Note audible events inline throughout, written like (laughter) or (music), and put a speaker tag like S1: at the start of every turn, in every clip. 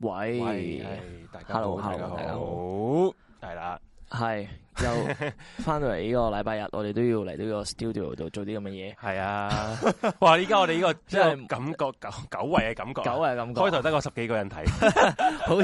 S1: 喂，
S2: 係哎大家
S1: 哎 Hello，
S2: 好，
S1: hello，
S2: 大
S1: 大
S2: 家
S1: 家
S2: 好，系啦，
S1: 系
S2: (laughs)
S1: 又翻到嚟呢個禮拜日，我哋都要嚟呢個 studio 度做啲咁嘅嘢，
S2: 系啊， (laughs) 哇！依家我哋
S1: (laughs)
S2: 呢个
S1: 真係
S2: 真系感觉久久违嘅感觉，
S1: 久啊感覺，
S2: 开头得个十几个人睇，
S1: (laughs) 好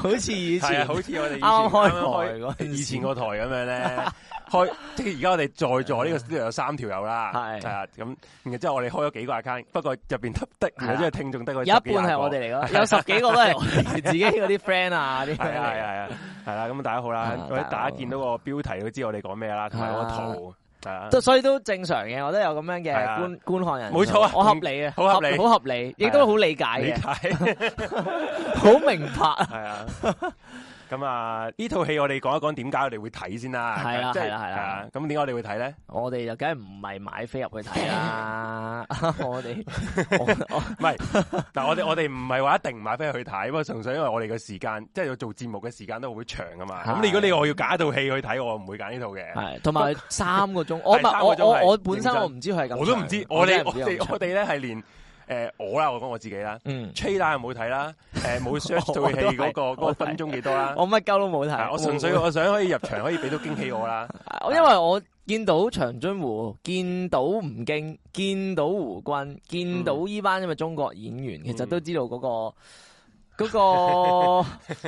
S1: 好似以
S2: 系啊，
S1: 前
S2: 好似 (laughs) 我哋以前
S1: 啱開台
S2: 啱
S1: 嗰陣時
S2: 以前個台咁
S1: (laughs)
S2: 樣咧，開即係而家我哋在座呢個 studio 有三條友啦，
S1: 啊係
S2: 係啊，咁然後之後我哋開咗幾個 account，不過入邊得得，
S1: 係啊
S2: 然後之後聽眾得個
S1: 有
S2: 有
S1: 一半係我哋嚟咯，有十幾個都係我哋 (laughs) 自己嗰啲 friend 啊啲 friend 嚟
S2: 係啊係啊係
S1: 嘅，
S2: 啊係啦，咁大家好啦
S1: 係 (laughs) 啊，
S2: 或者
S1: 大家好
S2: 大家見到個標題都知我哋講咩啦，同埋嗰個圖係啊，
S1: 都所以都正常嘅，我都有咁樣嘅
S2: 係啊
S1: 觀觀看人數，
S2: 冇錯啊
S1: 我合理嘅，
S2: 好合理
S1: 好合理，亦都好理解
S2: 理
S1: 嘅，
S2: 解
S1: 好明白，(laughs)
S2: 係啊。咁啊，呢套戲我哋講一講點解我哋會睇先啦，
S1: 係啦
S2: 即
S1: 係啦係啦，
S2: 啊咁點解我哋會
S1: (laughs)
S2: 睇咧？
S1: 我哋就梗係唔係買飛入去睇
S2: (laughs)
S1: 啦，我哋我我
S2: 唔係，嗱我哋我哋唔係話一定唔買飛去睇，不過純粹因為我哋嘅時間，即係要做節目嘅時間都好長啊嘛。
S1: 係
S2: 咁如果你話我要揀一套戲去睇，我唔會揀呢套嘅。
S1: 系，同埋三個
S2: (laughs)
S1: 鐘，我唔
S2: 係三
S1: 係
S2: 個
S1: 我
S2: 鐘係
S1: 我我本
S2: 認
S1: 身
S2: 真
S1: 我唔知佢係咁長，
S2: 我都唔知，我哋
S1: 真係唔
S2: 我
S1: 知
S2: 哋
S1: 咁長
S2: 我哋咧係連誒我啦，我講我自己啦
S1: 嗯，
S2: ，trailer 又冇睇啦，誒
S1: (laughs)
S2: 冇 search
S1: 我
S2: 套
S1: 都
S2: 戲
S1: 係
S2: 嗰個
S1: 我都係
S2: 嗰個分鐘幾多啦。
S1: 我乜鳩都冇
S2: 係啊
S1: 睇，
S2: 我純粹
S1: 我
S2: 我想可以入場可以俾到驚喜我啦，
S1: 我因為我見到長津湖，見到吳京，見到胡軍，見到
S2: 嗯
S1: 呢班咁嘅中國演員，其實都知道嗰
S2: (laughs)
S1: 個嗰個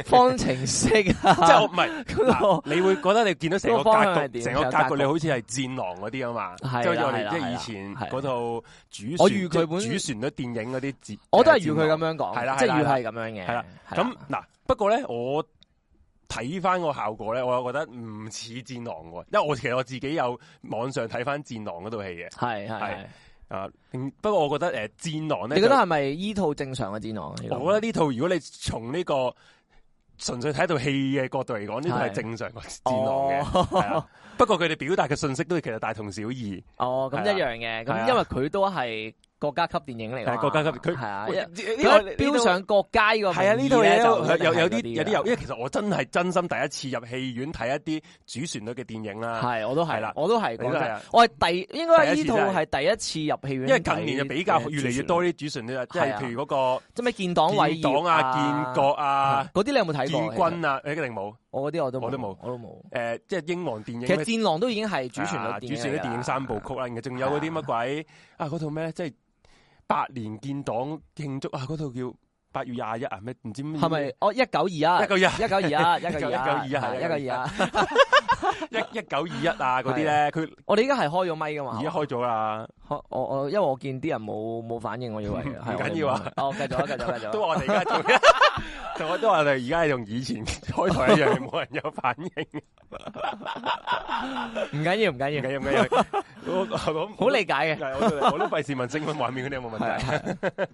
S1: 方程式
S2: 即係
S1: 啊，
S2: 我
S1: (laughs)
S2: 唔係
S1: 嗰
S2: 嗱你會覺得你見到成個
S1: 嗰個方向係
S2: 格局，
S1: 點
S2: 成個
S1: 成個格
S2: 格
S1: 局
S2: 局你好似係戰狼嗰啲啊嘛，即
S1: 係啦
S2: 係好似我
S1: 係啦
S2: 哋即
S1: 係
S2: 係
S1: 啦
S2: 以前
S1: 係
S2: 嗰套主
S1: 我
S2: 旋
S1: 預佢本
S2: 即係主旋律電影嗰啲節
S1: 我都係
S2: 誒
S1: 預佢
S2: 戰
S1: 咁
S2: 狼
S1: 樣
S2: 係啦
S1: 講，即係
S2: 係
S1: 預
S2: 啦
S1: 係咁樣嘅。
S2: 係啦
S1: 係
S2: 咁嗱，不過咧，我睇翻個效果咧，我又覺得唔似《戰狼》喎，因為我其實我自己有網上睇翻《戰狼》嗰套戲嘅。
S1: 係係係
S2: 係，啊，嗯不過我覺得诶，呃《戰狼》咧，
S1: 你覺得係咪依套正常嘅戰狼啊？呢
S2: 就
S1: 個
S2: 我覺得呢套如果你從呢個純粹睇套戲嘅角度嚟講，呢套
S1: 係哦
S2: 係正常過《戰狼》嘅係啊。不過佢哋表達嘅信息都其實大同小異，
S1: 哦，咁
S2: 係啦
S1: 一樣嘅，
S2: 係
S1: 咁
S2: 啊
S1: 因為佢都係國家級電影嚟㗎嘛，
S2: 係國家級佢
S1: 係啊，
S2: 喂
S1: 一
S2: 呢
S1: 佢
S2: 呢
S1: 一
S2: 個呢
S1: 標
S2: 套
S1: 上國家呢個
S2: 系啊，呢套
S1: 名義呢
S2: 嘢
S1: 就
S2: 都有有
S1: 一定
S2: 啲
S1: 係
S2: 有
S1: 嗰
S2: 啲有，因為其實我真係真心第一次入戲院睇一啲主旋律嘅電影啦。
S1: 係我都係
S2: 係啦
S1: 我都係
S2: 你都
S1: 講
S2: 係
S1: 真
S2: 啊，
S1: 我係第應該
S2: 第
S1: 呢
S2: 一次
S1: 套
S2: 真係
S1: 係第一次入戲院睇嘅主旋律，
S2: 因為近年就比較越嚟越多啲主旋律啊，即係
S1: 係啊
S2: 譬如嗰
S1: 即係咩建黨
S2: 個
S1: 偉
S2: 建黨
S1: 業
S2: 啊、建國啊、
S1: 嗰啲，你有冇睇
S2: 建
S1: 過？其實
S2: 軍啊，誒一定冇。
S1: 我嗰啲我都
S2: 我都冇
S1: 我都冇。
S2: 誒，即係英皇電影
S1: 其實
S2: 咩
S1: 戰狼都已經係主旋律
S2: 啊
S1: 電影
S2: 主旋律
S1: 嚟㗎
S2: 電
S1: 啦
S2: 影三部曲啦，然後仲有嗰啲乜鬼啊？嗰套咩？即係百年建黨慶祝啊！嗰套叫八月廿一啊？咩？唔知咩
S1: 係咪？哦，一九二一。
S2: 一九一
S1: 一九二一，一九二一，
S2: 1921係啊
S1: 一九二一。
S2: 一一九二一 (laughs) 啊？嗰啲咧，佢
S1: 我哋而家係開咗咪㗎嘛？
S2: 而家開咗啦，
S1: 我我我，因為我見啲人冇冇反應，我
S2: (laughs)
S1: 以為
S2: 唔
S1: 係
S2: 唔緊要啊。
S1: 我哋冇哦，繼
S2: (laughs)
S1: 續啊，繼續啊，繼
S2: 都
S1: 續啊。
S2: 話我哋而家做嘅。同 (laughs) 我都話我哋而家係用以前開台一樣，冇人有反應。
S1: 唔緊要，唔緊
S2: 唔
S1: 要，
S2: 緊要，唔緊要。 (laughs) 我我
S1: 好理解嘅。
S2: 係我都我都費事問聲音畫面嗰啲有冇問
S1: 係啊
S2: 題。
S1: 係啊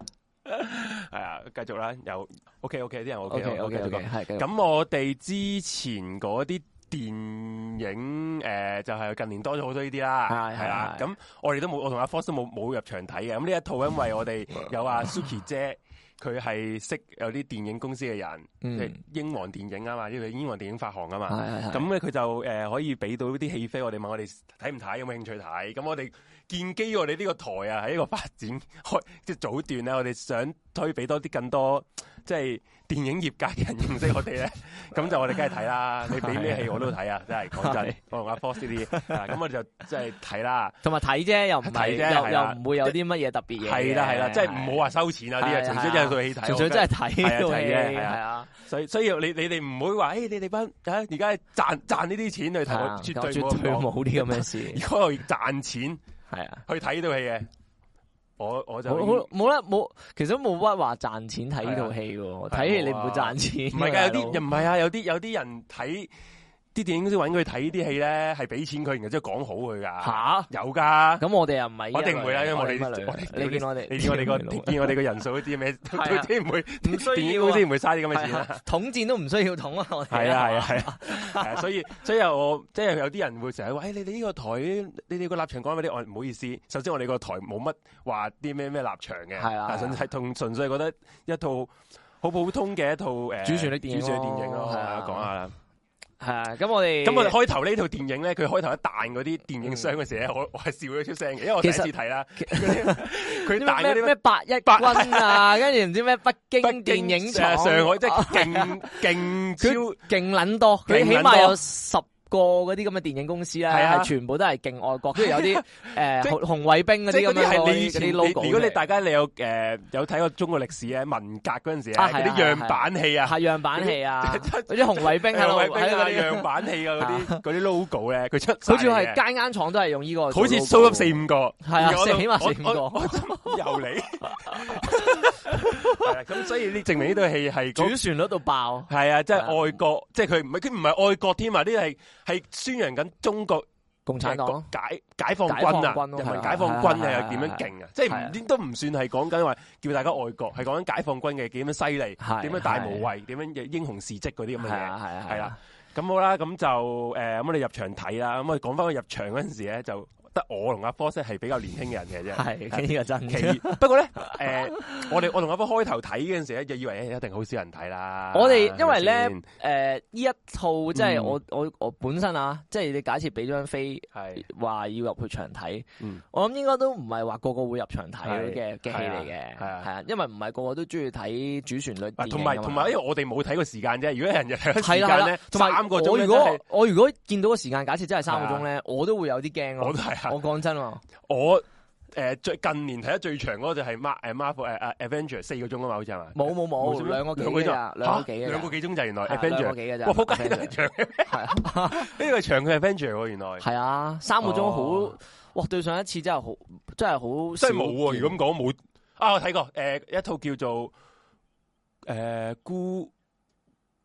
S2: 係啊，繼續啦，有 OK OK 啲人 OK
S1: ，OK OK
S2: 繼續
S1: OK，
S2: 講
S1: 係繼續
S2: 咁我哋之前嗰啲電影誒、呃就係、近年多咗好多呢啲啦，
S1: 係
S2: 係啦。
S1: 係
S2: 咁我哋都冇，我同阿 Force 都冇冇入場睇嘅。咁呢一套因為我哋
S1: (laughs)
S2: 有阿 Suki 姐，佢係識有啲電影公司嘅人，
S1: 嗯
S2: 即係英皇電影啊嘛，因為英皇電影發行啊嘛。
S1: 係係係
S2: 咁咧佢就誒、呃可以俾到啲戲飛我哋問我哋睇唔睇，有冇興趣睇？咁我哋建基我哋呢個台啊，喺一個發展開 (laughs) 即係早段啊咧，我哋想推俾多啲更多即係電影業界嘅人認識我哋
S1: (laughs)
S2: 咧，咁就我哋梗係睇啦。你俾咩戲我都睇啊！真係講
S1: 係
S2: 真，我同阿 Force 呢啲啊咁我哋就即係睇啦，
S1: 同埋睇啫，又唔係
S2: 睇啫
S1: 又
S2: 係
S1: 又
S2: 啦
S1: 唔會有啲乜嘢特別嘢嘅。
S2: 係啦係啦，即係唔好話收錢啊啲嘢，
S1: 係
S2: 純
S1: 係
S2: 粹真係對戲睇，
S1: 純粹真係睇
S2: 係啊
S1: 套戲
S2: 睇啫係啊
S1: 係啊，
S2: 所以所以你你哋唔會話，誒你哋班啊而家賺賺呢啲錢去
S1: 係啊
S2: 睇，絕對
S1: 絕對
S2: 冇。
S1: 冇啲咁嘅事
S2: 如， (laughs) 果我賺錢。
S1: 係啊。
S2: 去睇呢套戲嘅，我我就
S1: 好好冇啦，冇，其實冇乜話賺錢睇呢套戲喎，睇戲你唔會賺錢㗎。
S2: 啊唔係㗎，有啲
S1: 大佬
S2: 唔係啊，有啲有啲人睇啲電影公司揾佢睇呢啲戲咧，係俾錢佢，然後之後講好佢㗎，
S1: 吓，
S2: 有㗎。
S1: 咁我哋又唔係呢
S2: 我一定唔會啦，因為我
S1: 類型
S2: 哋我
S1: 乜類型
S2: 哋
S1: 你見我哋，
S2: 你見我哋個你
S1: (laughs)
S2: 見我哋個人數都知咩，都
S1: 係啊
S2: 知唔會
S1: 唔需要啊
S2: 電影公司唔會嘥啲咁嘅錢啦。
S1: 係啊統戰都唔需要統啊，我哋
S2: 係啊係啊係啊 (laughs) 係啊，所以所以我即係有啲人會成日話：，誒、哎你哋呢個台，你哋個立場講乜啲？哦我唔好意思，首先我哋個台冇乜話啲咩咩立場嘅，
S1: 係啊
S2: 但純粹同純粹覺得一套好普通嘅一套誒、
S1: 主旋律電影咯
S2: 主旋律電影咯，
S1: 係
S2: 係
S1: 啊
S2: 啊，講下啦。
S1: 系啊，咁我哋
S2: 咁我哋開頭呢套電影咧，佢開頭一彈嗰啲電影箱嘅時候咧，我我係笑咗出聲嘅，因為我第一
S1: 嗯
S2: 次
S1: 其實
S2: 睇啦，
S1: 其
S2: 嗰啲 (laughs) 佢
S1: 啲
S2: 彈嗰
S1: 咩
S2: 啲
S1: 咩
S2: 咩
S1: 八一軍
S2: (laughs)
S1: 啊，跟住唔知咩北京
S2: 北京
S1: 電影
S2: 啊
S1: 廠、哦
S2: 上海，即係勁
S1: 佢
S2: 勁超
S1: 勁撚多，佢
S2: 勁撚
S1: 起
S2: 多
S1: 碼有十個嗰啲咁嘅電影公司啦，
S2: 係啊
S1: 係全部都係勁外國，跟住有
S2: (laughs)
S1: 啲誒
S2: 即
S1: 紅紅衛兵嗰
S2: 即
S1: 啲
S2: 係
S1: 咁
S2: 嗰啲
S1: 樣
S2: 係
S1: 嗰
S2: 你以
S1: 啲嗰
S2: 前，
S1: 啲
S2: 你
S1: logo
S2: 如果你
S1: 大
S2: 大家你有誒有睇過中國歷史咧，文革嗰陣時咧，
S1: 啊係啊
S2: 嗰
S1: 係
S2: 啲
S1: 啊
S2: 樣板戲啊，
S1: 係樣板
S2: (laughs)
S1: 戲啊，
S2: 嗰
S1: 嗰啲紅衛兵
S2: (laughs)
S1: 喺
S2: 樣
S1: 度
S2: 板
S1: 喺
S2: 戲
S1: 度
S2: 啊
S1: 嗰
S2: 樣
S1: 啲，
S2: 板戲啊，嗰啲嗰啲 logo 咧，佢出
S1: 佢仲要
S2: 要
S1: 係間間廠都係用呢個做
S2: 好
S1: logo
S2: 似
S1: 喎，
S2: 收咗四五個，
S1: 係啊，
S2: 而我
S1: 四
S2: 就
S1: 起碼四五
S2: 我
S1: 個。
S2: 我又你，係啦，咁所以呢證明呢套戲係嗰
S1: 主旋律到爆，
S2: 系啊，即系
S1: 係啊
S2: 爱国，即系佢唔系佢唔系爱国添啊！呢系系宣扬紧中国
S1: 共產黨咯，
S2: 解解放
S1: 解放
S2: 军啊，
S1: 軍咯
S2: 人
S1: 係啊
S2: 民解放
S1: 係
S2: 军
S1: 啊係
S2: 啊，
S1: 啊
S2: 又点样劲啊！即
S1: 係啊
S2: 系唔都唔算系讲紧话叫大家爱国，系讲紧解放军嘅点样犀利
S1: 係，啊
S2: 点样大
S1: 係
S2: 无畏，点样英雄事迹嗰啲咁嘅
S1: 係
S2: 嘢
S1: 啊。係啊
S2: 係啦，咁好啦，咁就诶，咁我哋入场睇啦。咁我哋讲翻我入场嗰阵时咧，就得我同阿科咧系比较年轻人嘅啫。
S1: 係呢個真
S2: 其
S1: 嘅。
S2: 二不過咧，诶、我哋我同阿波開頭睇嗰阵时咧，就以為哎诶一定好少人睇啦。
S1: 我哋因為
S2: 係咪
S1: 咧
S2: 先，
S1: (laughs) 誒呢一套即係
S2: 嗯
S1: 我我我本身啊，即係你假設俾張飛
S2: 系
S1: 話要入去場睇，
S2: 嗯
S1: 我諗應該都唔係話個個會入場睇
S2: 係
S1: 嘅嘅戲
S2: 係
S1: 嚟
S2: 啊
S1: 嘅，係
S2: 係啊
S1: 啊，因為唔係個個都中意睇主旋律電
S2: 啊
S1: 影
S2: 同埋
S1: 㗎嘛
S2: 同埋，因為我哋冇睇過時間啫。如果有人日睇過時
S1: 係啦係
S2: 間
S1: 啦
S2: 咧，，
S1: 同埋
S2: 三個
S1: 我
S2: 鐘咧
S1: 如
S2: 真係啊
S1: 果我如果見到個時間，假設真係三個鐘咧，我都會有啲驚
S2: (laughs) 我
S1: 咯
S2: 都。係
S1: 哦
S2: 啊，
S1: 我講真喎，
S2: 我诶最近年睇得最長嗰個就係 Mar 诶 Marvel 诶诶 Avenger 四個鐘啊嘛，好似係嘛？
S1: 冇冇冇
S2: 冇啫咩
S1: 兩個幾
S2: 兩個
S1: 嘅
S2: 鐘
S1: 咋，兩個幾嘅
S2: 嚇
S1: 咋，
S2: 兩個幾鐘就原來
S1: 係啊兩個
S2: Avenger，
S1: 幾嘅咋，
S2: 哇仆街真
S1: Avenger
S2: 係長，
S1: 係啊。
S2: 呢個長佢 Avenger 喎原來。
S1: 系啊，三個鐘好
S2: 哦，
S1: 哇！對上一次真係好，真係好少
S2: 真
S1: 見，
S2: 系冇喎，如果咁講冇啊，我睇過诶、誒一套叫做诶、誒孤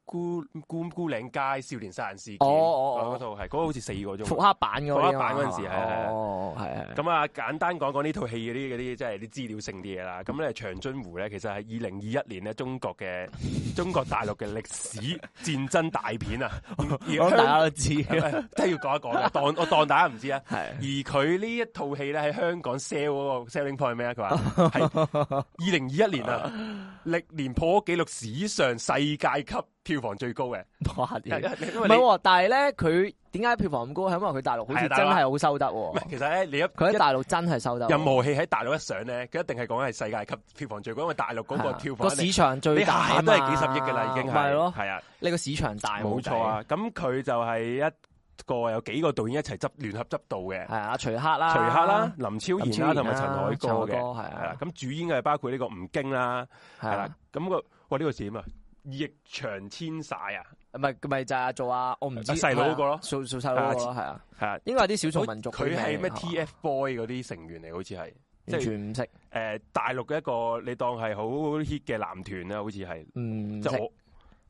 S2: 孤孤孤嶺街少年殺人事件，
S1: 哦哦哦
S2: 嗰套係嗰個好似四個
S1: 復
S2: 鐘。
S1: 刻版嗰啲啊嘛
S2: 復刻版嗰陣時係係係
S1: 哦，係係
S2: 咁啊，簡單講講呢套戲嗰啲嗰啲，即係啲資料性啲嘢啦。咁咧，長津湖咧，其實係二零二一年咧中
S1: (laughs)
S2: 國嘅中國大陸嘅歷史戰爭大片啊。而
S1: 我諗大
S2: 而
S1: 家都知嘅， (laughs)
S2: 香真係要講一講嘅，當我當大家唔知啊。而
S1: 係
S2: 佢呢一套戲咧喺香港 sell 嗰個 selling point 係咩啊？
S1: (laughs)
S2: 佢話係二零二一年啊，歷年破紀錄史上世界級票房最高嘅。
S1: 哇！
S2: 因為
S1: 屌
S2: 因
S1: 唔係
S2: 為你
S1: 喎，但係咧，佢點解票房咁高？係因為佢大陸好似
S2: 係
S1: 真
S2: 大陸啊
S1: 係好收得
S2: 唔
S1: 喎
S2: 係，，其實咧你一
S1: 佢喺
S2: 一
S1: 大陸真係啊收得喎。
S2: 任何戲喺大陸一上咧，佢一定係講係世界級票房最高，因為大陸嗰
S1: 係
S2: 個
S1: 啊
S2: 票房
S1: 個
S2: 一定
S1: 市場最
S2: 你
S1: 大
S2: 下
S1: 啊
S2: 下都
S1: 嘛
S2: 係幾十億嘅啦，已經
S1: 咪
S2: 係
S1: 咯，
S2: 係啊，
S1: 呢個市場大
S2: 冇錯啊。咁佢就係一個有幾個導演一齊執聯合執導
S1: 計，，
S2: 嘅
S1: 係啊，徐克啦，
S2: 徐克啦、林超
S1: 林
S2: 賢
S1: 超
S2: 啦
S1: 賢
S2: 同埋陳凱歌
S1: 陳凱
S2: 嘅。
S1: 係
S2: 系啦
S1: 啊，，
S2: 咁主演嘅包括呢個吳京啦，
S1: 係啊
S2: 係啦
S1: 啦，，
S2: 咁個哇呢個字點啊？逆長千晒啊，
S1: 咪咪就係做啊，我唔知
S2: 細佬嗰個咯
S1: 做做細佬嗰個咯，係啊。
S2: 係啊，
S1: 應該係啲少數民族嗰啲
S2: 佢
S1: 名嚟㗎
S2: 係
S1: 嘛。
S2: 咩 TF Boy 嗰啲成員嚟，好似係即
S1: 完
S2: 係
S1: 全唔識，
S2: 诶大陸嘅一個你當係好 hit 嘅男團啦，好似係
S1: 唔
S2: 即
S1: 識
S2: 係我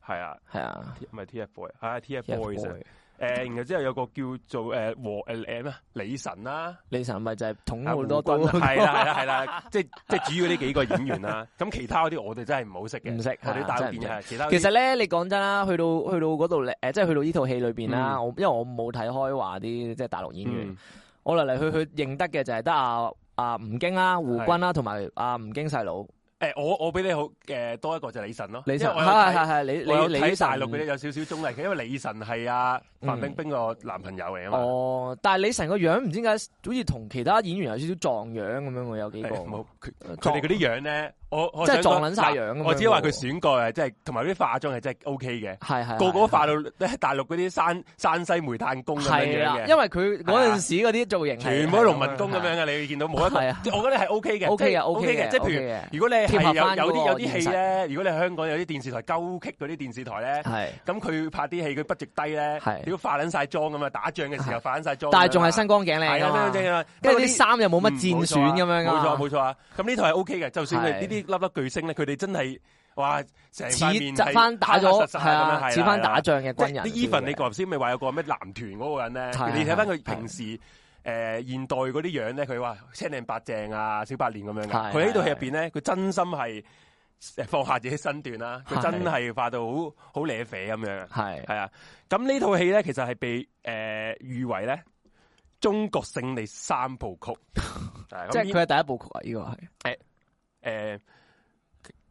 S2: 係啊，
S1: 係啊
S2: 唔係 TF Boy 啊 TF Boys 啊
S1: ，TFBOYS。
S2: 诶，然後之後有個叫做诶和诶诶咩啊李晨啦。
S1: 李晨咪就係捅
S2: 啊
S1: 嗯好多刀
S2: 胡
S1: 嗰
S2: 軍
S1: 個，
S2: 啊係啦係啦係啦，即係即係主要呢幾個演員啦。
S1: (laughs)
S2: 咁其他嗰啲我哋真係唔好識嘅，
S1: 唔識
S2: 我哋
S1: 係
S2: 大
S1: 真
S2: 陸
S1: 係唔
S2: 電影係其他嗰啲。
S1: (laughs) 其實咧，你講真啦，去到去到嗰度咧，誒，即係去到呢套戲裏邊啦，我因為我冇睇開話啲即係大陸演員，
S2: 嗯
S1: 我嚟嚟去去認得嘅就係得阿阿吳京啦、胡軍啦，同埋阿吳京細佬
S2: 誒我我比你好誒多一個就係李晨咯，
S1: 李晨，
S2: 因為
S1: 係
S2: 我有
S1: 係
S2: 睇
S1: 係係李
S2: 我有
S1: 李李
S2: 睇
S1: 晨
S2: 大陸嗰啲有少少綜藝嘅，因為李晨係阿范冰冰個男朋友嚟啊嘛。
S1: 哦，但係李晨個樣唔知點解好似同其他演員有少少撞樣咁樣喎，有幾
S2: 係
S1: 個
S2: 冇佢
S1: 撞
S2: 佢哋嗰啲樣咧，我我
S1: 即係
S2: 想講
S1: 撞撚晒樣咁樣
S2: 我只話佢
S1: 喎
S2: 選角係真係，同埋啲化妝係真係 O K 嘅，
S1: 係係
S2: 個個都
S1: 係
S2: 化到大陸嗰啲山山西煤炭工咁樣
S1: 係啦
S2: 樣，嘅啊
S1: 因。為佢嗰陣時嗰啲造型係啊
S2: 全部都農民工咁樣嘅，你會見到冇一
S1: 係
S2: 個
S1: 啊，
S2: 即係我覺得係 O K 嘅
S1: O K
S2: 即
S1: 嘅
S2: 係
S1: ，O K 嘅，
S2: 嘅，即係
S1: OK 啊嘅
S2: 譬如如果你
S1: 貼
S2: 係
S1: 合返
S2: 有有啲有
S1: 嗰個
S2: 啲戲咧，如果你香港有啲電視台鳩棘嗰啲電視台咧，
S1: 係，
S2: 咁佢拍啲戲佢 budget 低
S1: 係
S2: 咧，屌化撚晒妝咁啊，打仗嘅時候化撚晒妝咁樣啊，
S1: 但係仲係新光頸
S2: 係
S1: 靚啊
S2: 啊，
S1: 嘛
S2: 真係
S1: 跟
S2: 啊
S1: 住
S2: 不過
S1: 啲
S2: 呢
S1: 衫又冇乜戰損咁樣
S2: 冇錯
S1: 噶，
S2: 冇錯啊！咁呢套係 O K 嘅，就算佢
S1: 係
S2: 呢啲粒粒巨星咧，佢哋真係哇成塊面
S1: 似
S2: 係
S1: 就翻打
S2: 黑黑
S1: 咗
S2: 實
S1: 係
S2: 實咁樣係
S1: 啊，
S2: 啦
S1: 似翻打仗嘅
S2: 即
S1: 軍
S2: 係
S1: 人。
S2: 你 even 你頭先咪話有個咩男團嗰個人
S1: 係
S2: 咧，你睇翻
S1: 係
S2: 佢平時誒現代嗰啲樣咧，佢話青靚白淨啊，小白臉咁樣
S1: 係
S2: 嘅。佢呢度戲入邊咧，佢真心係誒放下自己身段啦，佢
S1: 係
S2: 真係化到好好瀨啡咁樣。
S1: 係
S2: 係啊，咁呢套戲咧，其實係被誒譽為咧中國勝利三部曲，
S1: (laughs)
S2: 係咁呃
S1: 即係佢係第一部曲啊，呢個係
S2: 诶、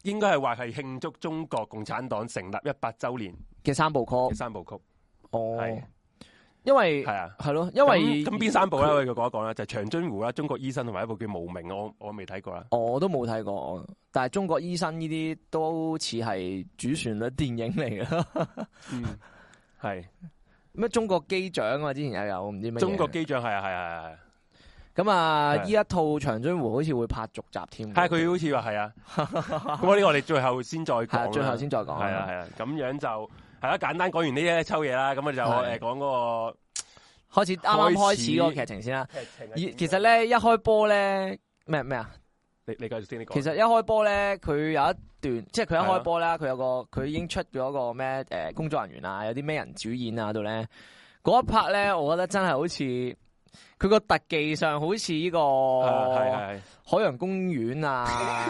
S2: 應該係話係慶祝中國共產黨成立一百週年
S1: 嘅三部
S2: 嘅
S1: 曲。
S2: 三部曲，
S1: 哦
S2: 係，
S1: 因為
S2: 系啊。
S1: 係咯，因為
S2: 咁咁邊三部咧？我哋講一講啦，就係長津湖》啦，《中國醫生》同埋一部叫《無名》，我我未睇過啦。
S1: 我都冇睇過，但係中國醫生呢啲都似係主旋律電影嚟嘅。 (laughs)
S2: 嗯，系
S1: 咩中國機長啊？之前又有唔知咩嘢
S2: 中國機長係啊係啊係啊
S1: 咁啊！
S2: 係
S1: 依一套長津湖好似會拍續集添，
S2: 係啊，係佢好似話係啊。咁呢個我哋最後先再
S1: 係啊
S2: 講，
S1: 最後先再講。
S2: 系啊系啊，咁樣就係啦。簡單講完呢一抽嘢啦，咁我哋就
S1: 係
S2: 诶講嗰個
S1: 開始啱啱
S2: 開
S1: 開
S2: 始
S1: 始嗰個劇情先啦。
S2: 劇情啊。
S1: 而其實，咧一開波咧咩咩啊？
S2: 你你繼續先，你講
S1: 其實一開波咧，佢有一段，即係佢一開波啦，
S2: 啊
S1: 佢有個佢已經出咗個咩诶、呃工作人員啊，有啲咩人主演啊嗰度咧，嗰一 part 咧，我覺得真係好似佢個特技上好似呢個
S2: 係啊系
S1: 海洋公園啊，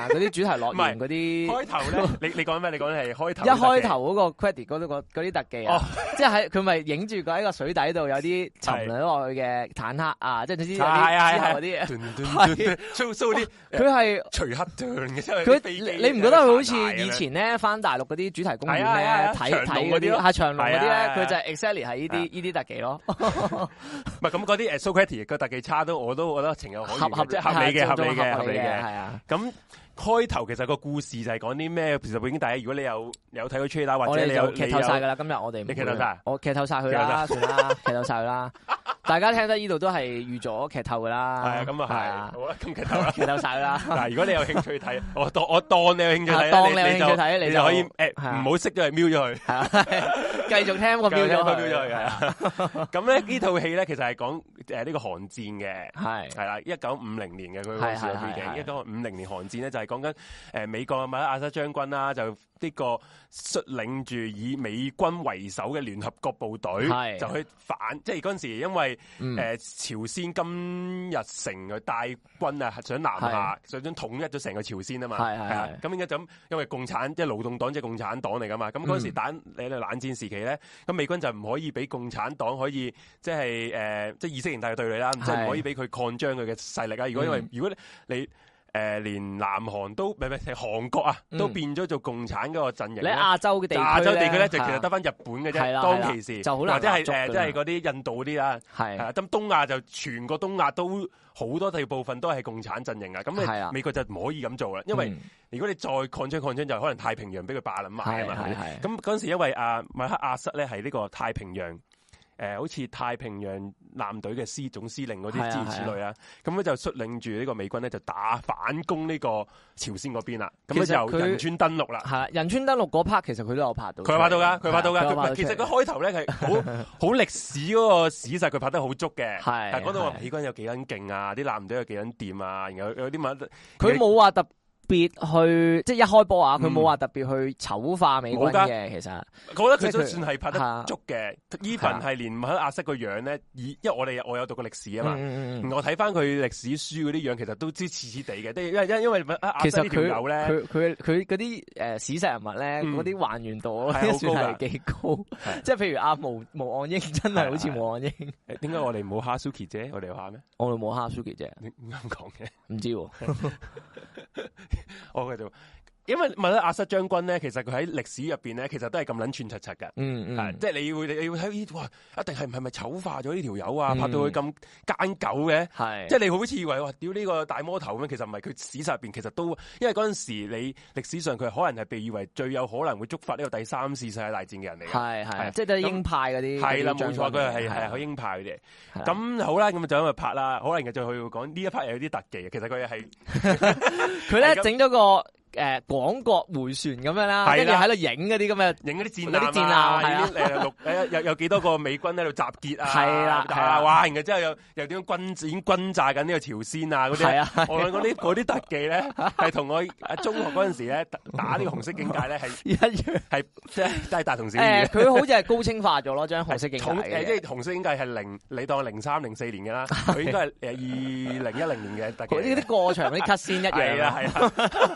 S1: 嗰啲主題樂
S2: 唔係
S1: 園嗰
S2: 系
S1: 啲。
S2: 開頭咧，你你講咩？你講係開頭
S1: 一開頭嗰個 credit 嗰啲嗰嗰啲特技
S2: 哦
S1: 啊，即係喺佢咪影住佢喺個水底度有啲沉咗落去嘅坦克啊，即係總之有 (laughs)
S2: 係
S1: 啲
S2: 係
S1: 之後嗰
S2: 嘅
S1: 啲，
S2: 噔噔噔噔，show show 啲
S1: 佢係
S2: 除黑盾嘅，之後有啲
S1: 佢
S2: 飛機
S1: 你你唔覺得佢好
S2: 咁樣
S1: 似以前咧翻大陸嗰啲主題公園
S2: 係啊係啊
S1: 咧睇
S2: 長隆
S1: 睇
S2: 嗰
S1: 嗰
S2: 啲
S1: 啲
S2: 咯
S1: 係長隆嗰啲
S2: 係啊係啊
S1: 咧，佢就係啊 exactly 係呢啲呢啲特技咯，
S2: 唔係咁嗰啲誒呃 Socrates 個特技差都我都覺得情有可
S1: (laughs) 合
S2: 原
S1: 合
S2: 嘅，即係合理嘅，
S1: 係
S2: 合理嘅，
S1: 合
S2: 合理
S1: 係
S2: 嘅。
S1: 啊。
S2: 咁開頭其實個故事就係講啲咩？其實背景大家如果你有有睇過 trailer 或
S1: 我
S2: 者
S1: 哋
S2: 你有
S1: 就
S2: 你有
S1: 劇透晒噶啦，今日我哋唔會
S2: 你劇透晒，
S1: 我劇透晒佢啦，算啦， (laughs) 劇透晒佢啦。大家聽得呢度都係預咗劇透噶啦，。
S2: 係啊，咁啊係，好啦，咁劇透啦
S1: (laughs) 劇透晒佢啦。
S2: 嗱，如果你有興趣睇，我當我當你有興趣睇啦，
S1: 啊當你有
S2: 你就
S1: 興趣睇
S2: 你
S1: 你
S2: 就
S1: 就
S2: 可以誒
S1: 係啊
S2: 唔好熄咗佢，瞄咗佢。
S1: 系啊，继续听 (laughs) 个标
S2: 繼續聽
S1: 咗
S2: 個
S1: 佢，
S2: 標咗佢係啊
S1: (laughs)
S2: 咁咧呢套戲咧其實係講誒呢個韓戰嘅。
S1: 係
S2: 系啦，一九五零年嘅佢嗰時嘅背景，一
S1: 係係係
S2: 九五零年韓戰咧就係講緊诶美國啊馬亞瑟將軍啦，就呢個率領住以美軍為首嘅聯合國部隊，
S1: 係
S2: 就去反，即係嗰陣時因為
S1: 嗯
S2: 诶、呃朝鮮金日成佢帶軍啊想南下，想想統一咗成個朝鮮啊嘛，
S1: 係係
S2: 係啊
S1: 係
S2: 咁應該就咁，因為共產即係勞動黨即係共產黨嚟噶嘛，咁
S1: 嗯
S2: 嗰陣時打你哋冷戰時期咧，咁美軍就唔可以俾共產黨可以即係诶、呃即係意識形態去對你啦，即係唔
S1: 係
S2: 可以俾佢擴張佢嘅勢力啊！如果因為、
S1: 嗯
S2: 如果你誒、呃、連南韓都唔係唔係係韓國啊，
S1: 嗯
S2: 都變咗做共產嗰個陣營
S1: 你
S2: 咧。
S1: 亞洲嘅地區呢啊
S2: 亞洲地區咧就其實得翻日本嘅
S1: 係
S2: 啫，
S1: 啦
S2: 當其時
S1: 就好難
S2: 或者係
S1: 立足
S2: 誒
S1: 㗎
S2: 即
S1: 啦
S2: 係嗰啲印度嗰啲啦，係
S1: 係
S2: 啊，咁東亞就全個東亞都好多地部分都係共產陣營啊，
S1: 係
S2: 咁
S1: 啊
S2: 你美國就唔可以咁做啦，因為
S1: 嗯
S2: 如果你再擴張擴張就可能太平洋俾佢霸撚埋啊
S1: 係
S2: 嘛，係咪
S1: 係係
S2: 咁嗰陣時，因為啊麥克阿瑟咧係呢個太平洋誒、呃好似太平洋艦隊嘅司總司令嗰啲
S1: 係啊
S2: 諸如此類啦，咁咧就率領住呢個美軍咧就打反攻呢個朝鮮嗰邊啦，咁咧
S1: 其實
S2: 就
S1: 佢
S2: 仁川登陸啦。
S1: 係啦，啊仁川登陸嗰 part 其實佢都有拍到出嚟，
S2: 佢有拍到噶，佢有拍到
S1: 係啊
S2: 噶。
S1: 有拍
S2: 佢其
S1: 出嚟
S2: 實佢開頭咧係好
S1: (laughs)
S2: 好歷史嗰個史實，佢拍得好足嘅。
S1: 係
S2: 係講到話
S1: 係
S2: 美軍有幾撚勁啊，啲艦隊有幾撚掂啊，然後有啲乜
S1: 佢冇話特別去，即係一開波啊，佢
S2: 嗯
S1: 冇話特別去醜化美軍
S2: 冇㗎
S1: 嘅，其實
S2: 我覺得
S1: 即
S2: 佢都
S1: 係佢
S2: 算係拍得足嘅。even 係連麥克阿瑟個樣咧，以因為我哋我有讀過歷史啊嘛。
S1: 嗯嗯嗯
S2: 我睇翻佢歷史書嗰啲樣，其實都知似似地嘅，都因因因為阿
S1: 其
S2: 瑟
S1: 實
S2: 呢條
S1: 佢
S2: 友咧，
S1: 佢佢佢嗰啲誒史實人物咧，
S2: 嗯
S1: 嗰啲還原度
S2: 係啊好
S1: 算
S2: 高㗎
S1: 係幾高，即係譬如阿毛毛岸英真係好似毛岸英，
S2: 誒點解我哋冇蝦 Suki 啫？我哋有
S1: (laughs)
S2: 蝦咩？
S1: 我哋冇哈蘇傑啫，
S2: 你啱講嘅，
S1: 唔知喎。
S2: 我繼續。因為問阿瑟將軍咧，其實佢喺歷史入邊咧，其實都係咁撚串柒柒嘅。
S1: 嗯
S2: 係
S1: 嗯，
S2: 即係你會你會睇咦哇，一定係唔係咪醜化咗呢條友啊？
S1: 嗯
S2: 拍到佢咁奸狗嘅，
S1: 係
S2: 即係你好似以為哇，屌呢個大魔頭咁樣，其實唔係佢史實入邊，其實都因為嗰陣時你歷史上佢可能係被譽為最有可能會觸發呢個第三次世界大戰嘅人嚟嘅，
S1: 係
S2: 係啊
S1: 係，即係都係鷹派嗰啲。
S2: 係啦
S1: 嗰啲
S2: 冇錯，
S1: 將軍
S2: 佢係
S1: 係
S2: 係
S1: 啊
S2: 好鷹派佢哋。
S1: 係啦
S2: 咁好啦，咁就咁去拍啦，可能就去講呢一 part 又有啲特技嘅，其實佢係
S1: 佢
S2: 係
S1: 咧
S2: 咁
S1: 整咗個誒廣角回旋咁樣啦，
S2: 係
S1: 跟住
S2: 啦
S1: 喺度影嗰啲咁嘅。
S2: 影嗰啲戰
S1: 嗰啲
S2: 艦
S1: 戰
S2: 啊，
S1: 艦係啊
S2: 已經誒六誒有有幾多個美軍喺度集結啊，
S1: 係啦
S2: 打
S1: 係啦
S2: 哇！然後之後又又點樣軍已經軍炸緊呢個朝鮮啊嗰啲
S1: 係啊係啊
S2: 我諗嗰啲嗰啲特技咧係同我喺中學嗰陣時咧打打呢個紅色警戒咧係
S1: 一樣
S2: 係即係都係大同小
S1: 誒，
S2: 異嘅。
S1: 佢好似係高清化咗咯，將紅色
S2: (laughs)
S1: 鏡
S2: 同
S1: 頭
S2: 誒，
S1: 嘅
S2: 啊即。係紅色警戒係零，你當零三零四年
S1: (laughs)
S2: 嘅啦，佢應該係誒二零一零年嘅特技
S1: 嗰
S2: 嚟
S1: 啲
S2: 嘅。
S1: 啲過場
S2: (laughs)
S1: 嗰啲 cut 先一樣
S2: 係
S1: (laughs)
S2: 啊
S1: 啊，
S2: 係啊，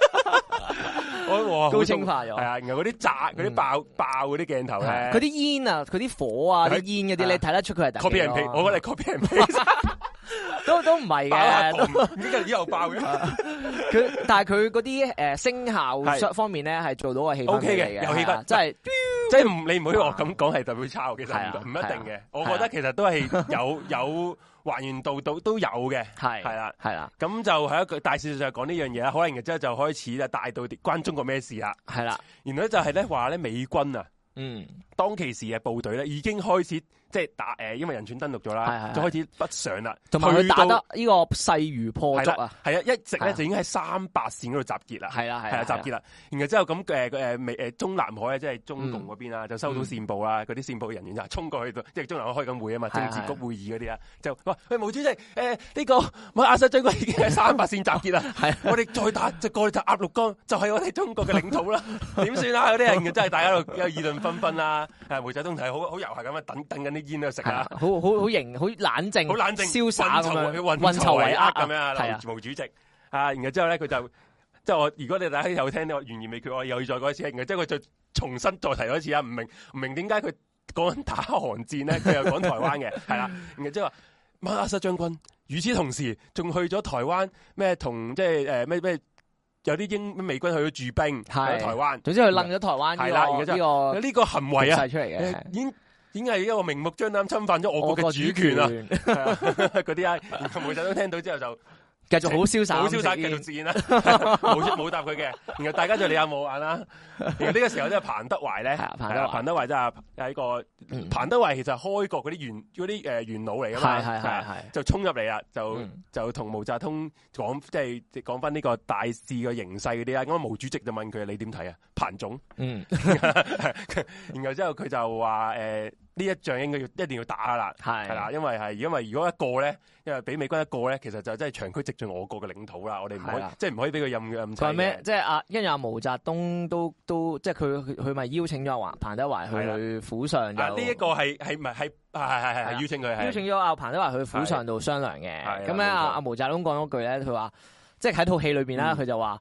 S2: 我哇
S1: 高清化咗
S2: 係啊，然後嗰啲炸、嗰啲爆爆嗰啲鏡頭咧，
S1: 佢啲煙啊，佢啲火啊，
S2: 佢
S1: 啲煙嗰啲，
S2: 啊
S1: 你睇得出佢係特
S2: copy
S1: 技
S2: and
S1: 咯
S2: paste，我覺得係 copy and
S1: (laughs)
S2: paste
S1: 都都唔係
S2: 爆啊下
S1: 嘅，
S2: bomb，點解又
S1: (laughs)
S2: 爆嘅
S1: 佢但係佢嗰啲誒聲
S2: 係
S1: 效方面咧係做到個氣氛
S2: ？O K
S1: 俾
S2: 嘅，
S1: 你
S2: 有氣
S1: 係啊
S2: 氛，
S1: 真係
S2: 即系唔你唔好以為我咁講係代表抄，其實
S1: 係啊
S2: 唔唔一定
S1: 係
S2: 嘅。我覺得其實都係有有還原度度都有嘅。
S1: 係
S2: 係啦
S1: 系啦，
S2: 咁就係一個大事實上講呢樣嘢啦，可能然之後就開始啦，帶到啲關中國咩事啦。
S1: 係啦，
S2: 然後咧就係咧話咧美軍啊，
S1: 嗯，
S2: 當其時嘅部隊咧已經開始即係打诶、因為人權登陸咗啦
S1: 係係，係
S2: 就開始北上啦，
S1: 同埋佢
S2: 去
S1: 打
S2: 到
S1: 得呢個勢如破
S2: 係
S1: 竹
S2: 啦
S1: 啊，，
S2: 係啊，一直
S1: 係啊
S2: 咧就已經喺三八線嗰度集結啦。
S1: 係啦
S2: 系
S1: 係
S2: 啊，集
S1: 啦，
S2: 結啦。然後之後咁誒誒美誒中南海啊，即係中共嗰邊啊
S1: 嗯
S2: 啦，就收到線報啦，嗰啲線報人員就衝過去到，即係中南海開緊會啊嘛，
S1: 係啊
S2: 政治局會議嗰啲啦，就話喂毛主席誒呢個馬亞瑟將軍已經係三八線集結啦，
S1: (laughs) 係啊
S2: 我哋再打就過去就鴨綠江，就係我哋中國嘅領土
S1: (laughs)
S2: 啦，點算啊？嗰啲人真係大家喺度有議論紛紛啦，誒毛澤東係好好遊係咁樣啊等等緊啲煙喺度食
S1: 係
S2: 啊
S1: 啊。好好好型，好冷靜，
S2: 好冷靜，
S1: 瀟嗯灑咁樣，
S2: 運籌
S1: 籌帷
S2: 帷幄咁樣啊，
S1: 係啊
S2: 毛主席啊，然後之後咧佢就即係我，如果你大家有聽我懸而未決，我又要再講一次，然後之後佢就重新再提多一次啊，唔明唔明點解佢講緊打韓戰咧，佢又講台灣嘅，係啦，然後之後話馬克瑟將軍，與此同時仲去咗台灣咩同即係誒咩咩有啲英美軍去咗駐兵
S1: 係
S2: 喺台灣，
S1: 總之佢楞咗台灣
S2: 係啦而家
S1: 呢
S2: 真係
S1: 個呢
S2: 呢個行
S1: 個
S2: 為啊，
S1: 局勢出嚟嘅，係
S2: 已經已經係一個明目張膽侵犯咗我國嘅主權啊！ (laughs)
S1: 權，
S2: 係啊嗰啲啊，然後毛澤東聽到之後就
S1: 繼續好
S2: (laughs)
S1: 瀟灑，
S2: 好瀟灑，繼續自然啦，啊 (laughs) 冇冇答佢嘅。然後大家就你眼冇眼 (laughs) 啦。然後呢個時候咧，彭德懷咧，
S1: 係啊彭德懷
S2: 係啊彭德懷真係係一個
S1: 嗯
S2: 彭德懷其實係開國嗰啲元嗰啲誒元老嚟噶嘛，
S1: 係係
S2: 係
S1: 係
S2: 啊
S1: 係。
S2: 就衝入嚟啦，就
S1: 嗯
S2: 就同毛澤東講，即係講翻呢個大事嘅形勢嗰啲啦。咁啊毛主席就問佢：你點睇啊，彭總？
S1: 嗯，
S2: 然後之後佢就話：誒呢一仗應該要一定要打啦。
S1: 係
S2: 系啦，因為係因為如果一個咧，因為俾美軍一個咧，其實就真係長驅直進我國嘅領土啦。我哋唔可
S1: 係
S2: 以
S1: 啦，
S2: 即係唔可以俾佢任任砌
S1: 佢話咩
S2: 嘅？。
S1: 即係阿，因為阿毛澤東都都即係佢佢佢咪邀請咗阿彭德懷
S2: 係啦
S1: 去府上就
S2: 啊，呢一個係係唔係係係係係邀請佢係
S1: 啊邀請咗阿彭德懷去府上度商量
S2: 係啦
S1: 嘅。咁咧，阿
S2: 冇錯
S1: 阿毛澤東講嗰句咧，佢話即係喺套戲裏邊啦，
S2: 嗯
S1: 佢就話。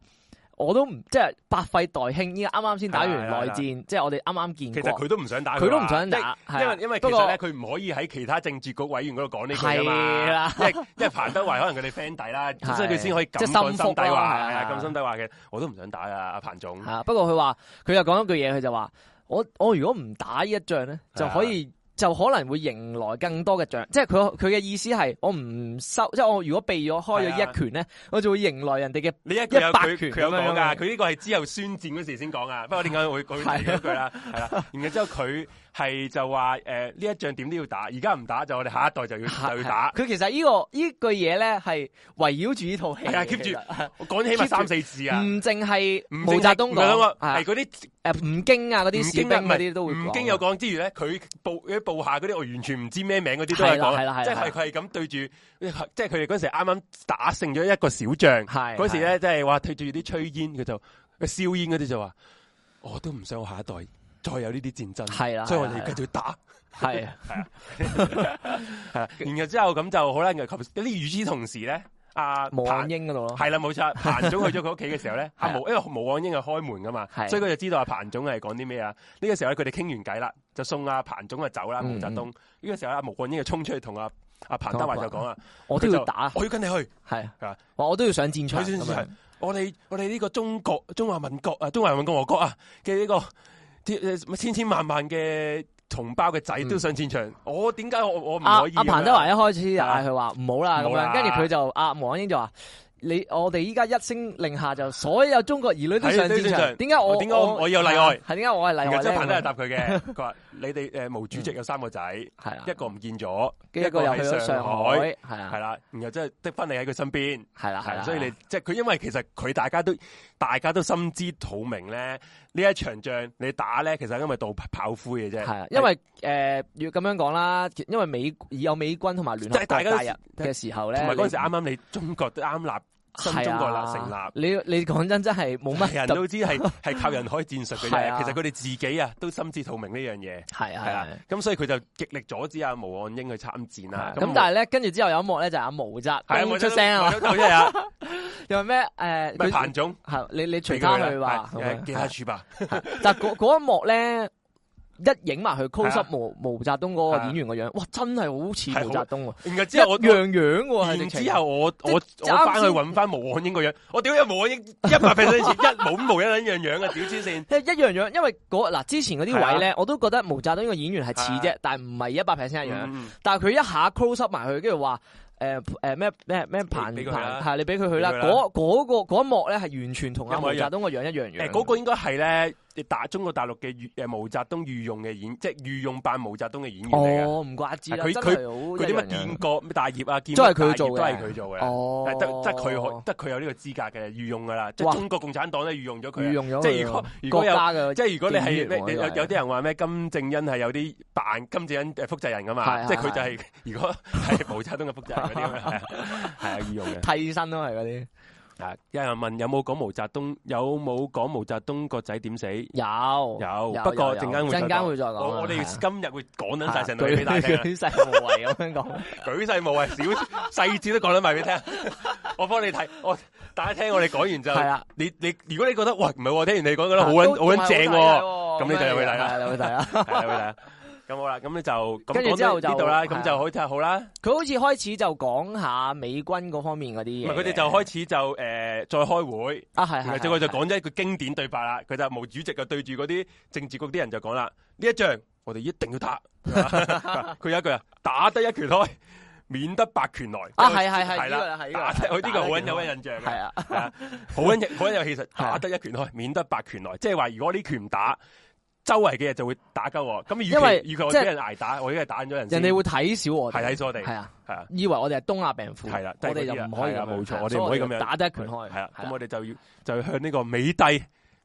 S1: 我都唔即係百廢待興，依家啱啱先打完
S2: 係啦係啦
S1: 內戰，即係我哋啱啱
S2: 其
S1: 建
S2: 實
S1: 國，
S2: 佢都唔想打㗎
S1: 佢都唔想打，
S2: 因
S1: 係
S2: 為
S1: 啊
S2: 因為其
S1: 不過
S2: 實咧，佢唔可以喺其他政治局委員嗰度講呢句㗎
S1: 係
S2: 嘛
S1: 啦，
S2: 因為因為彭德懷可能佢哋 friend 底啦，
S1: 係
S2: 所以佢先可以咁
S1: 即係
S2: 講
S1: 心服
S2: 心底
S1: 咯
S2: 話，
S1: 係啊
S2: 係啊，咁心底話嘅，我都唔想打啊，阿彭總，
S1: 吓，不過佢話佢又講一句嘢，佢就話我我如果唔打呢一仗咧，
S2: 係
S1: 就
S2: 啊
S1: 可以就可能會迎來更多嘅仗，即係佢佢嘅意思係我唔收，即係我如果避咗開咗
S2: 係啊
S1: 一拳咧，我就會迎來人哋嘅
S2: 呢一句有
S1: 一百
S2: 佢
S1: 拳
S2: 佢有
S1: 咁樣
S2: 講
S1: 啊
S2: 噶，佢呢個係之後宣戰嗰時先
S1: (laughs)
S2: 講啊。不過點解會佢提嗰句
S1: 啊
S2: 啦？係啦，然後之後佢係就話誒呢一仗點都要打，而家唔打就我哋下一代就要就要打。
S1: 佢其實呢個呢句嘢咧係圍繞住呢套戲嘅，
S2: 係啊
S1: 其
S2: ，keep 住
S1: 實
S2: 我講起碼
S1: keep 住
S2: 三四次啊。
S1: 唔淨係
S2: 唔
S1: 毛澤東
S2: 唔係嗰
S1: 講
S2: 個
S1: 係
S2: 係嗰啲
S1: 誒吳京啊嗰啲
S2: 吳
S1: 士兵
S2: 京啊唔
S1: 嗰啲
S2: 係
S1: 都會講
S2: 吳京有講之餘咧，佢報啲報下嗰啲我完全唔知咩名嗰啲都
S1: 係
S2: 係
S1: 啦係啦係啦
S2: 講，即係佢係咁對住，即係佢哋嗰時啱啱打勝咗一個小仗。
S1: 係
S2: 嗰時咧，即係話對住啲炊煙，佢就佢燒煙嗰啲就話，我都唔想我下一代再有呢啲戰爭，
S1: 係啦
S2: 所以我
S1: 係啦
S2: 哋繼續打。
S1: 係啊
S2: 係啦然後之後咁就好啦。然後及啲與此同時咧，阿
S1: 毛
S2: 彭
S1: 岸英嗰度咯，
S2: 係啦冇
S1: (laughs)
S2: 錯，彭總去咗佢屋企嘅時候咧，阿
S1: 係啊
S2: 毛因為毛岸英係開門噶嘛，
S1: 係
S2: 所以佢就知道阿彭總係講啲咩啊。呢個時候咧，佢哋傾完偈啦，就送阿彭總啊走啦，毛
S1: 嗯
S2: 澤東。呢個時候阿毛岸英就衝出去同阿阿彭德懷就講啊，
S1: 我都
S2: 佢
S1: 要
S2: 就
S1: 打，
S2: 我要跟你去。
S1: 係
S2: 係啊
S1: 我我都要上戰場
S2: 佢先
S1: 咁樣
S2: 係我哋我哋呢個中國中華民國啊，中華民共和國啊嘅呢個千千千萬萬嘅同胞嘅仔都上戰場，嗯我點解我我唔
S1: 阿
S2: 可以
S1: 啊
S2: 咁樣？啊
S1: 阿彭德懷一開始就嗌佢話唔好啦咁
S2: 唔好啦
S1: 樣，跟住佢就阿毛岸英就話：你我哋依家一聲令下就所有中國兒女都上
S2: 係都
S1: 戰
S2: 上
S1: 場，
S2: 場
S1: 點解我
S2: 點解我我有例外
S1: 係點解我係例
S2: 然
S1: 外
S2: 後之
S1: 咧？
S2: 後彭德懷答佢嘅，佢話：你哋誒毛主席有三個仔，
S1: 係啦，
S2: 一個唔見咗，
S1: 嗯啊跟住一個又去咗
S2: 喺
S1: 上
S2: 海，
S1: 海，係
S2: 係
S1: 啦，
S2: 啦，然後即係得翻你喺佢身邊。
S1: 係啦，係
S2: 係，
S1: 啦，
S2: 所以你即係佢，因為其實佢大家都大家都心知肚明咧，呢一場仗你打咧，其實係因為道炮灰嘅啫。
S1: 係啊，因為誒要咁樣講啦，因為美有美軍同埋聯合
S2: 即係
S1: 國
S2: 大家都
S1: 介入嘅時候咧，
S2: 同埋嗰陣時
S1: 你
S2: 啱啱你中國都啱立新中國啦成立
S1: 係啊你你講真真係啊冇乜
S2: (laughs) 人
S1: 特
S2: 都知係係靠人海戰術嘅
S1: 係啊
S2: 啫。其實佢哋自己啊都心知肚明呢樣嘢，
S1: 係啊
S2: 係
S1: 係啊
S2: 啦。。咁所以佢就極力阻止阿毛岸英去參戰啦。
S1: 咁但係咧，跟住之後有一幕咧就係阿毛澤
S2: 係啊，我
S1: 東出聲啊嘛，
S2: 我真
S1: (laughs)
S2: 係啊，
S1: 又話咩誒？
S2: 咪
S1: 佢
S2: 彭總
S1: 係你你
S2: 俾
S1: 隨他
S2: 啦
S1: 去話，(laughs)
S2: 係
S1: 咁樣
S2: 誒記下處吧。
S1: 但嗰嗰一幕咧，一影埋佢 close up
S2: 係啊啊
S1: 毛毛澤東嗰個演員個樣，哇，真係好似毛澤東喎，
S2: 然後
S1: 一
S2: 之後我
S1: 樣樣喎，係直
S2: 然
S1: 情
S2: 之後我我
S1: 即
S2: 我
S1: 係
S2: 翻
S1: 啱
S2: 去
S1: 先
S2: 揾翻毛岸英個樣，我屌有毛
S1: (laughs)
S2: 岸英一百 percent 似一冇冇一撚樣樣啊！屌黐線，
S1: 一一樣樣，因為嗰嗱之前嗰
S2: 啊
S1: 啲位咧，我都覺得毛澤東呢個演員係似啫，但係唔係一百 percent 一樣。
S2: 嗯
S1: 但係佢一下 close up 埋佢，跟住話誒誒咩咩咩彭
S2: 俾佢
S1: 彭
S2: 啦
S1: 係你俾佢去啦，
S2: 俾佢啦
S1: 嗰嗰個嗰一幕咧係完全同阿
S2: 一
S1: 毛
S2: 模一樣
S1: 澤東個樣一樣樣。
S2: 誒嗰個應該係咧大中國大陸嘅御誒毛澤東御用嘅演，即係御用扮毛澤東嘅演員嚟嘅。
S1: 哦，唔怪之啦，
S2: 佢
S1: 真係好
S2: 佢啲乜
S1: 一樣樣
S2: 建國咩大業啊，建
S1: 都係
S2: 國
S1: 佢
S2: 大業
S1: 做嘅
S2: 都係佢做嘅。
S1: 哦，
S2: 係得得佢可得佢有呢個資格嘅御用㗎啦，即
S1: 哇
S2: 係中國共產黨咧御用咗
S1: 御
S2: 佢啊。
S1: 用咗佢啊，
S2: 即係如果如
S1: 國
S2: 果有
S1: 家嘅
S2: 即係如果你
S1: 建議
S2: 係咩
S1: 喎
S2: 你
S1: 呢
S2: 有
S1: 個係
S2: 有啲人話咩金正恩係有啲扮金正恩誒複製人噶
S1: 係
S2: 嘛，
S1: 係
S2: 即係佢就係如果係毛澤東嘅複製人嗰
S1: (laughs)
S2: 啲咁樣，係啊御用嘅。
S1: 替身咯，係嗰啲
S2: 啊，有人問有冇講毛澤東，有冇講毛澤東個仔點死？
S1: 有
S2: 有
S1: 有，
S2: 不過
S1: 有
S2: 陣間會再
S1: 陣間
S2: 講。
S1: 會再講啊。
S2: 我我哋
S1: 係啊
S2: 今日會講緊晒成
S1: 係
S2: 對俾大家
S1: (laughs)
S2: 聽啊，
S1: 舉世無畏咁樣
S2: (laughs)
S1: 講。
S2: 舉世無畏，小
S1: (laughs)
S2: 細節都講緊埋俾你聽。我幫你睇，我大家聽我哋講完
S1: 係啊
S2: 就，
S1: 啦，
S2: 你你如果你覺得喂唔係喎，聽完你
S1: 啊
S2: 講覺得好撚好撚正喎，啊
S1: 喎
S2: 咁你就入去睇啦
S1: 入啊去睇 (laughs) 啦。
S2: (laughs) 係啦係啦，咁好啦，咁你就咁
S1: 跟住之後
S2: 講
S1: 就
S2: 到呢度啦，
S1: 係啊
S2: 咁就好睇好啦。
S1: 佢好似開始就講下美軍嗰方面嗰啲
S2: 唔
S1: 嘢嘅，
S2: 係佢哋就開始就诶再開會，
S1: 啊係
S2: 然
S1: 係
S2: 後
S1: 係，
S2: 之後佢就講咗一句經典對白啦。佢就毛主席就對住嗰啲政治局啲人就講啦：呢一仗我哋一定
S1: (laughs)
S2: 要打。佢有一句啊，打得一拳開，免得百拳來。
S1: 啊係係係
S2: 係
S1: 呢個
S2: 啦，
S1: 啦啊係呢個
S2: 打
S1: 啦
S2: 得佢呢個好撚有
S1: 係
S2: 印象嘅
S1: 係啊
S2: 係啊，好
S1: (laughs)
S2: 撚有好撚有氣勢。
S1: 係啊
S2: 打得一拳開，免得百拳來，即係話如果呢拳唔打，周圍嘅人就會打鳩我。咁
S1: 因為
S2: 與其與其我
S1: 即係
S2: 俾人挨打，我已經係打咗人先。
S1: 人哋會睇小我
S2: 係
S1: 哋，
S2: 睇咗我哋，
S1: 係啊，
S2: 係啊。
S1: 以為我哋係東亞病夫，
S2: 係啦都
S1: 我
S2: 係
S1: 哋就唔可以
S2: 嗰啲
S1: 咁
S2: 啊
S1: 樣
S2: 冇錯
S1: 係
S2: 我哋
S1: 所以
S2: 唔可以咁樣
S1: 打得一拳開，
S2: 系
S1: 係
S2: 啦，
S1: 啊啊
S2: 咁我哋就要就向呢個美帝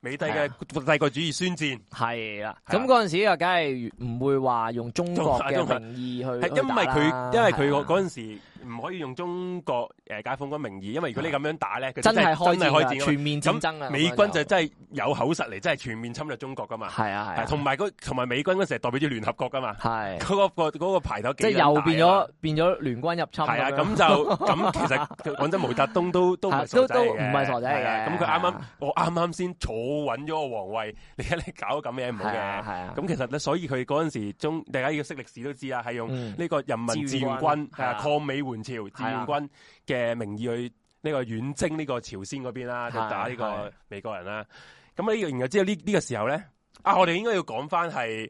S2: 美帝嘅帝國主義宣戰，
S1: 係啊啦，
S2: 係啦
S1: 咁嗰陣時又梗係唔會話用中國嘅
S2: 中華
S1: 名義去，
S2: 係因為
S1: 為
S2: 佢因為佢
S1: 個
S2: 嗰嗰陣時唔可以用中國誒解放軍名義，因為如果你咁樣打咧，佢
S1: 真係
S2: 係
S1: 開戰
S2: 真係開
S1: 啦
S2: 戰啊㗎嘛
S1: 全面戰爭啊！
S2: 美軍就
S1: 係
S2: 真係有口實嚟，真係全面侵略中國噶嘛，
S1: 啊係啊
S2: 係同埋嗰同埋美軍嗰時係代表住聯合國噶嘛，
S1: 係，
S2: 嗰個個嗰個排頭
S1: 即係又變咗變咗聯軍入侵
S2: 係啊，
S1: 樣
S2: 咁就咁其實講真，毛澤東
S1: (laughs)
S2: 都都唔係
S1: 係都
S2: 傻仔嚟
S1: 都唔係傻仔嚟嘅
S2: 係啊咁佢啱
S1: 係
S2: 啱
S1: 啊
S2: 我啱啱先坐穩咗個皇位，你而家你搞咁嘢唔好
S1: 係
S2: 嘅
S1: 啊。係啊，
S2: 咁其實咧，所以佢嗰陣時中，大家要識歷史都知啦，係用
S1: 嗯
S2: 呢個人民志願
S1: 志願軍
S2: 軍係啊
S1: 係啊
S2: 抗美援朝志
S1: 係
S2: 願
S1: 啊
S2: 軍嘅名義去呢個遠征呢個朝鮮嗰邊啦，
S1: 係
S2: 就打呢
S1: 係
S2: 個美國人啦。咁呢個然後之後呢呢個時候咧，啊，我哋應該要講翻係誒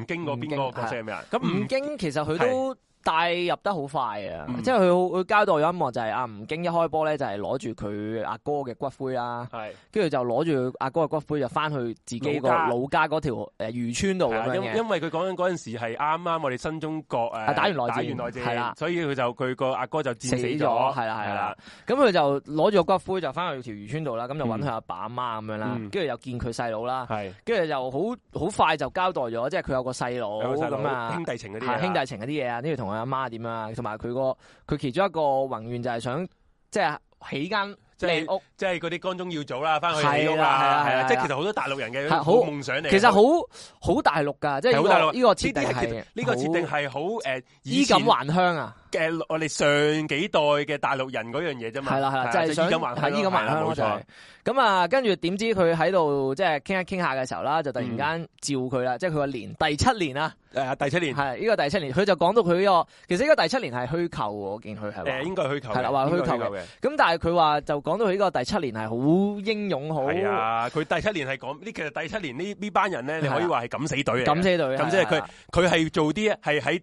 S2: 吳京嗰邊嗰個角色係咩啊？咁
S1: 吳
S2: 吳
S1: 京其實佢都帶入得好快啊，
S2: 嗯
S1: 即係佢好佢交代咗一幕就係阿吳京一開波咧就係攞住佢阿哥嘅骨灰啦，
S2: 係
S1: 跟住就攞住佢阿哥嘅骨灰就翻去自己個
S2: 老家
S1: 老家嗰條誒漁村度
S2: 係
S1: 咁
S2: 啊
S1: 樣
S2: 因
S1: 嘅，
S2: 因為佢講緊嗰陣時係啱啱我哋新中國
S1: 啊
S2: 誒
S1: 打完內戰
S2: 打完內
S1: 係啦
S2: 戰，所以佢就佢個阿哥就戰
S1: 死
S2: 咗，
S1: 咗係啦係啦
S2: 係啦，
S1: 咁佢就攞住個骨灰就翻去條漁村度啦，咁就揾佢阿爸阿媽咁樣啦
S2: 嗯，
S1: 跟住又見佢細佬啦，
S2: 係
S1: 跟住就好好快就交代咗，即係佢有個細佬
S2: 有個細佬
S1: 咁啊
S2: 兄。弟情嗰啲
S1: 係
S2: 嘢啦
S1: 兄弟情嗰啲嘢啊，跟住同佢阿媽點啊，同埋佢個佢其中一個宏願就係想即係起間
S2: 即係
S1: 靚屋，
S2: 即係嗰啲江中耀祖啦，翻去起屋
S1: 係啦係啦
S2: 啦，係
S1: 係啦
S2: 啦，即係其實好多大陸人嘅
S1: 係好
S2: 好夢想嚟嘅。
S1: 其實好好大陸噶，即係呢
S2: 係好大
S1: 個
S2: 陸啊
S1: 呢個設
S2: 呢啲
S1: 定
S2: 係其
S1: 係
S2: 實呢個設定
S1: 好
S2: 係好誒以
S1: 衣
S2: 前
S1: 錦還鄉啊，
S2: 嘅我哋上幾代嘅大陸人嗰樣嘢啫嘛。啊
S1: 係啦係啦，就係想
S2: 衣錦還
S1: 係衣錦還鄉
S2: 係啊
S1: 咯，
S2: 冇
S1: 就係
S2: 錯。
S1: 咁啊，跟住點知佢喺度即係傾一傾下嘅時候啦，就突然
S2: 嗯
S1: 間召佢啦，即係佢個年第七年啊，
S2: 誒第七年
S1: 係呢個第七年，佢就講到佢呢個其實呢個第七年係虛構喎，我見佢係
S2: 誒
S1: 話。
S2: 應該係虛構嘅，
S1: 係啦話虛構嘅
S2: 應該係嘅。
S1: 咁但係佢話就講到佢呢個第七年係好英勇，好
S2: 係啊，佢第七年係講呢，其實第七年呢呢班人咧，你可以話係敢死隊嚟
S1: 啊敢
S2: 嘅。
S1: 死隊，
S2: 咁即係
S1: 係啊
S2: 佢係做啲係喺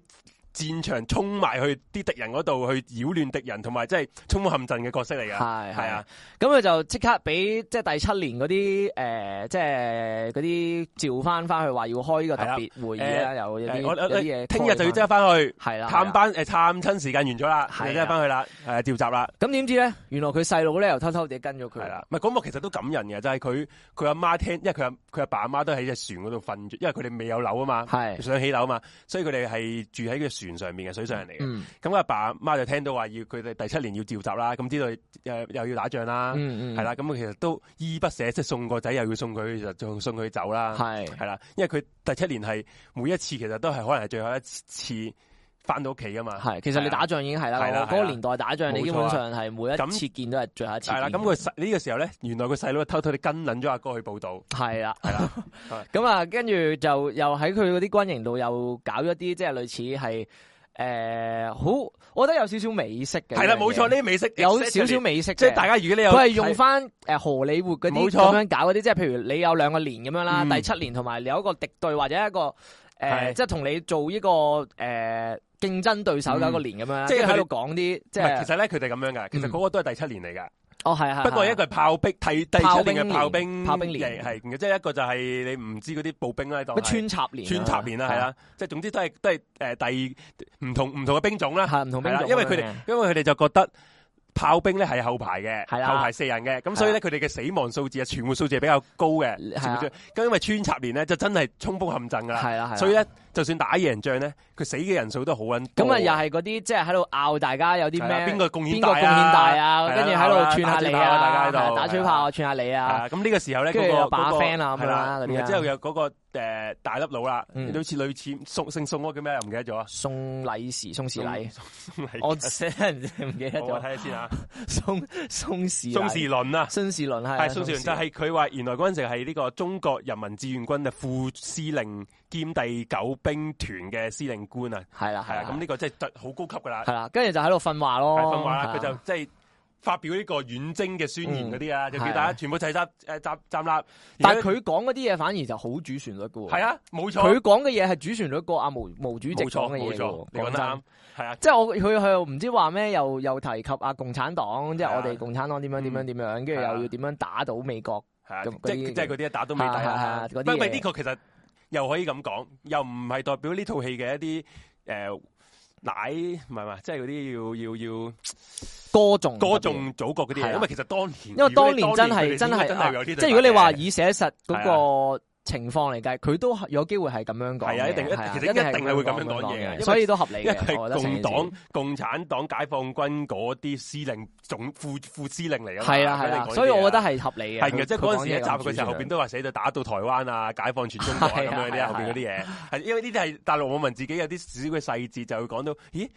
S2: 戰場衝埋去啲敵人嗰度去擾亂敵人，同埋即係衝鋒陷陣嘅角色嚟㗎。
S1: 係
S2: 係
S1: 係
S2: 啊
S1: 啊，，咁佢就即刻俾即係第七年嗰啲誒，即係嗰啲召翻翻去話要開呢個特別會議啦，有有啲
S2: 啊誒
S1: 有
S2: 我我
S1: 啲嘢，
S2: 聽日就要即刻翻去。
S1: 係啦
S2: 探。班诶探親時間完咗啦，
S1: 係啊
S2: 就即係翻去啦，诶召集啦，
S1: 咁點知咧？原來佢細佬咧又偷偷地跟咗
S2: 係
S1: 佢，
S2: 啦，唔係嗰幕其實都感人嘅，就係佢佢阿媽聽，因為佢阿佢阿爸阿媽都喺只船嗰度瞓住，因為佢哋未有樓啊嘛，
S1: 係
S2: 想起樓啊嘛，所以佢哋係住喺個船上面嘅水上人嚟嘅。
S1: 嗯
S2: 咁阿爸阿媽就聽到話要佢哋第七年要召集啦，咁知道诶又要打仗啦，
S1: 嗯嗯，
S2: 係啦，咁其實都依依不捨，即係送個仔又要送佢就仲送佢走啦，
S1: 係，
S2: 係啦，因為佢第七年係每一次其實都係可能係最後一次翻到屋企噶嘛。
S1: 係，其實你打仗已經係啦，
S2: 啊係啦
S1: 嗰
S2: 係
S1: 個
S2: 啦
S1: 年代打仗，你
S2: 冇
S1: 基
S2: 錯
S1: 本
S2: 啊
S1: 上係每一
S2: 咁
S1: 次見都係最後一次
S2: 系
S1: 見。
S2: 啦，咁佢細呢個時候咧，原來佢細佬偷偷地跟撚咗阿哥去報道，
S1: 係啊啦，
S2: 係啦，
S1: 咁啊，跟住就又喺佢嗰啲軍營度又搞咗啲即係類似係诶，好，我覺得有少少美式嘅。
S2: 係啦，冇錯，呢
S1: 呢
S2: 啲美式
S1: 樣嘢有少少，美式嘅，
S2: 即係大家如果你有
S1: 佢係用翻誒荷里活嗰啲
S2: 冇錯
S1: 咁樣搞嗰啲，即係譬如你有兩個年咁樣啦，
S2: 嗯
S1: 第七年同埋你有一個敵對或者一個誒，呃
S2: 係
S1: 即係同你做呢個誒競爭對手嘅一個年咁樣啦，
S2: 嗯
S1: 即
S2: 即係
S1: 係喺
S2: 佢哋
S1: 度講啲即
S2: 唔係
S1: 係
S2: 其實咧佢哋咁樣噶，其實
S1: 嗯
S2: 嗰個都係第七年嚟噶，
S1: 哦係係，
S2: 不過
S1: 係
S2: 一個係炮兵，第第
S1: 炮
S2: 七
S1: 兵
S2: 年嘅炮兵
S1: 連炮兵連
S2: 係，係即係一個就係你唔知嗰啲步兵啦，當
S1: 乜
S2: 係
S1: 穿插年啊
S2: 穿插年啦，係，啦，即係總之都係都係誒第唔同唔同嘅兵種啦，
S1: 係啊唔同兵
S2: 係啦
S1: 種
S2: 因為佢哋
S1: 咁樣嘅
S2: 因為佢哋就覺得炮兵咧係後排嘅，
S1: 係啦
S2: 後排四人嘅，咁所以咧佢哋嘅死亡數字啊，存活數字係比較高嘅
S1: 係啊，
S2: 全部都咁因為穿插連咧就真係衝鋒陷陣噶啦，
S1: 係啦啊係啦，
S2: 所以咧就算打贏仗咧，佢死嘅人數都好撚多
S1: 咁啊又係嗰啲即係喺度拗大家有啲
S2: 哦係啦啊
S1: 咩
S2: 邊個貢
S1: 邊
S2: 獻
S1: 個
S2: 大
S1: 貢獻大啊，
S2: 係啦
S1: 跟住喺度
S2: 打
S1: 串下
S2: 嘴
S1: 你
S2: 炮啊
S1: 啊，
S2: 大家喺
S1: 係
S2: 度
S1: 打嘴炮啊，串下你
S2: 係
S1: 啊，
S2: 啊咁呢個時候咧，
S1: 跟住
S2: 嗰
S1: 又
S2: 個
S1: 把
S2: 嗰個
S1: friend 啊咁
S2: 係
S1: 啦嗰啲啊
S2: 然後之後有嗰個誒大粒佬啦，
S1: 嗯
S2: 好似類似宋姓宋嗰個叫咩啊唔記得咗啊，
S1: 送禮時送時禮，
S2: 宋宋禮
S1: 我真係唔記得
S2: 我
S1: 咗。
S2: 睇下先啊，
S1: 宋宋氏
S2: 宋時輪啊。
S1: 宋氏倫係
S2: 系宋兆元就係佢話，原來嗰陣時係呢個中國人民志願軍嘅副司令兼第九兵團嘅司令官啊，
S1: 係啦
S2: 係
S1: 係
S2: 啊，
S1: 啦，
S2: 咁呢個即係好高級噶啦
S1: 係，啦，跟住就喺度訓話咯，
S2: 係分話啦，
S1: 哦係啊
S2: 佢就即係發表呢個遠征嘅宣言嗰啲啊，
S1: 嗯
S2: 就叫大家全部齊集誒集站立，
S1: 但係佢講嗰啲嘢反而就好主旋律嘅喎，
S2: 係，啊，冇錯，
S1: 佢講嘅嘢係主旋律過阿毛毛主席講
S2: 冇錯
S1: 嘅嘢嘅
S2: 冇錯
S1: 喎，，
S2: 你講
S1: 講
S2: 得啱
S1: 真。，
S2: 係啊，
S1: 即係我佢佢又唔知話咩，又又提及啊共產黨，即
S2: 係
S1: 係
S2: 啊
S1: 我哋共產黨點樣點樣點樣，跟住
S2: 係啊
S1: 又要點樣打倒美國，
S2: 係啊，即
S1: 咁嗰啲
S2: 係即係嗰啲打都未底
S1: 係啊係
S2: 啊
S1: 啊，嗰啲
S2: 不過
S1: 嘢
S2: 呢個其實又可以咁講，又唔係代表呢套戲嘅一啲誒奶唔係唔係，即係嗰啲要要要。
S1: 歌頌
S2: 歌頌祖國嗰
S1: 係
S2: 啲嘢，
S1: 啦
S2: 因為其實當年，
S1: 因為當
S2: 如
S1: 年
S2: 果你
S1: 真
S2: 佢
S1: 係
S2: 哋
S1: 真
S2: 應該
S1: 係
S2: 真
S1: 啊
S2: 係有啲對白
S1: 即係如果你話
S2: 嘅啊
S1: 以寫實嗰個情況嚟計，佢都有機會係咁樣講嘅。
S2: 係啊一定
S1: 係啊
S2: 其實一定係會咁樣
S1: 樣
S2: 講嘢嘅因為
S1: 所以都合理
S2: 因為
S1: 嘅。
S2: 佢
S1: 我
S2: 係
S1: 覺得成件
S2: 共黨
S1: 事、
S2: 共產黨、解放軍嗰啲司令總副副司令嚟㗎嘛
S1: 係啦係
S2: 佢哋
S1: 啦
S2: 講呢，啲
S1: 所以我覺得
S2: 嘢啊
S1: 係合理嘅。
S2: 係嘅，即係嗰陣
S1: 陣
S2: 時一集嘅時候，後邊都話寫到打到台灣啊，解放全中國啊
S1: 係
S2: 咁
S1: 啊
S2: 樣啲
S1: 係啊
S2: 後邊嗰啲嘢， (laughs) 係因為呢啲係大陸網民自己有啲少少嘅細節，就會講到，咦？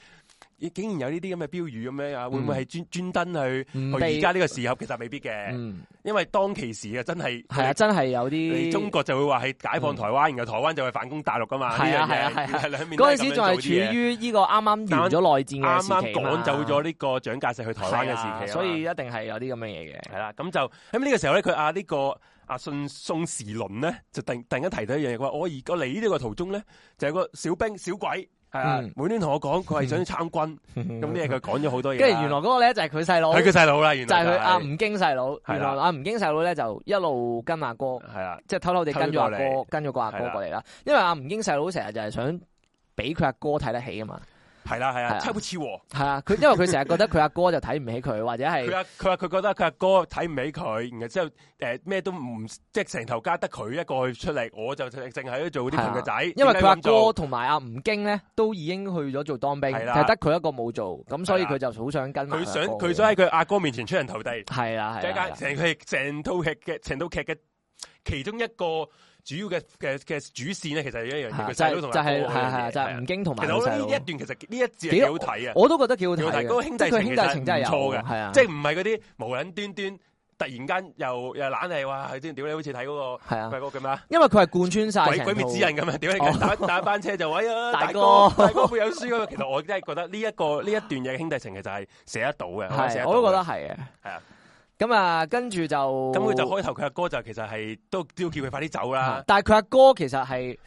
S2: 咦竟然有呢啲咁嘅標語咁樣啊？會唔會係專專登去
S1: 唔
S2: 去
S1: 被
S2: 而家呢個時候？其實未必嘅，
S1: 嗯
S2: 因為當其時啊，真係
S1: 係啊，真係有
S2: 你
S1: 啲
S2: 中國就會話係解放台灣，然後台灣就會反攻大陸噶嘛？
S1: 係啊
S2: 呢樣嘢
S1: 係啊係啊
S2: 嗯係兩面都
S1: 嗰
S2: 係咁樣
S1: 陣時仲
S2: 做啲
S1: 係
S2: 嘢
S1: 處於呢個啱啱完咗內戰嘅
S2: 啱
S1: 時
S2: 啱
S1: 期嘛
S2: 趕走咗呢個蔣介石去台灣嘅
S1: 係啊
S2: 啊時期啊嘛，
S1: 所以一定係有啲咁嘅嘢嘅。
S2: 係啦，咁就咁呢個時候咧，佢啊呢個阿信宋時輪咧，就突然突然間提到一樣嘢，佢話我而我嚟呢個途中咧，就有個小兵小鬼係啊
S1: 嗯，
S2: 每年同我講佢係想參軍，嗯咁
S1: 咁
S2: 呢嘢佢講咗好多嘢啦，
S1: 跟住原來嗰個咧就係佢細佬，
S2: 係佢細佬啦，原
S1: 就
S2: 來
S1: 係佢阿
S2: 係
S1: 吳京細佬。
S2: 係啦
S1: 原來阿吳京細佬咧就一路跟阿哥。
S2: 係啦，
S1: 即係偷偷地跟咗阿
S2: 偷咗
S1: 哥
S2: 過，
S1: 跟咗個阿哥
S2: 係啦
S1: 過嚟啦。因為阿吳京細佬成日就係想俾佢阿哥睇得起啊嘛，
S2: 係啦，係
S1: 係啊
S2: 啊，差不似喎。
S1: 係啊，佢因為佢成日覺得佢阿哥就睇唔起佢，或者
S2: 佢
S1: 係
S2: 阿佢話佢覺得佢阿哥睇唔起佢，然後之後誒咩都唔即係成頭家得佢一個去出嚟，我就淨淨係喺度做啲朋友仔，
S1: 因為佢阿
S2: 點解咁
S1: 哥
S2: 做
S1: 同埋阿吳京咧都已經去咗做當兵，
S2: 係啦
S1: 係得佢一個冇做，咁所以
S2: 係啦
S1: 佢就好想跟埋
S2: 佢
S1: 阿哥
S2: 想佢想喺佢阿哥面前出人頭地，
S1: 係啦
S2: 即
S1: 係啊啦
S2: 係成佢成套劇嘅成套劇嘅其中一個主要嘅嘅嘅主線咧，其實係一樣
S1: 係
S2: 嘢，
S1: 啦，
S2: 佢
S1: 就
S2: 細佬
S1: 係
S2: 同
S1: 就
S2: 阿哥
S1: 係係係
S2: 嗰樣嘢
S1: 就
S2: 係啊
S1: 係吳京同
S2: 其
S1: 埋
S2: 實我
S1: 佢
S2: 覺
S1: 細
S2: 得呢一
S1: 佬
S2: 段，其實呢一節係
S1: 幾
S2: 幾好睇啊！
S1: 我都覺得幾好睇
S2: 幾好睇
S1: 嘅，
S2: 嗰個兄弟
S1: 即係佢
S2: 情
S1: 兄
S2: 其
S1: 弟
S2: 實係
S1: 情真係有
S2: 唔錯嘅
S1: 係啊，
S2: 即係唔係嗰啲無撚端端突然間又又懶係哇，啲屌你好似睇嗰
S1: 係
S2: 個
S1: 啊，
S2: 咪嗰個叫咩啊？
S1: 因為佢係貫穿晒
S2: 鬼
S1: 成
S2: 鬼滅
S1: 套
S2: 之刃咁樣，點解
S1: 哦
S2: 打打班車就話哎
S1: (laughs)
S2: 呀
S1: 大
S2: 大
S1: 哥
S2: 哥大哥會有書咁樣？ (laughs) 其實我真係覺得呢一個呢一段嘢兄弟情其實係寫得到嘅，可以寫
S1: 係
S2: 到
S1: 我
S2: 嘅
S1: 都覺得。係嘅，
S2: 係啊。
S1: 咁啊，跟住就咁
S2: 咁佢就開頭啊佢阿哥就其實係都都要叫佢快啲走啦，
S1: 但系佢阿哥其實係，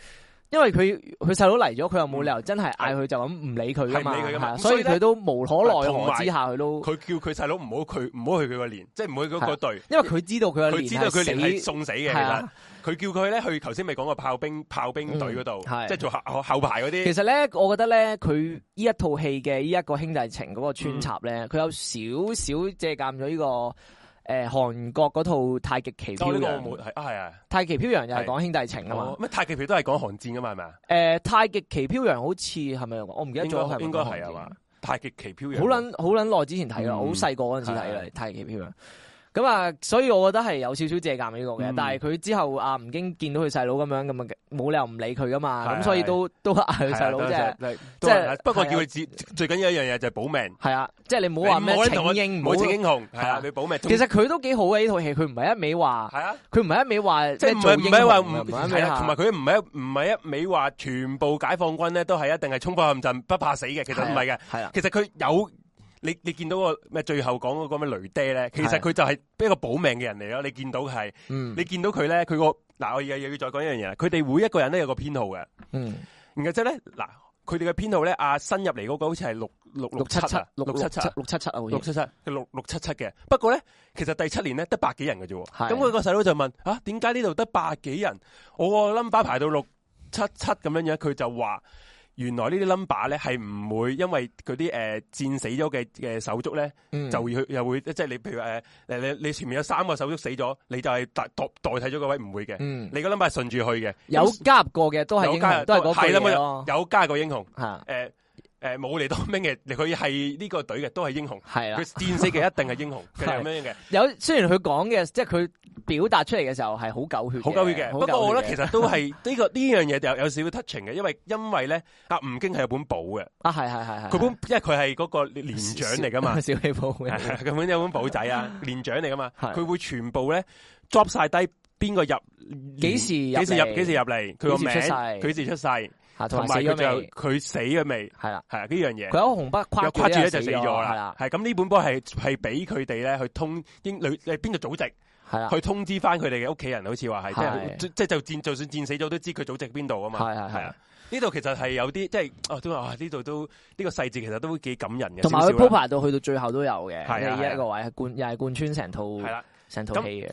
S1: 因為佢佢細佬嚟咗，佢又冇理由真係嗌佢就咁唔理佢噶嘛，
S2: 係唔理佢㗎嘛
S1: 係啊
S2: 咁
S1: 所以
S2: 所以呢
S1: 佢都無可奈
S2: 同
S1: 何
S2: 埋
S1: 之下，佢都
S2: 佢叫佢細佬唔好佢唔好去佢個連，即係唔好去嗰個隊。
S1: 因為佢知道佢嘅
S2: 佢知道佢連係
S1: 係死
S2: 送死嘅，其
S1: 係
S2: 實
S1: 啊，
S2: 佢叫佢咧去頭先咪講過炮兵炮兵隊嗰度
S1: 嗯係，
S2: 即係做後後後排嗰
S1: 其
S2: 啲。
S1: 實咧，我覺得咧，佢呢一套戲嘅呢一個兄弟情嗰個穿插咧，佢、有少少借鑑咗呢個诶韓國嗰套《太極旗
S2: 哦，
S1: 飄
S2: 呢個
S1: 揚》
S2: 我冇係啊係啊，
S1: 太極飄揚又係講兄弟情啊嘛
S2: 哦。咩太極拳都係講韓戰噶嘛係咪啊？
S1: 诶、太極旗飄揚好似係咪有講？我唔記得
S2: 應
S1: 咗係咪
S2: 該應該
S1: 講韓
S2: 係啊
S1: 戰
S2: 嘛？太極旗飄揚
S1: 好捻好捻耐之前睇啦，
S2: 嗯
S1: 我好細個嗰陣時睇
S2: 係
S1: 啦
S2: 係
S1: 《太極飄揚》。咁啊，所以我覺得係有少少借鑑美國嘅，
S2: 嗯
S1: 但係佢之後啊，吳京見到佢細佬咁樣咁啊，冇理由唔理佢噶嘛，
S2: 係
S1: 咁所以都都呃佢
S2: 啊
S1: 細佬啫，
S2: 啫，
S1: 即
S2: 即
S1: 係
S2: 系不過
S1: 係啊
S2: 叫佢自最緊要一樣嘢就係保命，
S1: 係啊，即係你唔好話
S2: 你
S1: 咩
S2: 同我
S1: 請英，
S2: 唔好請
S1: 請
S2: 英雄，係
S1: 係啊
S2: 啊，你保命。
S1: 其實佢都幾好嘅呢套戲，佢唔係一味話，
S2: 係啊，
S1: 佢唔係一味話
S2: 即
S1: 即
S2: 係
S1: 係
S2: 唔
S1: 做
S2: 係唔
S1: 英雄
S2: 係話
S1: 啊，
S2: 唔
S1: 唔係一
S2: 係
S1: 味
S2: 啦，同埋
S1: 話
S2: 佢唔係一唔係一味話全部解放軍咧都係一定係衝破陷陣不怕死嘅，其實唔係嘅。
S1: 係啦，
S2: 其實佢有你你見到個咩最後講嗰個咩雷爹咧，其
S1: 係
S2: 實佢就係一個保命嘅人嚟咯。你見到係，
S1: 嗯
S2: 你見到佢咧，佢個嗱，我而家又要再講一樣嘢啦。佢哋每一個人都有個偏好嘅，
S1: 嗯
S2: 然後之後咧嗱，佢哋嘅偏好咧，阿新入嚟嗰個好似係六六
S1: 六七
S2: 七
S1: 七
S2: 啊
S1: 六
S2: 六
S1: 七
S2: 七
S1: 七
S2: 七啊。
S1: 六七七啊，好似
S2: 六七七，佢六六七七嘅。不過咧，其實第七年咧得百幾人嘅啫喎。
S1: 係
S2: 咁佢個細佬就問：啊，點解呢度得百幾人？我個 number 排到六七七咁樣樣，佢就話。原來呢啲 number 咧係唔會因為嗰啲誒戰死咗嘅嘅手足咧，
S1: 嗯
S2: 就會又會即係你譬如誒誒你你前面有三個手足死咗，你就係代代代替咗嗰位，唔會嘅。
S1: 嗯
S2: 你個 number 係順住去嘅，
S1: 有加入過嘅都係英
S2: 有加
S1: 雄，都係嗰句
S2: 係啦
S1: 嘢
S2: 冇
S1: 咯，
S2: 有加個英雄，
S1: 嚇
S2: 誒誒冇嚟當兵嘅，佢係呢個隊嘅都係英雄。
S1: 係啊啦
S2: 佢。戰死嘅一定係英雄，佢係咁樣嘅，
S1: 有雖然佢講嘅，即係佢表達出嚟嘅時候係好狗血，
S2: 好狗血嘅。不過我覺得其實都
S1: (laughs)
S2: 係呢個呢樣嘢就有有少少 touching 嘅，因為因為咧，阿吳京係有本簿嘅，
S1: 啊係係係係，
S2: 佢本因為佢係嗰個連長嚟噶嘛，
S1: 小氣泡
S2: (laughs)
S1: 嘅，
S2: 佢本有本簿仔啊，連長嚟噶嘛，
S1: 係
S2: 佢會全部咧 drop 晒低邊個入
S1: 幾時入
S2: 幾時
S1: 嚟
S2: 入幾時入嚟，佢個
S1: 幾時出世
S2: 名，幾時出世，
S1: 嚇同埋
S2: 同埋
S1: 死
S2: 佢
S1: 咗
S2: 就
S1: 未？
S2: 佢死咗未，
S1: 係啦，
S2: 係啊呢樣嘢
S1: 佢。有個紅筆框
S2: 有跨住
S1: 咧
S2: 咧就死咗
S1: 係
S2: 啦
S1: 啦，
S2: 係咁呢本簿係係俾佢哋咧去通英女誒邊個組織，
S1: 係啦，
S2: 去通知翻佢哋嘅屋企人，好似話
S1: 啊係
S2: 係，即係即係就戰，就算戰死咗都知佢組織邊度啊嘛。
S1: 係係係
S2: 係啊，呢度其實係有啲即係，哦都話啊呢度都呢個細節其實都幾感人嘅。
S1: 同埋佢鋪
S2: 少少啦
S1: 排到去到最後都有嘅，
S2: 係啊
S1: 即係一個位係貫又係貫穿成套
S2: 係啦，
S1: 成套
S2: 咁
S1: 戲嘅，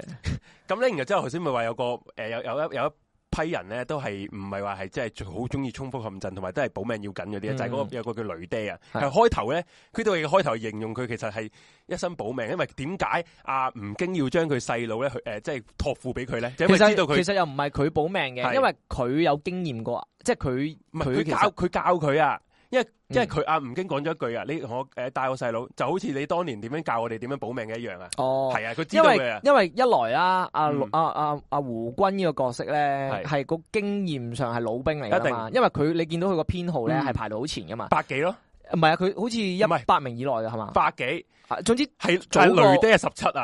S2: 咁咧然後之後頭先咪話有個誒有有一有一批人咧都係唔係話係即係好中意衝鋒陷陣，同埋都係保命要緊嗰啲啊
S1: 嗯
S2: 就係嗰個有個叫雷爹啊，
S1: 係
S2: 係開頭咧佢度嘅開頭形容佢其實係一生保命，因為點解阿吳京要將佢細佬咧去誒即係托付俾佢咧，就因
S1: 其
S2: 為知道
S1: 實其
S2: 佢
S1: 實又唔係佢保命嘅，
S2: 係
S1: 因為佢有經驗過，即係佢
S2: 唔係佢
S1: 其
S2: 教
S1: 實
S2: 佢教佢啊，因為因為
S1: 嗯
S2: 佢阿吳京講咗一句啊，你同我誒帶我細佬，就好似你當年點樣教我哋點樣保命嘅一樣啊，
S1: 哦。
S2: 係啊，佢知
S1: 因
S2: 道佢
S1: 為
S2: 啊，
S1: 因為一來啦，阿
S2: 嗯
S1: 阿阿阿胡軍呢個角色咧，
S2: 係
S1: 係個經驗上係老兵嚟噶嘛，因為佢你見到佢個編號咧
S2: 嗯
S1: 係排到好前噶嘛，
S2: 百幾咯，
S1: 唔係啊，佢好似一
S2: 唔係
S1: 百名以內嘅係嘛，
S2: 百幾
S1: 啊總之
S2: 係
S1: 早
S2: 係
S1: 過
S2: 雷爹係十七啊，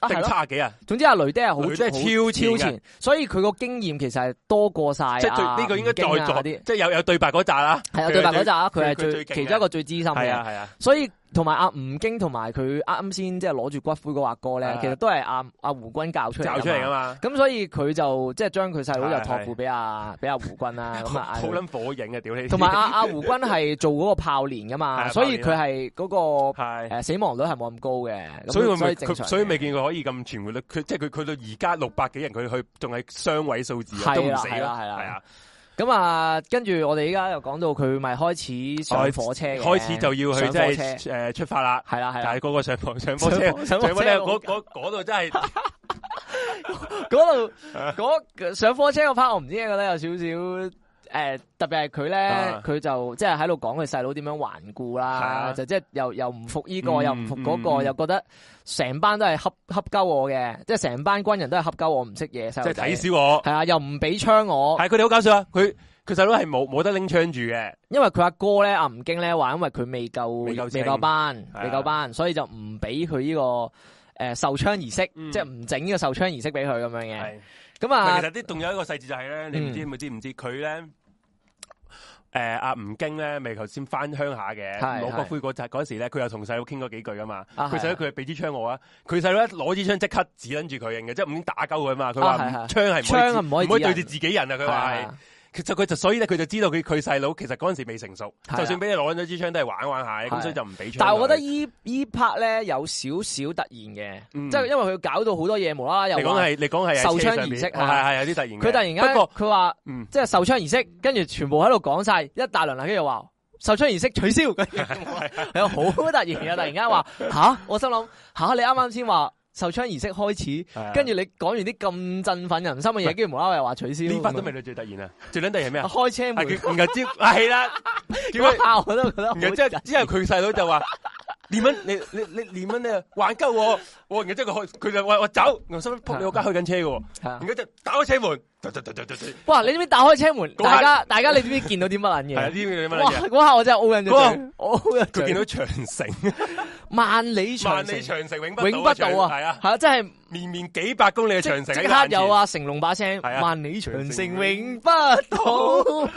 S1: 啊係
S2: 定
S1: 咯，
S2: 差幾啊，
S1: 總之阿雷爹係好
S2: 雷爹係
S1: 好
S2: 超前
S1: 超
S2: 嘅
S1: 前，所以佢個經驗其實係多過晒
S2: 即係
S1: 啊
S2: 最呢個應該
S1: 吳京
S2: 在
S1: 啊
S2: 座，
S1: 嗰啲，
S2: 即係有有對白嗰扎啦，
S1: 係啊
S2: 佢
S1: 對白嗰集啊，佢係
S2: 佢佢
S1: 最
S2: 最勁嘅
S1: 其中一個最資深
S2: 係
S1: 嘅
S2: 啊，係啊，
S1: 所以同埋阿吳京同埋佢啱先即係攞住骨灰嗰個阿哥
S2: 係
S1: 咧，
S2: 啊
S1: 其實都係阿阿胡軍教出嚟㗎嘛
S2: 教出嚟噶嘛，
S1: 咁所以佢就即係將佢細佬就托
S2: 係
S1: 付
S2: 係
S1: 俾
S2: (laughs)
S1: 阿俾阿胡軍啦，咁啊
S2: 好
S1: (laughs) 嗌佢
S2: 撚火影啊，屌你，
S1: 同埋阿阿胡軍係做嗰個炮連噶
S2: 係
S1: 嘛，
S2: 啊
S1: 所以佢
S2: 炮
S1: 係嗰個
S2: (laughs) 係。
S1: 诶死亡率係冇咁高嘅，咁
S2: 所以佢
S1: 所
S2: 咪
S1: 以正常
S2: 佢
S1: 嘅
S2: 所以未見佢可以咁存活率，佢即係佢佢到而家六百幾人，佢去仲係雙位數字啊，都
S1: 係
S2: 唔
S1: 啦
S2: 死
S1: 係啦
S2: 啦，
S1: 係啦
S2: 係啊，
S1: 咁啊，跟住我哋而家又講到佢咪開始上火車嘅，
S2: 開始就要去
S1: 上
S2: 即
S1: 火
S2: 係
S1: 車
S2: 誒出發啦。
S1: 係啦係
S2: 但
S1: 啦，
S2: 係嗰個上房上火車，
S1: 啊上火上火
S2: 上火
S1: 車
S2: 車嗰嗰嗰度真係
S1: (laughs) 嗰度嗰上火車嗰 part 我唔知點解覺得有少少誒，特別係佢咧
S2: 啊，
S1: 佢就即係喺度講佢細佬點樣頑固
S2: 係
S1: 啦，
S2: 啊
S1: 就即係又又唔服呢個，
S2: 嗯
S1: 又唔服嗰個，
S2: 嗯
S1: 又覺得成班都係恰恰鳩我嘅，即係成班軍人都係恰鳩我唔識嘢細
S2: 即
S1: 路
S2: 係
S1: 仔
S2: 睇，小我。
S1: 係啊，又唔俾槍我，
S2: 係佢哋好搞笑啊！佢佢細佬係冇冇得拎槍住嘅，
S1: 因為佢阿哥咧阿吳京咧話，因為佢未夠
S2: 未夠清
S1: 未夠班
S2: 係啊
S1: 未夠班，所以就唔俾佢呢個。誒受槍儀式，
S2: 嗯
S1: 即係唔整呢個受槍儀式俾佢咁樣嘅。
S2: 係
S1: 咁
S2: 唔係
S1: 啊
S2: 其，實啲仲有一個細節就係咧，你唔知你知唔知佢咧？誒阿吳京咧，咪頭先翻鄉下嘅，
S1: 係
S2: 攞骨灰嗰陣嗰時咧，佢又同細佬傾過幾句噶嘛。
S1: 啊
S2: 佢細佬佢係俾支槍我啊，佢細佬一攞支槍即刻指撚住佢認嘅，即係唔經打鳩佢嘛。佢話
S1: 啊係係
S2: 槍係
S1: 槍啊
S2: 唔
S1: 唔
S2: 可
S1: 可
S2: 以
S1: 以
S2: 唔可以
S1: 指人
S2: 對住自己人啊！佢話
S1: 係
S2: 係。其實佢就所以咧，佢就知道佢佢細佬其實嗰陣時未成熟，
S1: 係啊
S2: 就算俾你攞緊咗支槍都係玩玩下
S1: 係
S2: 嘅，咁所以就唔俾槍佢。
S1: 但係我覺得依依 part 咧有少少突然嘅，
S2: 嗯
S1: 即係因為佢搞到好多嘢無啦啦
S2: 你
S1: 又
S2: 講
S1: 話
S2: 係你講係
S1: 受槍
S2: 儀
S1: 儀式
S2: 係
S1: 係
S2: 係係有啲突然嘅。
S1: 佢突然間
S2: 不過
S1: 佢話
S2: 嗯
S1: 即係受槍儀式，跟住全部喺度講晒一大輪啦，跟住又話受槍儀式取消，跟住
S2: (laughs)
S1: 係啊好突然嘅，突然間話吓，我心諗吓你啱啱先話受槍儀式開始，
S2: 啊
S1: 跟住你講完啲咁振奮人心嘅嘢，跟住無啦啦又話取消，
S2: 呢 part 都
S1: 咁樣
S2: 未到最突然啊！最撚突然係咩啊？
S1: 開車
S2: 係
S1: 門
S2: 佢然後之係啦，點解？
S1: 嗰 part 我都覺得好
S2: 然後之後之後佢細佬就話：連蚊你你你連蚊你啊玩鳩我，我然後即係佢開佢就話我走，我心諗仆你我家去緊車嘅喎，
S1: 係啊
S2: 然後就打開車門，嘟嘟嘟嘟嘟嘟
S1: 哇！你知唔知打開車門，
S2: 嗰下
S1: 大家大家你知唔知見到啲乜撚
S2: 係啊
S1: 嘢？
S2: 呢個你乜
S1: 哇！
S2: 嘢？
S1: 嗰下我真係 O 印咗
S2: 嗰
S1: 嘴，我 O 印
S2: 佢見
S1: 咗嘴。
S2: 到長城，
S1: 萬里長
S2: 萬
S1: 城
S2: 里，長城永不
S1: 永不倒啊！
S2: 係啊，
S1: 係啊，真係
S2: 綿綿幾百公里嘅長
S1: 即
S2: 城
S1: 即
S2: 喺
S1: 刻
S2: 眼前
S1: 有，啊！成龍把聲，
S2: 係啊
S1: 萬里長
S2: 長
S1: 城
S2: 城
S1: 永不
S2: (laughs)
S1: 倒，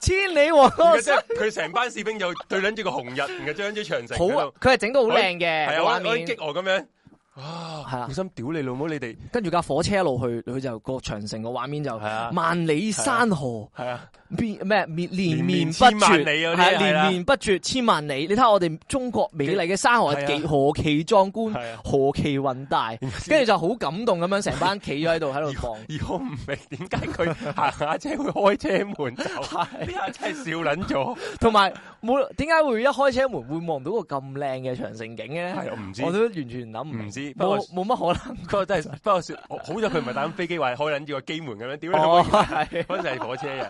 S1: 千里黃
S2: 然後
S1: 河
S2: 即係佢成班
S1: (laughs)
S2: 士兵就對撚住個紅日，然後將住長城
S1: 好
S2: 喺
S1: 啊
S2: 度，！
S1: 佢係整到好靚
S2: 係
S1: 嘅
S2: 啊，
S1: 個畫
S2: 我我
S1: 面
S2: 激，我咁樣。
S1: 係
S2: 啊！
S1: 啊
S2: 好心屌你老母，你哋
S1: 跟住架火車一路去，佢就個長城個畫面就
S2: 係啊
S1: 萬里山河
S2: 係啊，
S1: 面咩面連
S2: 連
S1: 綿
S2: 綿
S1: 不
S2: 千萬
S1: 絕，
S2: 里嗰啲
S1: 係啊
S2: 係啦
S1: 連綿不絕千萬里。你睇下我哋中國美麗嘅山河
S2: 係啊
S1: 幾何其壯觀
S2: 係啊，
S1: 何其宏大，跟住就好感動咁樣成班企咗喺度喺度
S2: (laughs)
S1: 望。
S2: 而我唔明點解佢行下車會開車 (laughs) 門走，呢下真係笑撚 (laughs) 咗。
S1: 同埋冇點解會一開車門會望到個咁靚嘅長城景嘅咧？
S2: 係我唔知
S1: 我都完全諗唔明
S2: 唔知不過
S1: 冇冇乜可能。
S2: 不過真係，不過笑好好在佢唔係打緊飛機，話開撚住個機門咁樣，屌你
S1: 哦
S2: 老母！，
S1: 係
S2: 嗰陣係火車嘅，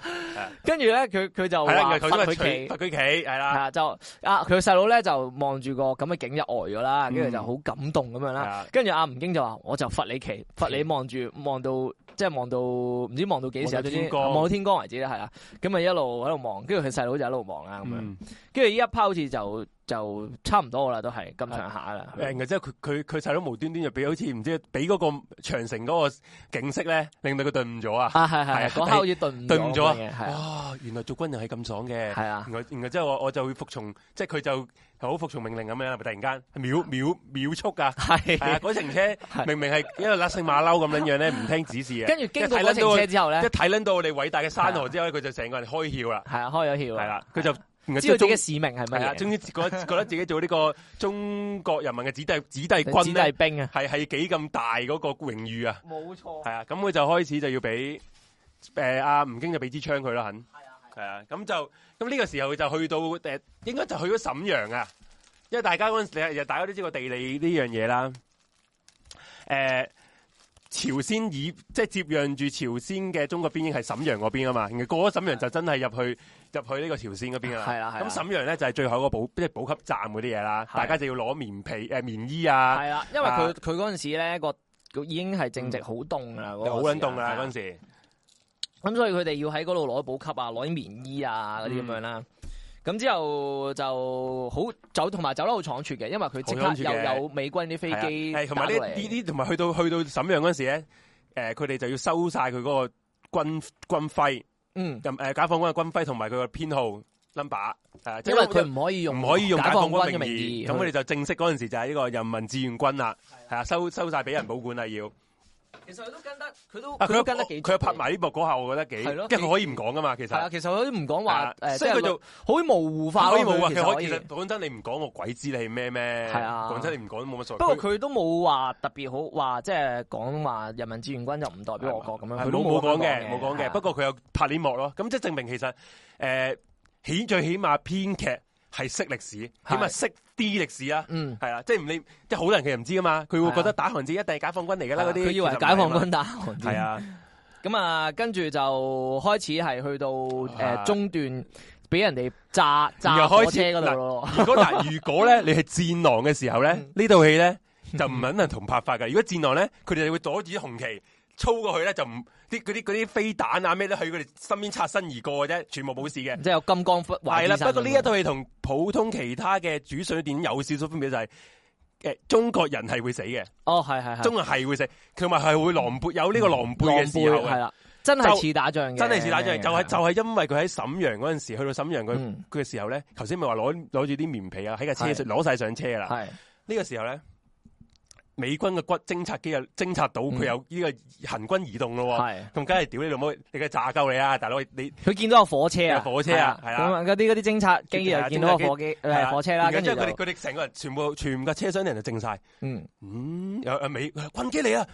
S1: (laughs) 跟住咧，佢佢就
S2: 係啦，
S1: 話
S2: 然後
S1: 罰
S2: 佢都
S1: 佢
S2: 係
S1: 企
S2: 除，罰佢企，係
S1: 係
S2: 啦，
S1: 啊，就啊佢細佬咧就望住個咁嘅景就呆咗啦，跟住
S2: 嗯
S1: 就好感動咁樣
S2: 係
S1: 啦。
S2: 啊，
S1: 跟住阿吳京就話：我就罰你企，罰你望住望到即係望到唔知望到幾時啊，
S2: 望
S1: 總
S2: 到天
S1: 之
S2: 光
S1: 望到天光為止啦，係啊。咁咪一路喺度望，跟住佢細佬就一路望啦咁樣。
S2: 嗯
S1: 跟住依一拋好似就就差唔多啦，都係咁上下啦。
S2: 誒然後之後佢佢佢細佬無端端就俾好似唔知俾嗰個長城嗰個景色咧，令到佢頓悟咗啊！
S1: 啊，係係
S2: 係啊
S1: 係，嗰刻好似頓
S2: 頓悟咗啊
S1: 嘅，係啊
S2: 哇！原來做軍人係咁爽嘅，
S1: 係啊
S2: 然。後然後之後我我就會服從，即係佢就好服從命令咁樣啦，突然間秒秒秒速㗎。
S1: (laughs) 係
S2: 系啊，嗰程車明明係一個甩性馬騮咁樣樣咧，唔聽指示嘅。
S1: 跟住經過嗰程車之後咧
S2: 一，睇撚到我哋偉大嘅山河之後咧，佢就成個人開竅啦。
S1: 係啊，開咗竅啦
S2: 係啦，佢就
S1: 知道自己嘅
S2: 己
S1: 使命係
S2: 係
S1: 乜
S2: 啊，
S1: 嘢，
S2: 終於覺得覺得自己做呢個中國人民嘅子弟子弟
S1: 子
S2: 軍
S1: 弟
S2: 咧，
S1: 兵啊，
S2: 係係幾咁大嗰個榮譽啊！
S1: 冇錯
S2: 係啊，咁佢就開始就要俾誒阿吳京就俾支槍佢啦，肯係啊，咁就咁呢個時候就去到誒，應該就去咗瀋陽啊，因為大家嗰陣時日大家都知個地理呢樣嘢啦。誒、朝鮮以即係接壤住朝鮮嘅中國邊境係瀋陽嗰邊啊嘛，然後過咗瀋陽就真係入去入去呢個朝鮮嗰邊啦。
S1: 係啦係啦
S2: 咁瀋陽咧就係最後一個補即係補給站嗰啲嘢啦，
S1: 係
S2: 大家就要攞棉被誒、棉衣啊，
S1: 係啦，因為
S2: 啊嗯
S1: 佢佢嗰陣時咧個個已經係正值好凍啦，嗰個
S2: 好撚凍
S1: 時
S2: 啦
S1: 間
S2: 嗰陣時。
S1: 咁所以佢哋要喺嗰度攞補給啊，攞啲棉衣啊嗰啲咁樣
S2: 嗯
S1: 啦。咁之後就好走，同埋走得好倉促嘅，因為佢即
S2: 好
S1: 刻
S2: 倉促嘅
S1: 又有美軍啲飛機
S2: 係啊係同埋呢
S1: 打到嚟
S2: 呢啲，同埋去到去到沈陽嗰陣時咧，誒佢哋就要收晒佢嗰個軍軍徽，
S1: 嗯，
S2: 任誒解放軍嘅軍徽同埋佢個編號 number，誒即
S1: 因
S2: 係
S1: 為佢唔可以用
S2: 唔可以用
S1: 解
S2: 解
S1: 放
S2: 放
S1: 軍嘅
S2: 軍嘅
S1: 名
S2: 名
S1: 義
S2: 義，
S1: 去，
S2: 咁佢哋就正式嗰陣時就係呢個人民志願軍啦，係啊，收收曬俾人保管啦要，
S1: 其實佢都跟得，佢都
S2: 啊
S1: 佢都跟得幾
S2: 佢有拍埋呢幕嗰下，我覺得幾，
S1: 係咯
S2: 因為佢可以唔講噶嘛，其
S1: 係啊，
S2: 實。
S1: 其實佢都唔講
S2: 係
S1: 話
S2: 啊
S1: 誒，
S2: 所以佢
S1: 就
S2: 就
S1: 好模糊化
S2: 可
S1: 咯。
S2: 以冇話
S1: 佢
S2: 佢可以，
S1: 其
S2: 其
S1: 實
S2: 實講真，你唔講我鬼知你係咩咩？
S1: 係啊
S2: 講真你唔講都冇乜所謂。
S1: 不過佢都冇話特別好話，即係講話人民志願軍就唔代表我國咁樣，
S2: 係
S1: 佢都
S2: 冇冇
S1: 講啊
S2: 講嘅，冇講嘅。不過佢有拍呢幕咯，咁即係證明其實诶，起最起碼編劇係識歷史，起
S1: 係
S2: 碼識啲歷史啊。
S1: 嗯，
S2: 係啦，即係唔理，即係好多人其實唔知噶嘛，佢
S1: 係啊啊
S2: 會覺得打韓戰一定係解放軍嚟噶啦，嗰啲
S1: 佢以為解放軍打韓
S2: 係
S1: 戰，
S2: 啊，
S1: 咁啊，跟住就開始係去到誒
S2: 啊
S1: 中段，俾人哋炸炸
S2: 然後
S1: 火
S2: 開
S1: 車
S2: 始
S1: 嗰度咯。
S2: 如果嗱，如果咧你係戰狼嘅時候咧
S1: 嗯，
S2: 呢套戲咧就唔可能同拍法噶。如果戰狼咧，佢哋就會阻止紅旗操過去咧，就唔啲嗰啲嗰啲飛彈啊咩都去佢哋身邊擦身而過嘅啫，全部冇事嘅。
S1: 即係有金剛不
S2: 系
S1: 壞
S2: 啦，
S1: 之身
S2: 不過呢一套戲同普通其他嘅主水電有少少分別就係、誒中國人係會死嘅，
S1: 哦，係係係
S2: 中國人係會死，同埋係會狼狽有呢個狼狽
S1: 狼
S2: 嘅時候
S1: 狽係
S2: 嘅，
S1: 啦，真係似打仗嘅，
S2: 真係似打仗，就係、就
S1: 係啊
S2: 係、因為佢喺瀋陽嗰陣時，去到瀋陽佢
S1: 嗯
S2: 佢嘅時候咧，頭先咪話攞攞住啲棉被啊，喺架車
S1: 係
S2: 上攞晒上車啦。
S1: 係
S2: 呢個時候咧，美軍嘅骨偵察機又偵察到
S1: 嗯
S2: 佢有呢個行軍移動咯喎，
S1: 係。
S2: 咁梗係屌你老母，你梗係炸鳩你啊，大佬你
S1: 佢見到有火車啊，
S2: 有火車啊
S1: 係
S2: 係啦
S1: 咁嗰啲嗰啲偵察機又見到個火機
S2: 係
S1: 誒
S2: 啊
S1: 火車啦，跟住
S2: 然後之後佢哋
S1: 就
S2: 佢哋成個人全部全架車廂啲人就靜晒。
S1: 嗯
S2: 嗯，有有美軍機嚟啊，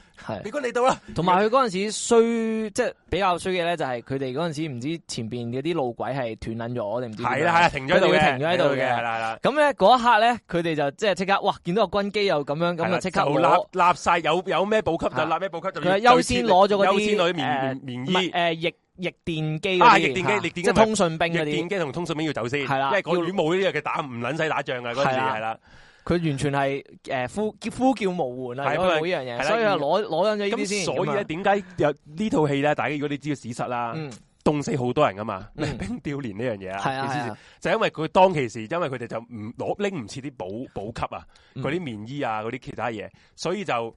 S1: 係。
S2: 美軍嚟到啦，
S1: 同埋佢嗰陣時衰，即係比較衰嘅咧，就係佢哋嗰陣時唔知前邊嗰啲路軌係斷撚咗，定唔知
S2: 系
S1: 點
S2: 啦
S1: 樣
S2: 系啦，停咗喺度
S1: 佢哋
S2: 嘅，
S1: 會停咗喺度嘅
S2: 係啦係啦，
S1: 咁咧嗰一刻咧，佢哋就即係即刻，哇！見到個軍機又咁樣，咁
S2: 係
S1: 就
S2: 啦
S1: 即刻
S2: 就
S1: 攞，
S2: 立立晒有有咩補給
S1: 係
S2: 就立咩補給就
S1: 佢係優先攞咗嗰啲
S2: 優先攞啲棉
S1: 誒
S2: 棉
S1: 唔
S2: 棉
S1: 係
S2: 衣、
S1: 誒液液電機嗰
S2: 啊
S1: 啲
S2: 液電機
S1: 嚇
S2: 液電
S1: 即
S2: 機
S1: 係
S2: 咪
S1: 通訊兵
S2: 液
S1: 嗰
S2: 電
S1: 啲，
S2: 機同通訊兵要走先，
S1: 係啦
S2: 因為嗰
S1: 要
S2: 啲冇呢啲嘅打唔撚使打仗嘅嗰陣
S1: 係
S2: 時
S1: 啦
S2: 係啦，
S1: 佢完全係诶呼呼叫無援啊，
S2: 係
S1: 如果冇呢樣
S2: 係
S1: 嘢，
S2: 啦
S1: 所以係攞攞緊咗呢啲
S2: 咁
S1: 先。
S2: 所以啊咧，
S1: 咁樣啊
S2: 點解有呢套戲咧？大家如果你知道史實啦，
S1: 嗯，
S2: 凍死好多人噶嘛，
S1: 嗯
S2: 冰冰吊連呢樣嘢
S1: 係啊
S2: 你知唔
S1: 係
S2: 知
S1: 啊，
S2: 就因為佢當其時，因為佢哋就唔攞拎唔切啲補補給啊，
S1: 嗯
S2: 嗰啲棉衣啊，嗰啲其他嘢，所以就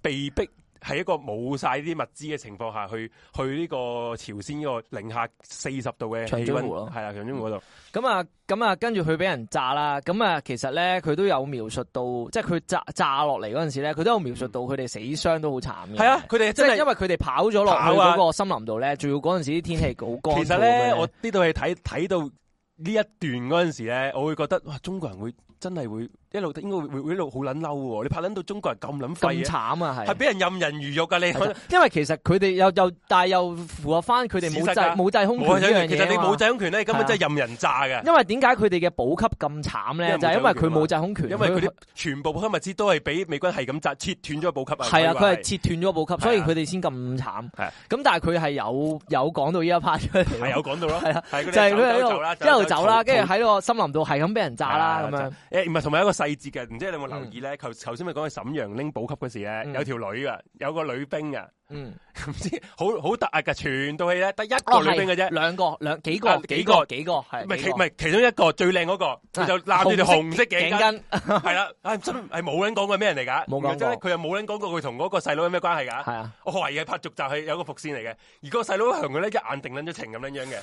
S2: 被逼喺一個冇晒呢啲物資嘅情況下去去呢個朝鮮呢個零下四十度嘅
S1: 長
S2: 氣
S1: 津
S2: 温，
S1: 湖咯
S2: 係啦，長津湖嗰度，
S1: 咁啊，咁啊，跟住佢俾人炸啦。咁啊，其實咧佢都有描述到，即係佢炸炸落嚟嗰陣時咧，佢都有描述到佢哋死傷都好慘嘅。
S2: 係啊，，佢哋
S1: 嗯即
S2: 真
S1: 係
S2: 係
S1: 因為佢哋跑咗落去
S2: 跑啊
S1: 嗰個森林度咧，仲要嗰陣時啲天氣好乾。
S2: 其實咧，我呢套戲睇睇到呢一段嗰陣時咧，我會覺得哇，中國人會真係會一路應該會會會一路好撚嬲喎！你拍撚到中國人咁
S1: 咁
S2: 撚廢啊，
S1: 慘啊，
S2: 係
S1: 係。
S2: 俾人任人魚肉噶你。
S1: 係因為其實佢哋又又，但係又符合翻佢哋冇
S2: 事實
S1: 制
S2: 㗎
S1: 冇制空
S2: 冇
S1: 權呢
S2: 仔
S1: 樣嘢
S2: 其實你
S1: 啊嘛
S2: 冇制空權咧，根本真係任人炸嘅，
S1: 因為點解佢哋嘅補給咁慘
S2: 因為
S1: 咧？
S2: 冇啊
S1: 就係因為佢冇制空權，
S2: 因為佢
S1: 佢 (laughs)
S2: 啲全部補給物資都係俾美軍係咁炸，切斷咗補給
S1: 係
S2: 啊。
S1: 啊，
S2: 可以話
S1: 佢係切斷咗補給，所以
S2: 係啊
S1: 佢哋先咁慘。
S2: 係啊
S1: 咁，但係佢係有有講到呢一 part 出嚟
S2: 係
S1: 咯，
S2: 有講到咯，
S1: 係啊 (laughs)
S2: 係
S1: 就
S2: 係
S1: 係
S2: 佢
S1: 佢
S2: 哋
S1: 喺
S2: 走啦
S1: 度一路走啦，
S2: 逃
S1: 跟住
S2: 逃
S1: 喺個森林度係咁俾人炸啦
S2: 係啊
S1: 咁樣。
S2: 誒，唔係，同埋有一個細節嘅，唔知你有冇留意咧？頭頭先咪講去瀋陽拎補給嗰時
S1: 嗯
S2: 咧，有條女噶，有個女兵啊。
S1: 嗯，
S2: (laughs) 唔知好好突兀嘅，全套戲咧得一個
S1: 哦
S2: 女兵嘅
S1: 係
S2: 啫，
S1: 兩個兩幾
S2: 啊
S1: 個
S2: 幾
S1: 幾
S2: 個
S1: 個幾個係
S2: 唔係
S1: 幾
S2: 其
S1: 個啊
S2: 唔係其中一個最靚嗰個，佢就攬住條紅色頸
S1: 頸
S2: 巾，
S1: 巾
S2: 係啦，啊真係冇人講過咩人嚟㗎，
S1: 冇講過
S2: 然後真係佢又冇人講過佢同嗰個細佬有咩關係㗎，
S1: 係啊，
S2: 我懷疑係拍續集係有個伏線嚟嘅，而個細佬同佢咧一眼定撚咗情咁樣樣嘅，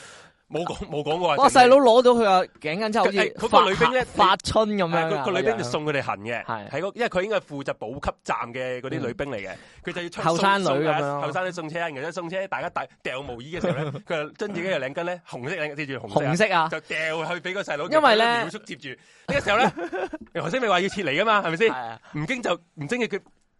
S2: 冇講冇講過啊。
S1: 我細佬攞到佢個頸巾之後，好
S2: 佢
S1: 似
S2: 嗰個女兵咧
S1: 發發春咁
S2: 係啊
S1: 樣
S2: 個
S1: 啊。
S2: 個女兵就
S1: 嗰樣
S2: 送佢哋行嘅，
S1: 係
S2: 喺個因為佢應該係負責補給站嘅嗰啲女兵嚟嘅，佢就要出
S1: 後生女
S2: 送送
S1: 咁樣咯
S2: 後生女送車，然後送車大家大掉毛衣
S1: (laughs)
S2: 嘅時候咧，佢就將自己嘅領巾咧紅色領記住紅色啊
S1: 紅色啊，
S2: 就掉去俾個細佬，
S1: 因為呢
S2: 秒速接住呢個時
S1: (laughs)
S2: 候咧，你頭先咪話要撤離噶嘛，係咪
S1: 係
S2: 先？
S1: 啊
S2: 唔經就唔經嘅佢。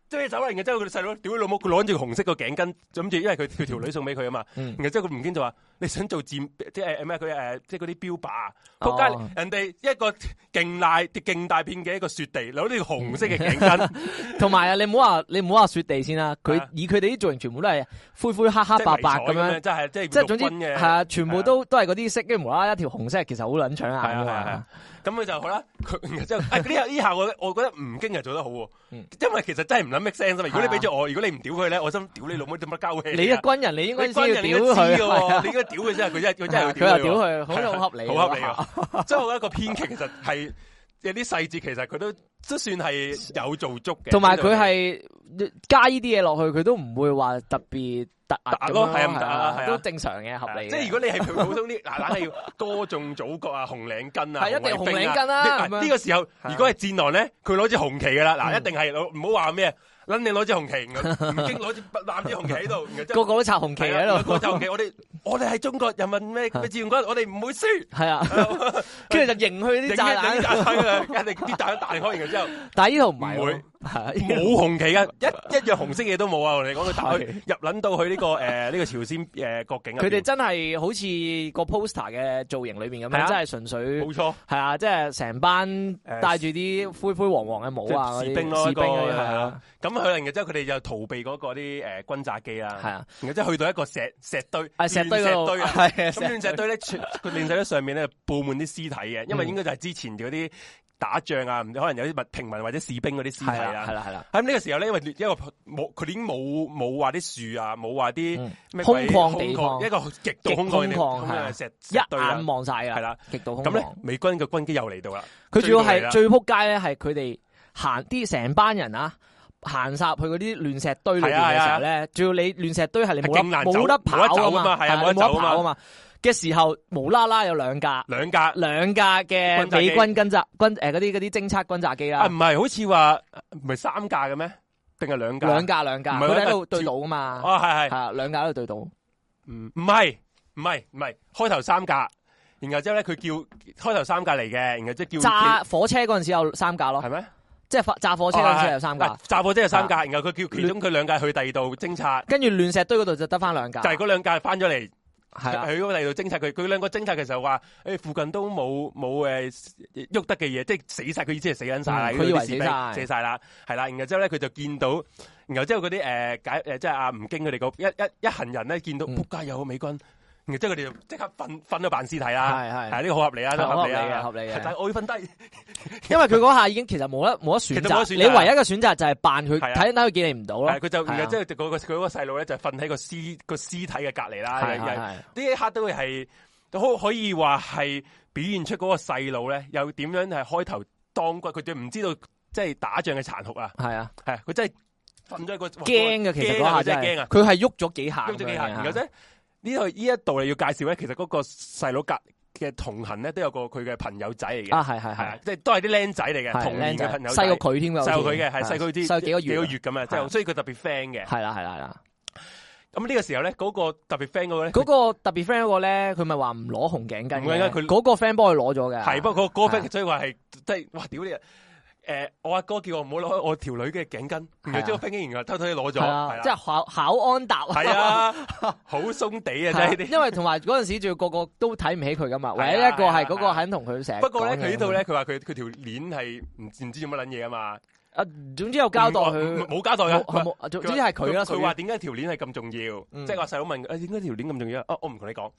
S2: 即係走啦，然後之後佢細佬屌佢老母，佢攞住個紅色個頸巾，諗住因為佢佢條女送俾佢啊嘛，
S1: 嗯
S2: 然後之後佢唔經就話你想做戰，即係咩啊佢誒即係嗰啲標靶啊，仆街、
S1: 哦
S2: 人哋一個勁大勁大片嘅一個雪地，攞呢個紅色嘅頸巾， (laughs)
S1: 同埋啊，你唔好話你唔好話雪地先啦，
S2: 係
S1: 佢
S2: 啊
S1: 以佢哋啲造型全部都係灰灰 (laughs) 黑黑
S2: 即係
S1: 白
S2: 迷
S1: 白
S2: 彩
S1: 咁樣，
S2: 即係即係
S1: 即係總之
S2: 陸軍嘅
S1: 係啊，全部都都係嗰啲色，跟住無啦啦一條紅色，其實好撚搶眼㗎
S2: 係啊係
S1: 嘛
S2: 啊。咁佢就好啦，佢 (laughs) 然後之後，哎呢下呢下我我覺得吳京係做得好喎，
S1: 嗯
S2: 因為其實真係唔諗 make sense 啊嘛如果
S1: 係
S2: 你
S1: 啊
S2: 俾咗我，如果你唔屌佢咧，我心屌你老母做乜鳩氣啊？
S1: 你一軍人，你應
S2: 你
S1: 該
S2: 軍
S1: 先要
S2: 人你
S1: 屌
S2: 應該
S1: 佢
S2: 知嘅
S1: 係 (laughs) 啊
S2: 喎，你應該屌佢真係，佢真係佢真係要
S1: 佢又屌
S2: 喎，
S1: 佢，好似好合理喎，
S2: 好合理
S1: (laughs)
S2: 啊！即係我覺得個編劇其實係有啲細節，其實佢都都算係有做足嘅，
S1: 同埋佢
S2: 呢度
S1: 係加呢啲嘢落去，佢都唔會話特別突兀咁
S2: 突
S1: 樣
S2: 咯
S1: 咯
S2: 係啊唔突兀啊係啊
S1: 都正常嘅，合理嘅。
S2: 即係如果你係普通啲，嗱，硬係要歌頌祖國啊、紅領巾啊、
S1: 係一定
S2: 紅衛兵
S1: 紅領巾啦
S2: 呢
S1: 咁樣
S2: 呢個時候，
S1: 啊
S2: 如果係戰狼咧，佢攞支紅旗㗎啦，嗱，
S1: 嗯
S2: 一定係攞唔好話咩，撚你攞支紅旗，唔經攞支攬支紅旗喺
S1: (laughs)
S2: 度，然後之
S1: 個
S2: 後
S1: 個都插紅旗喺
S2: 係啊個
S1: 度
S2: 個，就紅旗，我哋我哋係中國人民
S1: (laughs)
S2: 咩咩志願軍，我哋唔會輸。
S1: 係啊，
S2: (laughs)
S1: 跟住就迎去啲炸
S2: 頂一頂
S1: 彈。
S2: 炸彈啊！ (laughs) 人哋啲彈彈開，然後之後
S1: 但係呢度唔係
S2: 唔會
S1: 喎，係 (laughs) 啊
S2: 冇紅旗嘅，哎一一樣紅色嘢都冇啊！我哋講佢打去
S1: 係
S2: 入撚到去呢個誒呢個朝鮮誒國境入邊，
S1: 佢哋真係好似個 poster 嘅造型裏面咁
S2: 啊係啊
S1: 樣，真係純粹
S2: 冇錯。
S1: 係啊，即係成班
S2: 誒
S1: 戴住啲灰灰黃黃嘅帽啊，嗰啲
S2: 士兵咯，
S1: 士兵嗰啲
S2: 係
S1: 係
S2: 啊
S1: 啊，。
S2: 咁佢然後之後佢哋就逃避嗰個啲誒轟炸機啦，
S1: 係啊，
S2: 然後之後去到一個石石堆，
S1: 啊石堆
S2: 亂
S1: 嗰度
S2: 石啊。
S1: (laughs) 係啊
S2: 咁亂石堆咧，全佢亂石堆上面咧佈滿啲屍體嘅，因為應該就係之前嗰啲打仗啊，唔可能有啲民平民或者士兵嗰啲屍
S1: 係
S2: 體
S1: 啦係
S2: 啦。
S1: 啦係啦，
S2: 咁呢個時候咧，因為因為冇佢已經冇冇話啲樹啊，冇話啲
S1: 嗯
S2: 咩
S1: 空曠
S2: 鬼
S1: 地
S2: 空曠
S1: 方
S2: 一個極度空曠嘅地
S1: 極空曠
S2: 咁
S1: 係
S2: 啊
S1: 啊
S2: 石石
S1: 一
S2: 堆啦
S1: 眼，望晒㗎
S2: 係
S1: 啦，
S2: 啦。
S1: 極度空
S2: 咁咧
S1: 望。，
S2: 美軍嘅軍機又嚟到啦，
S1: 佢主要
S2: 追到嚟啦
S1: 係最撲街咧，係佢哋行啲成班人啊。行殺去嗰啲亂石堆裏邊
S2: 係啊係
S1: 嘅
S2: 啊
S1: 時候咧，仲要你亂石堆係你冇
S2: 係勁難
S1: 得
S2: 走
S1: 冇得跑
S2: 冇得走啊
S1: 啊
S2: 嘛
S1: 嘛，
S2: 係啊
S1: 係
S2: 冇得
S1: 冇得
S2: 走啊嘛
S1: 跑啊嘛嘅時候，無啦啦有兩架
S2: 兩架
S1: 兩架嘅
S2: 轟炸機
S1: 美軍轟炸軍誒嗰啲嗰啲偵察轟炸機
S2: 啊，
S1: 啦
S2: 唔，係，好似話唔係三架嘅咩？定係兩架？
S1: 兩架兩架，
S2: 唔係
S1: 佢哋喺
S2: 兩
S1: 度
S2: 架
S1: 對到啊嘛，
S2: 哦，係係，
S1: 係兩架喺度對到，
S2: 嗯唔係唔係唔係，開頭三架，然後之後咧佢叫開頭三架嚟嘅，然後即係叫
S1: 炸火車嗰陣時有三架咯
S2: 係，咩？
S1: 即係發炸火車嗰陣時有三
S2: 唔
S1: 架
S2: 係，炸火車有三架，然後佢叫其中佢兩架去第二度偵察，
S1: 跟住亂石堆嗰度就得翻兩架，啊
S2: 就係嗰兩架翻咗嚟，
S1: 係啦，
S2: 去嗰個第二度偵察佢。佢兩個偵察嘅時候話，誒附近都冇冇誒喐得嘅嘢，即係死晒。佢意思係死緊晒啦，
S1: 嗯
S2: 嗰啲
S1: 佢以為
S2: 士
S1: 死
S2: 兵
S1: 晒
S2: 死晒啦，係啦。然後之後咧佢就見到。然後之後嗰啲誒解誒，即係阿吳京佢哋個一一一行人咧，見到
S1: 嗯
S2: 撲街有個美軍，然然後即係佢哋就即刻瞓瞓咗扮屍體啦，係
S1: 係
S2: 呢個好合理啊，都
S1: 係
S2: 合理
S1: 嘅，
S2: 啊，
S1: 合理
S2: 但
S1: 嘅。
S2: 係我要瞓低，
S1: 因為佢嗰下已經其實冇得冇得選
S2: 其實冇
S1: 擇，
S2: 得選擇
S1: 你唯一嘅選擇就係扮佢
S2: 係啊
S1: 睇睇佢見你唔到咯。
S2: 係佢就
S1: 係啊
S2: 然後即係佢個佢嗰個細路咧就瞓喺個屍個屍體嘅隔離啦，
S1: 係
S2: 然後
S1: 係係
S2: 呢一刻都會係都可可以話係表現出嗰個細路咧，又點樣係開頭當骨，佢哋唔知道即係打仗嘅殘酷啊！
S1: 係啊，
S2: 係佢真係瞓咗喺個
S1: 驚嘅其實
S2: 驚
S1: 嗰
S2: 啊
S1: 下
S2: 佢真
S1: 真
S2: 係
S1: 係
S2: 驚啊！
S1: 佢係喐咗幾下咁樣嘅，
S2: 喐咗幾下，然後
S1: 係啊
S2: 咧呢度呢一度你要介紹咧，其實嗰個細佬隔嘅同行咧都有個佢嘅朋友仔嚟嘅，
S1: 啊係係
S2: 係啊
S1: 係，
S2: 即係都係啲僆仔嚟嘅，
S1: 係
S2: 同年
S1: 靚
S2: 嘅
S1: 仔
S2: 朋友仔
S1: 細過佢添㗎，
S2: 細過佢嘅，係
S1: 好似
S2: 細過佢啲
S1: 細過幾個
S2: 幾個
S1: 月，
S2: 月咁啊，即
S1: 係啊
S2: 係所以佢特別 friend 嘅。
S1: 係啦係啦係啦。
S2: 咁呢個時候咧，嗰個特別 friend 嗰個咧，
S1: 嗰個特別 friend 嗰個咧，佢咪話唔攞紅頸巾
S2: 唔係
S1: 嘅，
S2: 啊佢
S1: 嗰個 friend 幫佢攞咗嘅，
S2: 係不過嗰個
S1: 係啊
S2: friend 所以話係即係哇屌你啊！誒，我阿哥叫我唔好攞我條女嘅頸巾，然後之後 friend 竟然又偷偷地攞咗，
S1: 係啊，即
S2: 係
S1: 係考考安踏
S2: 係啊，好鬆地啊！
S1: 係
S2: 真
S1: 啊
S2: 係呢啲。
S1: 因為同埋嗰陣時仲要個個都睇唔起佢噶嘛，
S2: 係啊
S1: 唯一一個係嗰
S2: 係
S1: 個
S2: 啊
S1: 肯同佢成。
S2: 不過咧，佢呢度咧，，佢話佢佢條鏈係唔唔知做乜撚嘢啊嘛，
S1: 啊，總之有交代
S2: 唔
S1: 佢，
S2: 冇交代
S1: 冇
S2: 啊。
S1: 係冇總之係佢啦。
S2: 佢話點解條鏈係咁重要？
S1: 嗯
S2: 即係話細佬問佢，誒點解條鏈咁重要啊？哦，我唔同你講。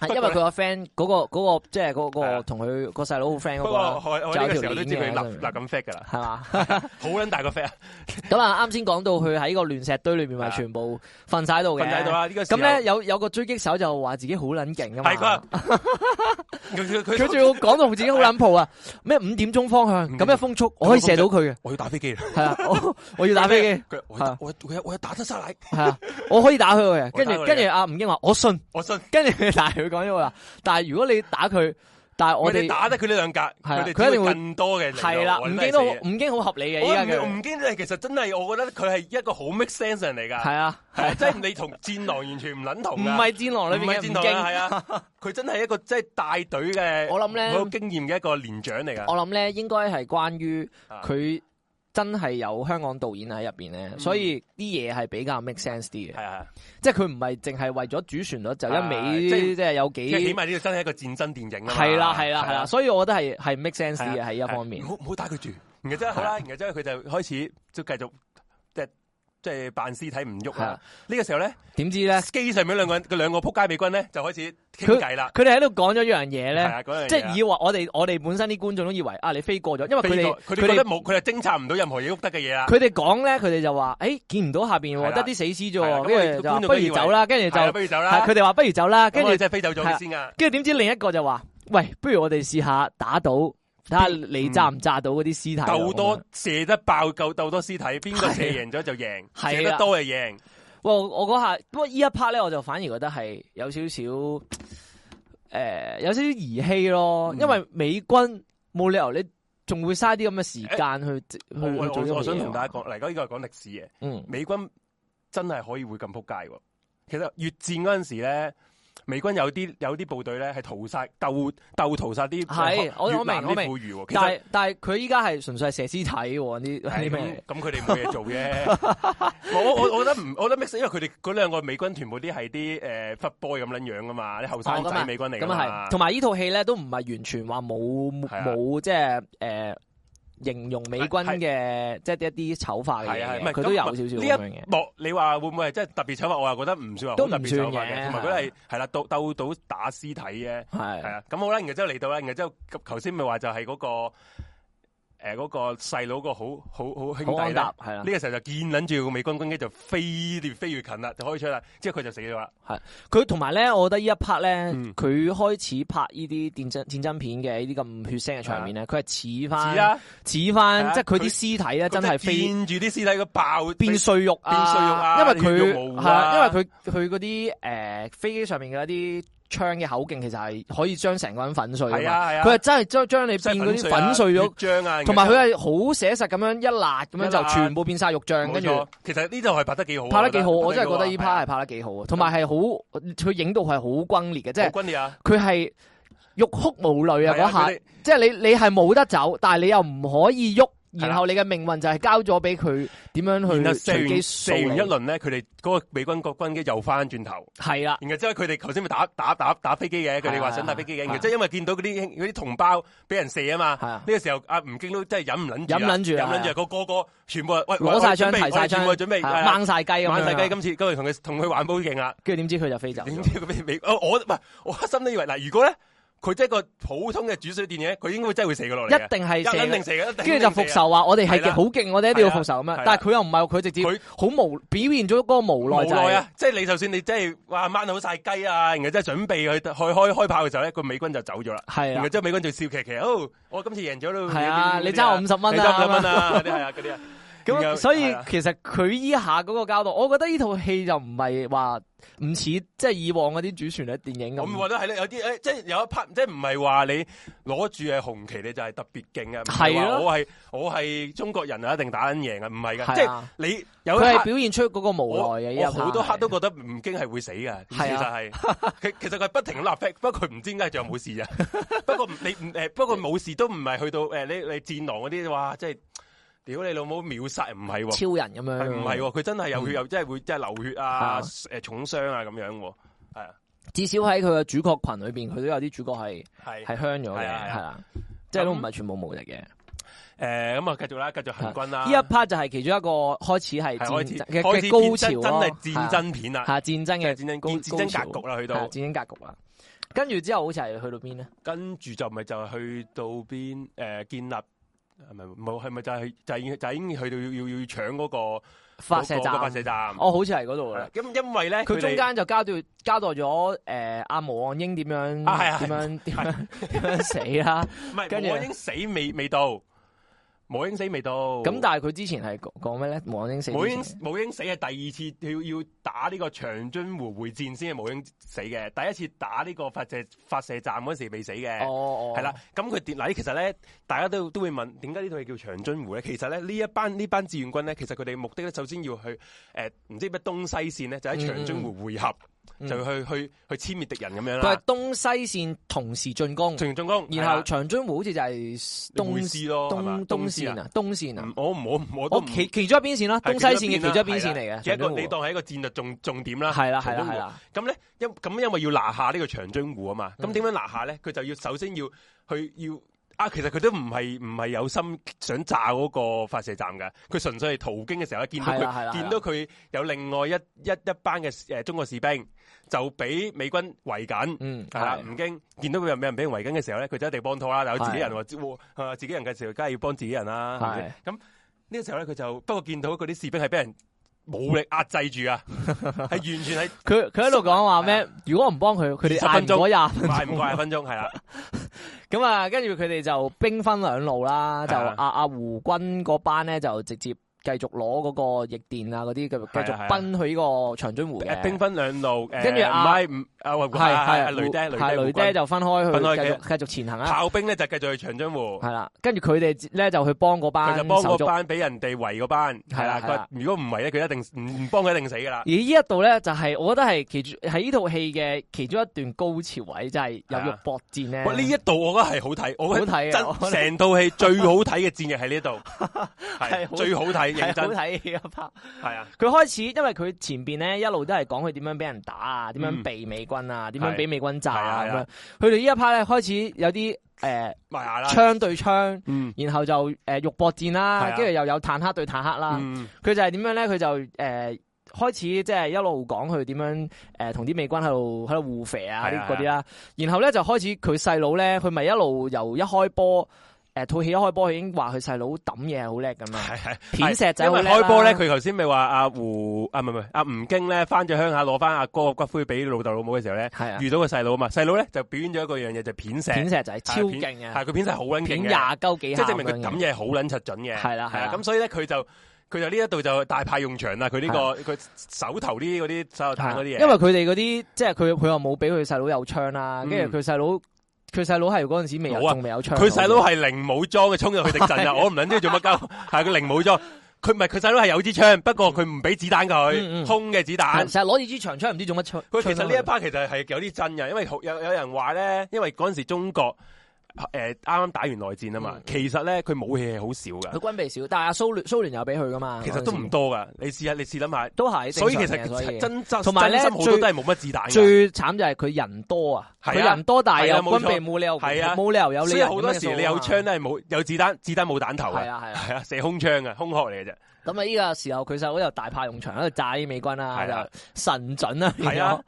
S1: 係因為佢個 friend 嗰個嗰個即係嗰
S2: 係
S1: 個
S2: 啊
S1: 同佢個細佬好 friend 嗰個
S2: 不過
S1: 啦
S2: 我我呢個時
S1: 就有條鏈
S2: 候都知佢
S1: 嘅
S2: 立立咁 fat 噶啦，
S1: 係嘛？
S2: 好撚大個 fat 啊！
S1: 咁啊，啱先講到佢喺個亂石堆裏面咪
S2: 係啊
S1: 全部瞓晒喺度嘅。
S2: 瞓喺度啦，呢個時
S1: 咁
S2: 候
S1: 咧，有有個狙擊手就話自己好撚勁噶嘛。
S2: 係佢話佢佢
S1: 佢仲
S2: 佢，
S1: 要講到自己好撚蒲啊！咩五點鐘方向
S2: 五點
S1: 咁嘅風速，我可以射到佢嘅，
S2: 我要打飛機啦！
S1: 係啊，我我要打飛
S2: (laughs)
S1: 機，
S2: 佢我
S1: 係啊
S2: 要我我我要打得晒奶，
S1: 係啊，我可以打佢嘅。跟
S2: 我打
S1: 住
S2: 佢嘅
S1: 跟住阿吳英話我信， (laughs)
S2: 我信。
S1: 跟住但係佢講咗話，但係如果你打佢，但係我
S2: 我哋
S1: 哋
S2: 打得佢呢兩格，
S1: 啊
S2: 佢哋
S1: 佢一定
S2: 只會
S1: 會
S2: 更多嘅嚟到。
S1: 係啦，
S2: 我
S1: 吳
S2: 真
S1: 京
S2: 係
S1: 都
S2: 死嘅
S1: 吳京好合理嘅，
S2: 我
S1: 依家
S2: 唔
S1: 佢
S2: 唔經咧，其實真係我覺得佢係一個好 make sense 人嚟㗎。
S1: 係啊，
S2: 係啊，即係你同戰狼完全唔撚
S1: 唔
S2: 同㗎。
S1: 係戰狼裏邊嘅
S2: 唔
S1: 吳
S2: 係戰
S1: 京。
S2: 狼啊，係啊，佢真係一個即係帶隊嘅，
S1: 我諗咧
S2: 好有經驗嘅一個連長嚟噶。
S1: 我諗咧，應該係關於
S2: 啊
S1: 佢真係有香港導演喺入邊咧，
S2: 嗯
S1: 所以啲嘢係比較 make sense 啲嘅
S2: 係，啊，
S1: 即係佢唔係淨係為咗主旋律就一
S2: 啊
S1: 味，
S2: 即係
S1: 即係有
S2: 即係起
S1: 幾。
S2: 碼呢個真係一個戰爭電影啊嘛。
S1: 係啦，係啦，係
S2: 係
S1: 啦，
S2: 啊
S1: 所以我覺得係係 make sense
S2: 係
S1: 嘅
S2: 啊
S1: 喺一方面
S2: 唔。好唔好打佢住。然後之後好啦，然後之後佢就開始即係繼續即係即係扮屍體唔喐
S1: 係啊
S2: 啦。呢個時候咧，
S1: 點知咧，
S2: 機啊上面兩個人，佢兩個撲街美軍咧就開始傾偈啦。
S1: 佢哋喺度講咗一樣嘢
S2: 係
S1: 咧，
S2: 啊，嗰樣嘢啊
S1: 即係以為我哋我哋本身啲觀眾都以為啊，你飛過咗，因為
S2: 飛
S1: 佢
S2: 過
S1: 哋
S2: 佢
S1: 佢
S2: 哋覺得
S1: 哋
S2: 冇，佢哋偵察唔到任何嘢喐得嘅嘢啦。
S1: 佢哋講咧，佢哋就話誒見唔到下邊
S2: 係
S1: 喎，
S2: 啦
S1: 得啲死屍啫
S2: 係啦
S1: 喎，
S2: 咁
S1: 跟住就話不
S2: 佢觀眾都以
S1: 如
S2: 為
S1: 走啦，跟住就
S2: 係啊不如走啦
S1: 係佢。哋話不如走啦，跟
S2: 咁
S1: 住
S2: 我哋真係飛走咗
S1: 係啊
S2: 佢先啊！
S1: 跟住點知另一個就話：喂，不如我哋試下打賭，睇下你炸唔炸到嗰啲屍體咯。
S2: 嗯
S1: 啊
S2: 鬥多射得爆夠，鬥多屍體，邊個射贏咗就贏，
S1: 係啊
S2: 射得多就贏。
S1: 哇！我我嗰下，不過呢一 part 咧，我就反而覺得係有少少诶、有少少兒戲咯，
S2: 嗯
S1: 因為美軍冇理由你仲會嘥啲咁嘅時間去、
S2: 我
S1: 去
S2: 我
S1: 去做呢
S2: 我我
S1: 樣
S2: 想同
S1: 嘢
S2: 大
S1: 啊。
S2: 家講，嚟講呢個係講啊歷史嘅，
S1: 嗯，
S2: 美軍真係可以會咁撲街喎。其實越戰嗰陣時咧，美軍有啲有啲部隊咧係屠殺鬥鬥屠殺啲
S1: 係我
S2: 越南
S1: 我明我明
S2: 啲婦孺喎。其
S1: 但
S2: 實
S1: 係但係佢依家係純粹係射屍體喎，呢
S2: 係啊
S1: 呢啲
S2: 咁
S1: 咩？
S2: 咁佢哋冇嘢
S1: (laughs)
S2: 做啫。我我我覺得唔，我覺得 mix，因為佢哋嗰兩個美軍全部啲係啲誒 f boy 咁樣樣噶嘛，啲後生
S1: 哦咁啊
S2: 仔美軍嚟㗎
S1: 咁啊
S2: 嘛
S1: 係，。同埋呢套戲咧都唔係完全話冇
S2: 係啊
S1: 冇即係诶形容美軍嘅即係一啲醜化嘅
S2: 係啊係
S1: 嘢
S2: 唔
S1: 嘅，
S2: 係
S1: 佢都有少少
S2: 呢
S1: 咁
S2: 一
S1: 樣嘅。
S2: 莫你話會唔會係真係特別醜化？我又覺得唔算話
S1: 都唔
S2: 好特別醜化
S1: 算嘅
S2: 嘅，同埋佢係係啦，鬥鬥到打屍體嘅，係
S1: 係
S2: 啊。咁好啦，然後之後嚟到啦，然後之後咁頭先咪話就係嗰個誒嗰個細佬個好好好兄
S1: 好
S2: 弟
S1: 安
S2: 啦
S1: 踏。係啦
S2: 呢。個時候就見撚住個美軍軍機就飛越飛越近啦，就開槍啦，之後佢就死咗啦。
S1: 佢同埋咧，我覺得呢一 part 咧，
S2: 嗯
S1: 佢、開始拍呢啲戰爭戰爭片嘅呢啲咁血腥嘅場面咧，佢係似
S2: 嗯似
S1: 翻
S2: 啦，
S1: 似翻，
S2: 係啊
S1: 即係佢啲屍體咧真係飛
S2: 見住啲屍體個爆
S1: 變碎肉
S2: 變碎肉
S1: 啊，
S2: 啊
S1: 因為
S2: 血
S1: 佢
S2: 肉模糊啊
S1: 係啊因為佢佢嗰啲誒飛機上面嘅一啲槍嘅口徑其實係可以將成個人粉碎㗎
S2: 係
S1: 嘛，
S2: 啊係啊，
S1: 佢係真係將將你變嗰啲粉碎咗，
S2: 漿啊，
S1: 同埋佢係好寫實咁樣一辣咁樣
S2: 一辣
S1: 就全部變晒肉醬，
S2: 冇
S1: 跟住。
S2: 錯。其實呢度係拍得幾好啊，
S1: 拍得幾好，我真係覺得呢
S2: 係啊
S1: part 係拍得幾好啊，同埋係好佢影到係好轟烈嘅，即係
S2: 好軍烈啊，
S1: 佢係欲哭無淚啊
S2: 係啊
S1: 嗰下
S2: 佢哋，
S1: 即係你你係冇得走，但係你又唔可以喐，然後你嘅命運就係交咗俾佢點樣
S2: 然後
S1: 去
S2: 射
S1: 隨
S2: 完
S1: 機
S2: 射
S1: 掃
S2: 完一
S1: 你，
S2: 輪咧，佢哋嗰個美軍國軍機又翻轉頭。
S1: 係啦，
S2: 然後之後佢哋頭先咪打打打打飛機嘅，佢
S1: 啊
S2: 哋話想打飛機嘅，然後即係因為見到嗰啲嗰啲同胞俾人射啊嘛，
S1: 係
S2: 呢
S1: 啊
S2: 個時候阿吳京都真係忍唔撚住啦，啊
S1: 忍撚住啦
S2: 忍撚住啦，個個個全部話喂
S1: 攞晒槍，
S2: 喂
S1: 提晒槍，
S2: 準備我哋全部準備
S1: 係啊
S2: 係啊
S1: 掹晒雞咁樣啊
S2: 玩晒雞，今次今日同佢同佢玩煲勁啊啦，
S1: 跟住點知佢就飛走
S2: 點
S1: 咗。
S2: 知佢俾俾我我唔係我黑心都以為嗱，如果咧佢真係一個普通嘅煮水電嘢，佢應該真係會射個落嚟嘅，
S1: 一定係
S2: 一撚定
S1: 射，
S2: 射啊嘅，一定
S1: 跟住就復仇啊話我哋係
S2: 係啦
S1: 嘅好勁，我哋一定要復仇咁
S2: 係啦
S1: 樣。但係佢又唔係喎，佢直接
S2: 佢
S1: 好無表現咗嗰個無奈
S2: 無
S1: 就
S2: 奈
S1: 係
S2: 啊！即係你就算你真係哇掹好晒雞啊，然後真係準備去去開開炮嘅時候咧，個美軍就走咗啦。
S1: 係
S2: 然
S1: 啦
S2: 後，之後美軍就笑騎騎，哦，我今次贏咗咯。
S1: 係啊
S2: 嗰啲
S1: 你爭我
S2: 嗰啲
S1: 50蚊啊
S2: 你爭五十蚊啊，嗰啲係啊，嗰啲啊。然後
S1: 咁所以
S2: 係啊
S1: 其實佢依下嗰個交代，我覺得呢套戲就唔係話唔似即係以往嗰啲主旋律電影
S2: 我咪
S1: 咁。
S2: 話得係咧，有啲誒，即係有一 part，即係唔係話你攞住係紅旗，你就係特別勁啊。唔係
S1: 係
S2: 話
S1: 咯
S2: 我係我係中國人啊，一定打緊贏啊，唔係㗎。即
S1: 係
S2: 係
S1: 啊，
S2: 你有一
S1: 佢
S2: part
S1: 係表現出嗰個無
S2: 我
S1: 奈嘅啊呢一
S2: 我好多
S1: part
S2: 刻都覺得吳京係會死嘅，其
S1: 係
S2: 實
S1: 啊
S2: 係 (laughs) 佢其實佢係不停立 flag，不過佢唔知點解仲有冇
S1: (laughs)
S2: 事啊。不過你唔誒，不過冇事都唔係去到誒你你戰狼嗰啲哇，即係屌你老母秒殺唔係喎。
S1: 超人咁樣。
S2: 係唔係喎？佢真係有血，又真係會真係流血啊，
S1: 啊
S2: 誒重傷啊咁樣喎。係啊，
S1: 至少喺佢嘅主角群裏邊，佢都有啲主角係
S2: 係
S1: 係香咗嘅，
S2: 係啊係啊
S1: 係啦，即係都唔係全部無敵嘅。
S2: 誒咁啊，繼續啦，繼續行軍啦。
S1: 呢一 part 就係其中一個開始係
S2: 係開啊始
S1: 戰爭嘅
S2: 開始
S1: 嘅
S2: 變
S1: 高
S2: 真
S1: 潮
S2: 真
S1: 咯，啊
S2: 係戰爭片啦，
S1: 嚇戰爭
S2: 即係
S1: 嘅
S2: 戰爭
S1: 高
S2: 戰爭格
S1: 高
S2: 局啦，去
S1: 嚇
S2: 到
S1: 戰爭格局啦。啊跟住之後好似係去到邊咧？
S2: 跟住就咪就係去到邊誒建立。係咪冇？係咪就係就係就已經去到要要要搶嗰個
S1: 發射
S2: 嗰個
S1: 站
S2: 發。射站？
S1: 哦，好似係嗰度
S2: 係
S1: 啦
S2: 啦。咁因為咧，
S1: 佢
S2: 哋
S1: 中間就交代交代咗誒阿毛岸英點樣
S2: 啊係啊
S1: 點樣
S2: 係 (laughs)
S1: 點樣點樣死啦。
S2: 唔係
S1: 跟住
S2: 我已經死未未到，我已經死未到。
S1: 咁但係佢之前係講講咩咧？毛岸英死之
S2: 武英
S1: 前
S2: 武英死係第二次要要打呢個長津湖會戰先係武英死嘅，第一次打呢個發射發射站嗰時未死嘅，
S1: 哦哦
S2: 係啦、咁佢跌嗱，其實咧大家都都會問點解呢套戲叫長津湖咧？其實咧呢一班呢班志願軍咧，其實佢哋目的咧首先要去誒唔、知咩東西線咧，就喺長津湖會合，
S1: 嗯
S2: 就去去去殲滅敵人咁樣
S1: 佢
S2: 啦
S1: 係。東西線同時進攻，
S2: 長進攻，
S1: 嗯然後長津湖好似就係
S2: 東
S1: 東
S2: 師咯，係嘛
S1: 東東
S2: 師
S1: 線啊，東線啊
S2: 嗯，我唔我唔我都
S1: 我
S2: 唔
S1: 其其中一邊線啦，
S2: 係
S1: 東西線嘅其中一邊線嚟
S2: 係啦
S1: 嘅。長
S2: 一
S1: 津
S2: 個
S1: 湖
S2: 你當係一個戰略重重點啦。
S1: 係啦係
S2: 長
S1: 啦
S2: 津湖
S1: 係啦，
S2: 咁咧，因咁因為要拿下呢個長津湖啊嘛，咁
S1: 嗯
S2: 點樣拿下咧？佢就要首先要去要啊，其實佢都唔係唔係有心想炸嗰個發射站嘅，佢純粹係途經嘅時候咧，見到
S1: 係啦係
S2: 佢
S1: 啦
S2: 見到佢有另外一一一班嘅誒中國士兵就俾美軍圍緊。
S1: 嗯
S2: 係啦，
S1: 係
S2: 吳京見到佢有俾人俾人圍緊嘅時候咧，佢就一定幫拖啦。但係佢自己
S1: 係
S2: 人話，喎係嘛自己人嘅時候，梗係要幫自己人啦。係咪先咁呢個時候咧，佢就不過見到嗰啲士兵係俾人武力壓制
S1: (laughs)
S2: 住啊，係完全係
S1: 佢佢喺度講話咩？如果我唔幫佢，佢哋
S2: 20分
S1: 捱
S2: 鐘
S1: 唔過廿
S2: 快唔怪分鐘
S1: (laughs)
S2: 係啦，
S1: 咁啊，跟住佢哋就兵分兩路啦，就
S2: 係啊
S1: 阿阿胡軍嗰班咧就直接繼續攞嗰個逆電啊嗰啲，繼續
S2: 係啊
S1: 繼
S2: 係啊
S1: 續奔去呢個長津湖嘅。
S2: 誒兵分兩路，
S1: 跟住
S2: 唔
S1: 啊
S2: 係唔啊
S1: 係
S2: 係
S1: 係
S2: 係雷爹雷
S1: 係
S2: 爹
S1: 雷
S2: 爹
S1: 爹就分開
S2: 分開
S1: 去繼
S2: 嘅
S1: 續繼續前行啦。
S2: 炮兵咧就繼續去長津湖
S1: 係，啦，跟住佢哋咧就去幫嗰
S2: 佢
S1: 班
S2: 就幫
S1: 手
S2: 嗰
S1: 足。
S2: 班俾人哋圍嗰班係
S1: 係啦
S2: 啦，
S1: 係
S2: 佢
S1: 啦
S2: 如果唔圍咧，佢一定唔唔幫佢一定死噶啦
S1: 而，呢一度咧就係我覺得係其中喺呢套戲嘅其中一段高潮位，就係有肉搏戰咧。
S2: 哇！呢一度我覺得係好睇，我覺得
S1: 好睇啊我
S2: 真
S1: 覺得
S2: (laughs) 成套戲最好睇嘅戰役喺
S1: (laughs)
S2: 呢度，
S1: 係
S2: 係
S1: 好
S2: 最好睇，認
S1: 係
S2: 真
S1: 好睇嘅一 part。
S2: 係啊。
S1: 佢開始，因為佢前邊咧一路都係講佢點樣俾人打啊，點樣避美軍啊，點樣俾美軍炸啊
S2: 嗯係
S1: 咁
S2: 係啊
S1: 樣。佢哋呢一 part 咧開始有啲誒
S2: 埋牙啦，
S1: 槍對槍，
S2: 嗯
S1: 然後就誒肉搏戰
S2: 係啊
S1: 啦，跟住又有坦克對坦克啦。
S2: 嗯，
S1: 佢就係點樣咧？佢就誒。開始即係一路講佢點樣誒同啲美軍喺度喺度互肥啊
S2: 係
S1: 啲
S2: 啊
S1: 嗰啲啦，然後咧就開始佢細佬咧，佢咪一路由一開波誒套戲一開波，佢已經話佢細佬抌嘢係好叻咁
S2: 係
S1: 啊，
S2: 係。
S1: 片石仔
S2: 因
S1: 好
S2: 為
S1: 叻啦
S2: 開波咧，佢頭先咪話阿胡啊，唔係唔係阿吳京咧，翻咗鄉下攞翻阿哥嘅骨灰俾老豆老母嘅時候咧，
S1: 係啊，
S2: 遇到個細佬啊嘛，細佬咧就表演咗一個樣嘢就片石，啊
S1: 片石仔超勁嘅。
S2: 係佢片石好撚
S1: 片
S2: 勁
S1: 廿
S2: 嘅，
S1: 鳩幾
S2: 即
S1: 下
S2: 係
S1: 咁樣
S2: 證明
S1: 嘅，
S2: 佢抌嘢好撚柒準嘅，
S1: 係啦
S2: 係
S1: 係
S2: 啊，
S1: 啦
S2: 咁所以咧佢就佢就呢一度就大派用場啦，佢呢個佢手頭啲嗰啲手榴彈嗰啲嘢，
S1: 因為佢哋嗰啲即係佢佢又冇俾佢細佬有槍啦，
S2: 嗯
S1: 跟住佢細佬佢細佬係嗰陣時未有
S2: 冇啊
S1: 仲未有槍，
S2: 佢細佬係零武裝嘅，衝入去敵陣啊！我唔撚知佢做乜鳩，係佢零武裝。佢唔係佢細佬係有支槍，不過佢唔俾子彈佢，
S1: 嗯嗯
S2: 空嘅子彈。
S1: 成日攞住支長槍唔知做乜槍。
S2: 佢其實呢一
S1: 槍
S2: part 其實係有啲真嘅，因為好有有人話咧，因為嗰陣時中國诶啱啱打完內戰啊嘛，
S1: 嗯
S2: 其實咧佢武器係好少噶，
S1: 佢軍備少，但係阿蘇聯蘇聯又俾佢噶嘛，
S2: 其實都唔
S1: 多，
S2: 多噶。你試下，你試諗下，
S1: 都係
S2: 所以其
S1: 正常嘅所
S2: 實
S1: 以
S2: 真真
S1: 同埋咧
S2: 真心好多
S1: 最
S2: 都係冇乜子彈㗎。
S1: 最慘就係佢人多啊，
S2: 係啊
S1: 佢人多但係
S2: 係
S1: 有
S2: 啊冇
S1: 軍
S2: 錯
S1: 備冇理由
S2: 係啊
S1: 冇理由有你
S2: 所以
S1: 人
S2: 好多
S1: 咁嘅
S2: 時
S1: 數
S2: 你有
S1: 啊
S2: 槍都係冇有子彈，子彈冇彈頭
S1: 係
S2: 啊，
S1: 啊係啊。
S2: 係啊，射空槍啊，空殼嚟嘅啫。
S1: 咁啊！呢個時候佢就喺度大炮用場喺度炸啲美軍啦，
S2: 係啊
S1: 就神準啦，
S2: 係啊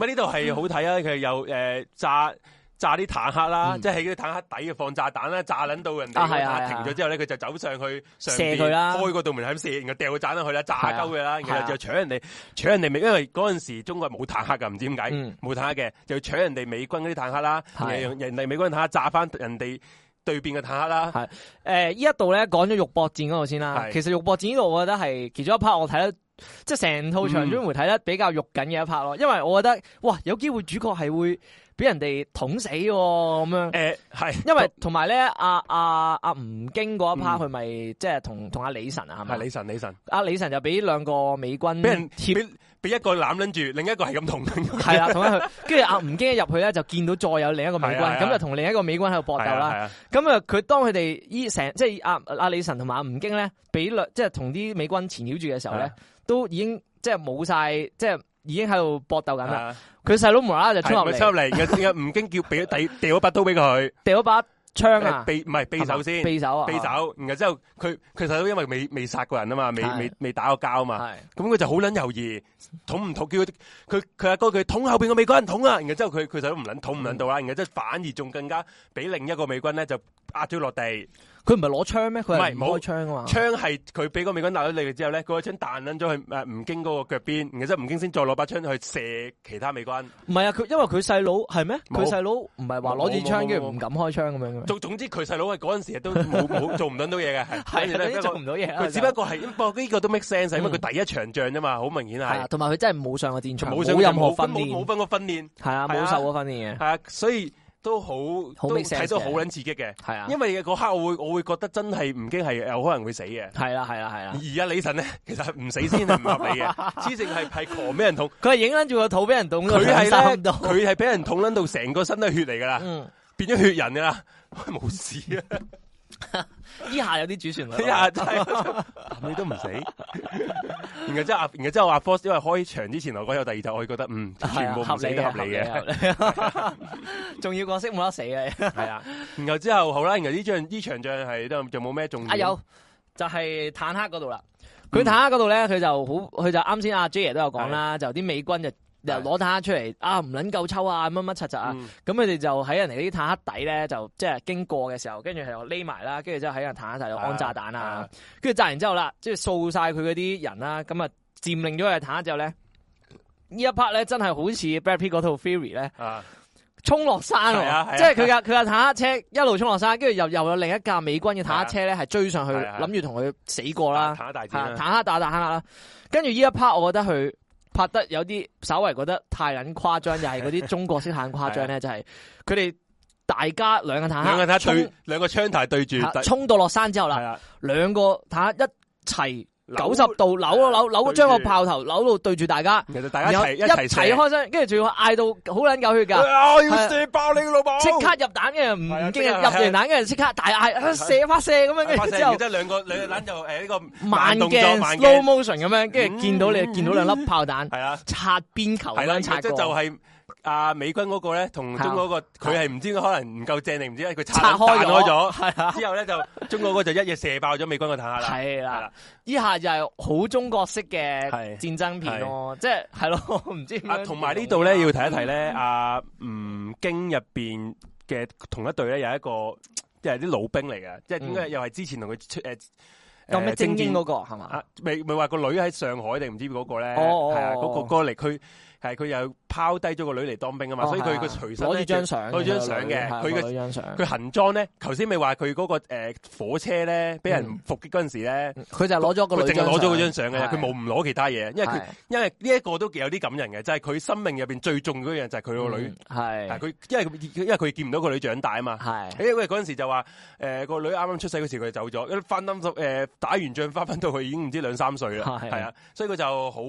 S2: 咪呢度係好睇啊！
S1: (laughs)
S2: 佢又诶炸炸啲坦克啦，
S1: 嗯
S2: 即係喺啲坦克底嘅放炸彈啦，炸撚到人
S1: 啊係啊
S2: 哋
S1: 係啊
S2: 停咗之後咧，佢就走上去上
S1: 射
S2: 邊
S1: 佢啦
S2: 開個道門係咁射，然後掉個炸彈去啦，炸
S1: 係啊
S2: 鳩佢啦，
S1: 係
S2: 然
S1: 啊
S2: 後就搶人哋搶人哋美，因為嗰陣時中國冇坦克噶，唔知點解
S1: 嗯
S2: 冇坦克嘅，就搶人哋美軍嗰啲坦克啦，然後
S1: 係
S2: 人哋美軍坦克炸翻人哋對邊嘅坦克啦
S1: 係，诶，呃呢一度咧講咗肉搏戰嗰度先啦。
S2: 係
S1: 其實肉搏戰呢度，我覺得係其中一 part 我睇得，即系成套
S2: 嗯
S1: 長津湖睇得比較肉緊嘅一 part 咯。因為我覺得，哇，有機會主角係會俾人哋捅死喎咁樣。
S2: 誒係
S1: 因為同埋咧，阿阿阿吳京嗰一 part，
S2: 嗯
S1: 佢咪即係同同阿李晨啊，係
S2: 係
S1: 咪？
S2: 李晨李晨，
S1: 阿李晨就俾兩個美軍
S2: 俾人
S1: 貼
S2: 俾俾一個攬撚住，另一個係咁同緊佢。
S1: 係啦，同緊佢。跟住阿吳京一入去咧，就見到再有另一個美
S2: 係啊係
S1: 軍，
S2: 啊
S1: 咁就同另一個美軍喺度搏
S2: 係
S1: 鬥
S2: 啊
S1: 啦
S2: 係。啊，
S1: 咁啊，佢當佢哋依成即係阿阿李晨同埋阿吳京咧，俾兩即係同啲美軍纏繞住嘅時候
S2: 係
S1: 咧
S2: 啊，
S1: 都已經即係冇晒，即係已經喺度搏鬥緊
S2: 係
S1: 啦。
S2: 啊。
S1: 佢細佬無啦啦就
S2: 系
S1: 衝入
S2: 咪
S1: 嚟，
S2: 抽入嚟？然後然後吳京叫俾第掉咗把刀俾佢，
S1: 掉咗把槍啊，
S2: 匕唔係匕首先，
S1: 匕首啊，
S2: 匕首。然後之後佢佢細佬因為未未殺過人啊嘛，未
S1: 係
S2: 未未打過交啊嘛，
S1: 係
S2: 咁佢就好撚猶豫，捅唔捅？叫佢佢佢阿哥佢捅後邊個美軍捅啊！然後之後佢佢細佬唔撚捅唔撚到
S1: 嗯
S2: 啦，然後之後反而仲更加俾另一個美軍咧就壓咗落地，
S1: 佢唔係攞槍咩？佢係
S2: 唔係
S1: 冇
S2: 冇
S1: 開槍啊嘛。
S2: 槍係佢俾個美軍打咗落地之後咧，嗰個槍彈撚咗去誒吳京嗰個腳邊，然後之後吳京先再攞把槍去射其他美軍。
S1: 唔係啊，佢因為佢細佬係咩？
S2: 冇
S1: 佢細佬唔係話攞住
S2: 冇冇
S1: 槍
S2: 冇
S1: 跟住唔敢開槍咁樣嘅咩？
S2: 總總之佢細佬係嗰陣時都冇 (laughs) 冇做唔撚到嘢嘅，係
S1: 係
S2: 跟住
S1: 啊，
S2: 呢
S1: 總之做唔到嘢啊。
S2: 佢只不過係，不過呢個都 make sense，因為佢第一場仗啫嘛，好明顯
S1: 就係啊
S2: 係
S1: 同埋佢真係冇上過戰場，
S2: 冇
S1: 冇任何訓
S2: 訓冇
S1: 練，
S2: 冇分過訓練，
S1: 係啊，
S2: 係
S1: 冇
S2: 啊
S1: 受過訓練 (laughs) 嘅，
S2: 係啊，所以都好
S1: 好
S2: 都
S1: make sense
S2: 睇到
S1: 嘅
S2: 好撚刺激嘅，
S1: 係啊，
S2: 因為嗰刻我會我會覺得真係吳京係呃有可能會死嘅。
S1: 係啦，係啦，係啦
S2: 而。家李晨咧， (laughs) 其實係唔死先係唔合
S1: (laughs)
S2: 理嘅，黐線係係狂俾人捅，
S1: 佢係影撚住個肚俾人捅咗
S2: 佢係
S1: 兩三
S2: 咧
S1: 刀。
S2: (laughs) 佢係俾人捅撚到成個身都係血嚟噶啦，
S1: 嗯，
S2: 變咗血人噶啦， (laughs) 冇
S1: (laughs)
S2: 事啊，
S1: 依下有啲主旋律。
S2: 哎呀真係
S1: (laughs)
S2: 你都唔死。然後之後阿，然後之後阿 Force 因為開場之前我講有第二集，我係覺得嗯，
S1: 係
S2: 全
S1: 啊
S2: 部唔死都合理嘅。
S1: 合理嘅 (laughs) 仲要角色冇得死嘅。
S2: 系啊， (laughs) 然後之後好啦，然後呢仗呢場仗係都就冇咩重點。
S1: (laughs) 啊有，就係坦克嗰度啦。佢坦克嗰度咧，佢就好，佢就啱先阿 J 爺都有講啦，就啲美軍就就
S2: 係
S1: 攞坦克出嚟啊，唔撚夠抽啊，乜乜柒柒啊。
S2: 嗯
S1: 咁佢哋就喺人哋啲坦克底咧，就即係經過嘅時候，跟住佢就匿埋啦，跟住之後喺人坦克底度安炸彈啊
S2: 啊，
S1: 跟住炸完之後啦，即係掃晒佢嗰啲人啦，咁啊佔領咗佢嘅坦克之後咧，呢一 part 咧真係好似 Brad Pitt 嗰套 Fury 咧，
S2: 啊，
S1: 衝落山
S2: 係啊係
S1: 喎，
S2: 啊
S1: 即係佢架佢架坦克車一路衝落山，跟住又又有另一架美軍嘅坦克車咧係追上去，
S2: 係啊係啊
S1: 諗住同佢死過
S2: 打
S1: 啦，
S2: 打大
S1: 係啊
S2: 戰啦，
S1: 坦克打坦克啦，跟住呢一 part 我覺得佢。拍得有啲稍為覺得太撚誇張，又係嗰啲中國式太誇張咧，就係佢哋大家兩個坦克
S2: 兩個睇下
S1: 衝
S2: 對兩個槍台對住，
S1: 嚇
S2: 係啊
S1: 衝到落山之後啦，
S2: 啦，
S1: 兩個坦克一齊
S2: 扭
S1: 九十，度扭
S2: 係啊
S1: 扭扭，
S2: 對住
S1: 將個炮頭扭到對住大家，
S2: 其實大
S1: 然
S2: 家
S1: 後
S2: 一齊
S1: 齊
S2: 齊射，
S1: 開聲，跟住仲要嗌到好撚狗血㗎。
S2: 啊我
S1: 係啊
S2: 要射爆你個老母！
S1: 即刻入蛋嘅，唔
S2: 係啊
S1: 唔經
S2: 即
S1: 入
S2: 刻
S1: 入完蛋嘅，即刻大嗌啊射發射咁樣，跟
S2: 發
S1: 住
S2: 射，
S1: 之後
S2: 然之後兩個兩個撚就誒呢個
S1: 慢
S2: 動作
S1: 鏡
S2: 慢
S1: slow
S2: 鏡，
S1: motion 咁樣，跟住見到你
S2: 嗯
S1: 見到兩粒炮彈
S2: 係啊，
S1: 擦邊球咁
S2: 係啦，
S1: 樣
S2: 然
S1: 擦
S2: 後即
S1: 過
S2: 就，係阿美軍嗰個咧，同中國嗰個佢係唔知可能唔夠正定，唔知佢
S1: 拆
S2: 拆
S1: 開
S2: 開
S1: 咗，
S2: 咗，
S1: 係啊，
S2: 之後咧就中國嗰個就一夜射爆咗美軍個坦克啦，
S1: 係
S2: 係
S1: 啦
S2: 啦。。
S1: 依下就係好中國式嘅
S2: 係
S1: 戰爭片咯，即係係咯， (laughs) 我唔知點樣嗯
S2: 啊，同埋呢度咧要提一提咧，阿吳京入边嘅同一隊咧有一個即係啲老兵嚟嘅，即係點解
S1: 嗯
S2: 又係之前同佢出呃诶
S1: 咁咩精英嗰
S2: 嗰
S1: 個係嘛？
S2: 啊，未未話個女喺上海定唔知嗰個咧，
S1: 哦哦
S2: 係啊，嗰
S1: 哦
S2: 個嗰個嚟佢係佢又拋低咗個女嚟當兵啊嘛，
S1: 哦
S2: 所以佢佢隨身
S1: 攞住
S2: 咧
S1: 張相，
S2: 攞住張相嘅
S1: 係
S2: 佢嘅
S1: 攞住張相，
S2: 佢行裝咧，頭先咪話佢嗰個诶火車咧俾人
S1: 嗯
S2: 伏擊嗰阵时咧，
S1: 佢就係攞咗個
S2: 佢
S1: 女
S2: 淨係
S1: 張
S2: 攞咗嗰張相嘅
S1: 係
S2: 啫，佢冇唔攞其他嘢，因為佢
S1: 係
S2: 因为呢一個都有啲感人嘅，就係佢生命入边最重要嗰樣就係佢個女。
S1: 嗯係
S2: 但係佢因為佢因為佢見唔到個女長大啊嘛。
S1: 係
S2: 因為嗰陣時就話，誒、個女啱啱出世嗰時佢就走咗，一翻翻到誒打完仗翻翻到佢已經唔知兩三歲啦，
S1: 係
S2: 係啊，所以佢就好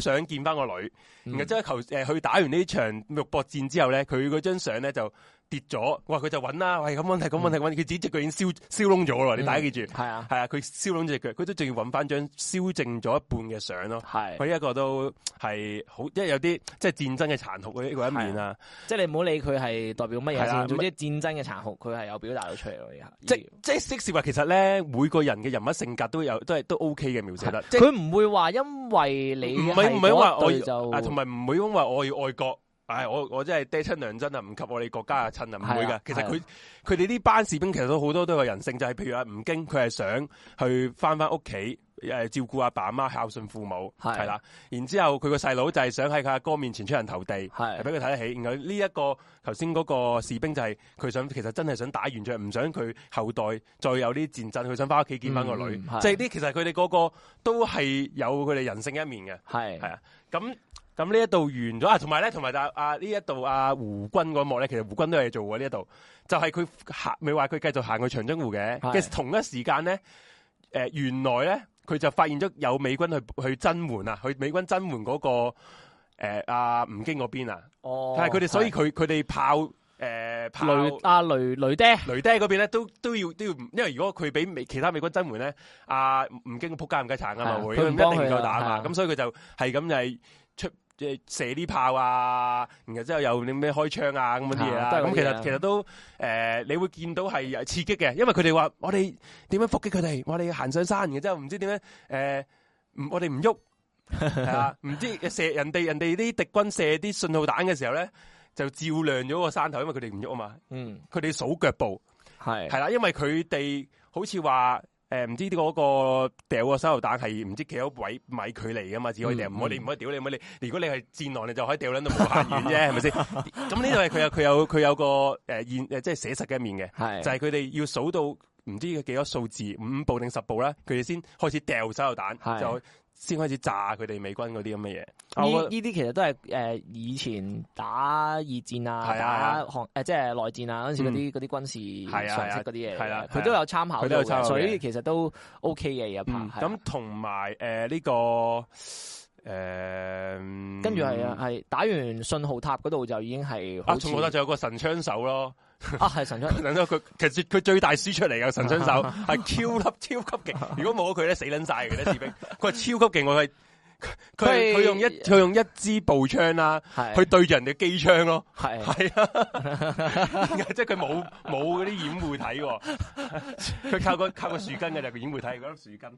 S2: 想
S1: 嗯
S2: 呃見翻個女。然後即係求誒佢打完呢場肉搏戰之後咧，佢嗰張相咧就跌咗，哇！佢就揾啦，喂，咁揾係咁揾係揾，佢自己只腳已經燒燒窿咗咯，你大家記住，係
S1: 系啊，
S2: 啊，佢燒窿只腳，佢都仲要揾翻張燒淨咗一半嘅相咯。
S1: 系，
S2: 佢呢一個都係好，因為有啲即係戰爭嘅殘酷嘅一個一面啊。
S1: 即系你唔好理佢系代表乜
S2: 係
S1: 嘢
S2: 啦
S1: 先，总之战争嘅残酷，佢系有表达到出嚟咯。而家
S2: 即即即是話，其實咧每個人嘅人物性格都有都係都 OK 嘅描寫得，即係
S1: 佢唔會話因為你
S2: 唔係唔係話
S1: 話
S2: 我
S1: 就
S2: 啊，同埋唔會因為我要愛國，唉，我我真係爹親娘真啊，唔及我哋國家啊親啊，唔會
S1: 係
S2: 噶
S1: 啊。
S2: 其實
S1: 係
S2: 佢佢哋呢班士兵其實都好多都有人性，就係譬如阿吳京，佢係想去翻翻屋企。誒照顧阿爸阿媽，孝順父母，
S1: 係
S2: 係啦。然之後佢個細佬就係想喺佢阿哥面前出人頭地，係
S1: 係
S2: 俾佢睇得起。然後呢、一個頭先嗰個士兵就係佢想，其實真係想打完仗，唔想佢後代再有啲戰爭，佢想翻屋企見翻個女。
S1: 嗯係
S2: 即係啲其實佢哋個個都係有佢哋人性嘅一面嘅。
S1: 係
S2: 系啊，咁咁呢一度完咗啊，同埋咧，同埋就啊呢一度啊胡軍嗰幕咧，其實胡軍都有嘢做嘅呢一度，就係佢行，咪話佢繼續行去長津湖嘅，
S1: 係
S2: 嘅同一時間咧，诶、原來咧佢就發現咗有美軍去去增援啊，去美軍增援嗰、個个诶阿吳京嗰邊啊，
S1: 哦，
S2: 但係佢哋所以佢佢哋炮诶、炮。
S1: 雷阿雷雷啊爹
S2: 雷爹嗰邊咧都都要都要，因為如果佢俾美其他美軍增援咧，阿、吳京撲街唔雞殘噶
S1: 係
S2: 嘛，
S1: 啊
S2: 會
S1: 佢
S2: 咁
S1: 唔
S2: 一
S1: 幫
S2: 定唔
S1: 佢
S2: 夠打啊
S1: 啊
S2: 嘛，
S1: 係啊
S2: 咁所以佢就係咁就係出即係射啲炮啊，然後之後有啲咩開槍啊咁嗰啲嘢
S1: 係
S2: 啦，
S1: 啊都係
S2: 咁
S1: 嗰
S2: 其
S1: 啲
S2: 實
S1: 啊
S2: 其實都誒、呃你會見到係有刺激嘅，因為佢哋話我哋點樣伏擊佢哋，我哋行上山，然之後唔知點樣誒、呃唔我哋
S1: (laughs)
S2: 唔喐。系啊，唔知射人哋人哋啲敵軍射啲信號彈嘅時候咧，就照亮咗個山頭，因為佢哋唔喐啊嘛，
S1: 嗯
S2: 佢哋數腳步，
S1: 係
S2: 系啦，因為佢哋好似話诶，唔、知嗰個掉個手榴彈係唔知幾多位米距離噶嘛，只可以掉，
S1: 嗯
S2: 唔可以你唔可以屌你唔可以你。如果你係戰狼，你就可以掉撚到無限遠
S1: (laughs)
S2: 啫，係咪先？咁呢度係佢有佢有佢有個诶现诶，即係寫實嘅一面嘅，
S1: 係
S2: 就係佢哋要數到唔知幾多數字，五步定十步啦，佢哋先開始掉手榴彈，
S1: 係
S2: 就先開始炸佢哋美軍嗰啲咁嘅嘢。啊
S1: 呢
S2: 我
S1: 呢啲其實都係誒以前打二戰啊，
S2: 係啊嗯
S1: 打韓誒即係內戰啊嗰陣時嗰啲嗰啲軍
S2: 係
S1: 事
S2: 啊
S1: 常識
S2: 係啊
S1: 嗰啲嘢嚟嘅，
S2: 係啦係啊
S1: 佢都有參考
S2: 佢都有
S1: 到
S2: 參考
S1: 嘅，所
S2: 嘅
S1: 以其實都 OK 嘅有一排
S2: 嗯
S1: 係啊
S2: 咁同埋诶呢個诶，
S1: 跟住係啊，係打完信號塔嗰度就已經係
S2: 嗯
S1: 好
S2: 啊，
S1: 似
S2: 仲覺得仲有個神槍手咯。
S1: 啊係
S2: (laughs)
S1: 神出
S2: 等咗佢，其實佢最大輸出嚟嘅神槍手
S1: 啊
S2: 係 Q 粒超級勁，如果冇咗佢咧死撚晒嘅咧士兵， (laughs) 佢係超級勁，佢係
S1: 佢
S2: 佢係
S1: 係
S2: 佢用一佢用一支步槍啦，
S1: 係
S2: 去對住人哋機
S1: (laughs)
S2: 槍咯，
S1: 係
S2: 係啊，即係佢冇冇嗰啲掩護體喎，佢靠個靠個樹根嘅就佢掩護體，嗰粒樹根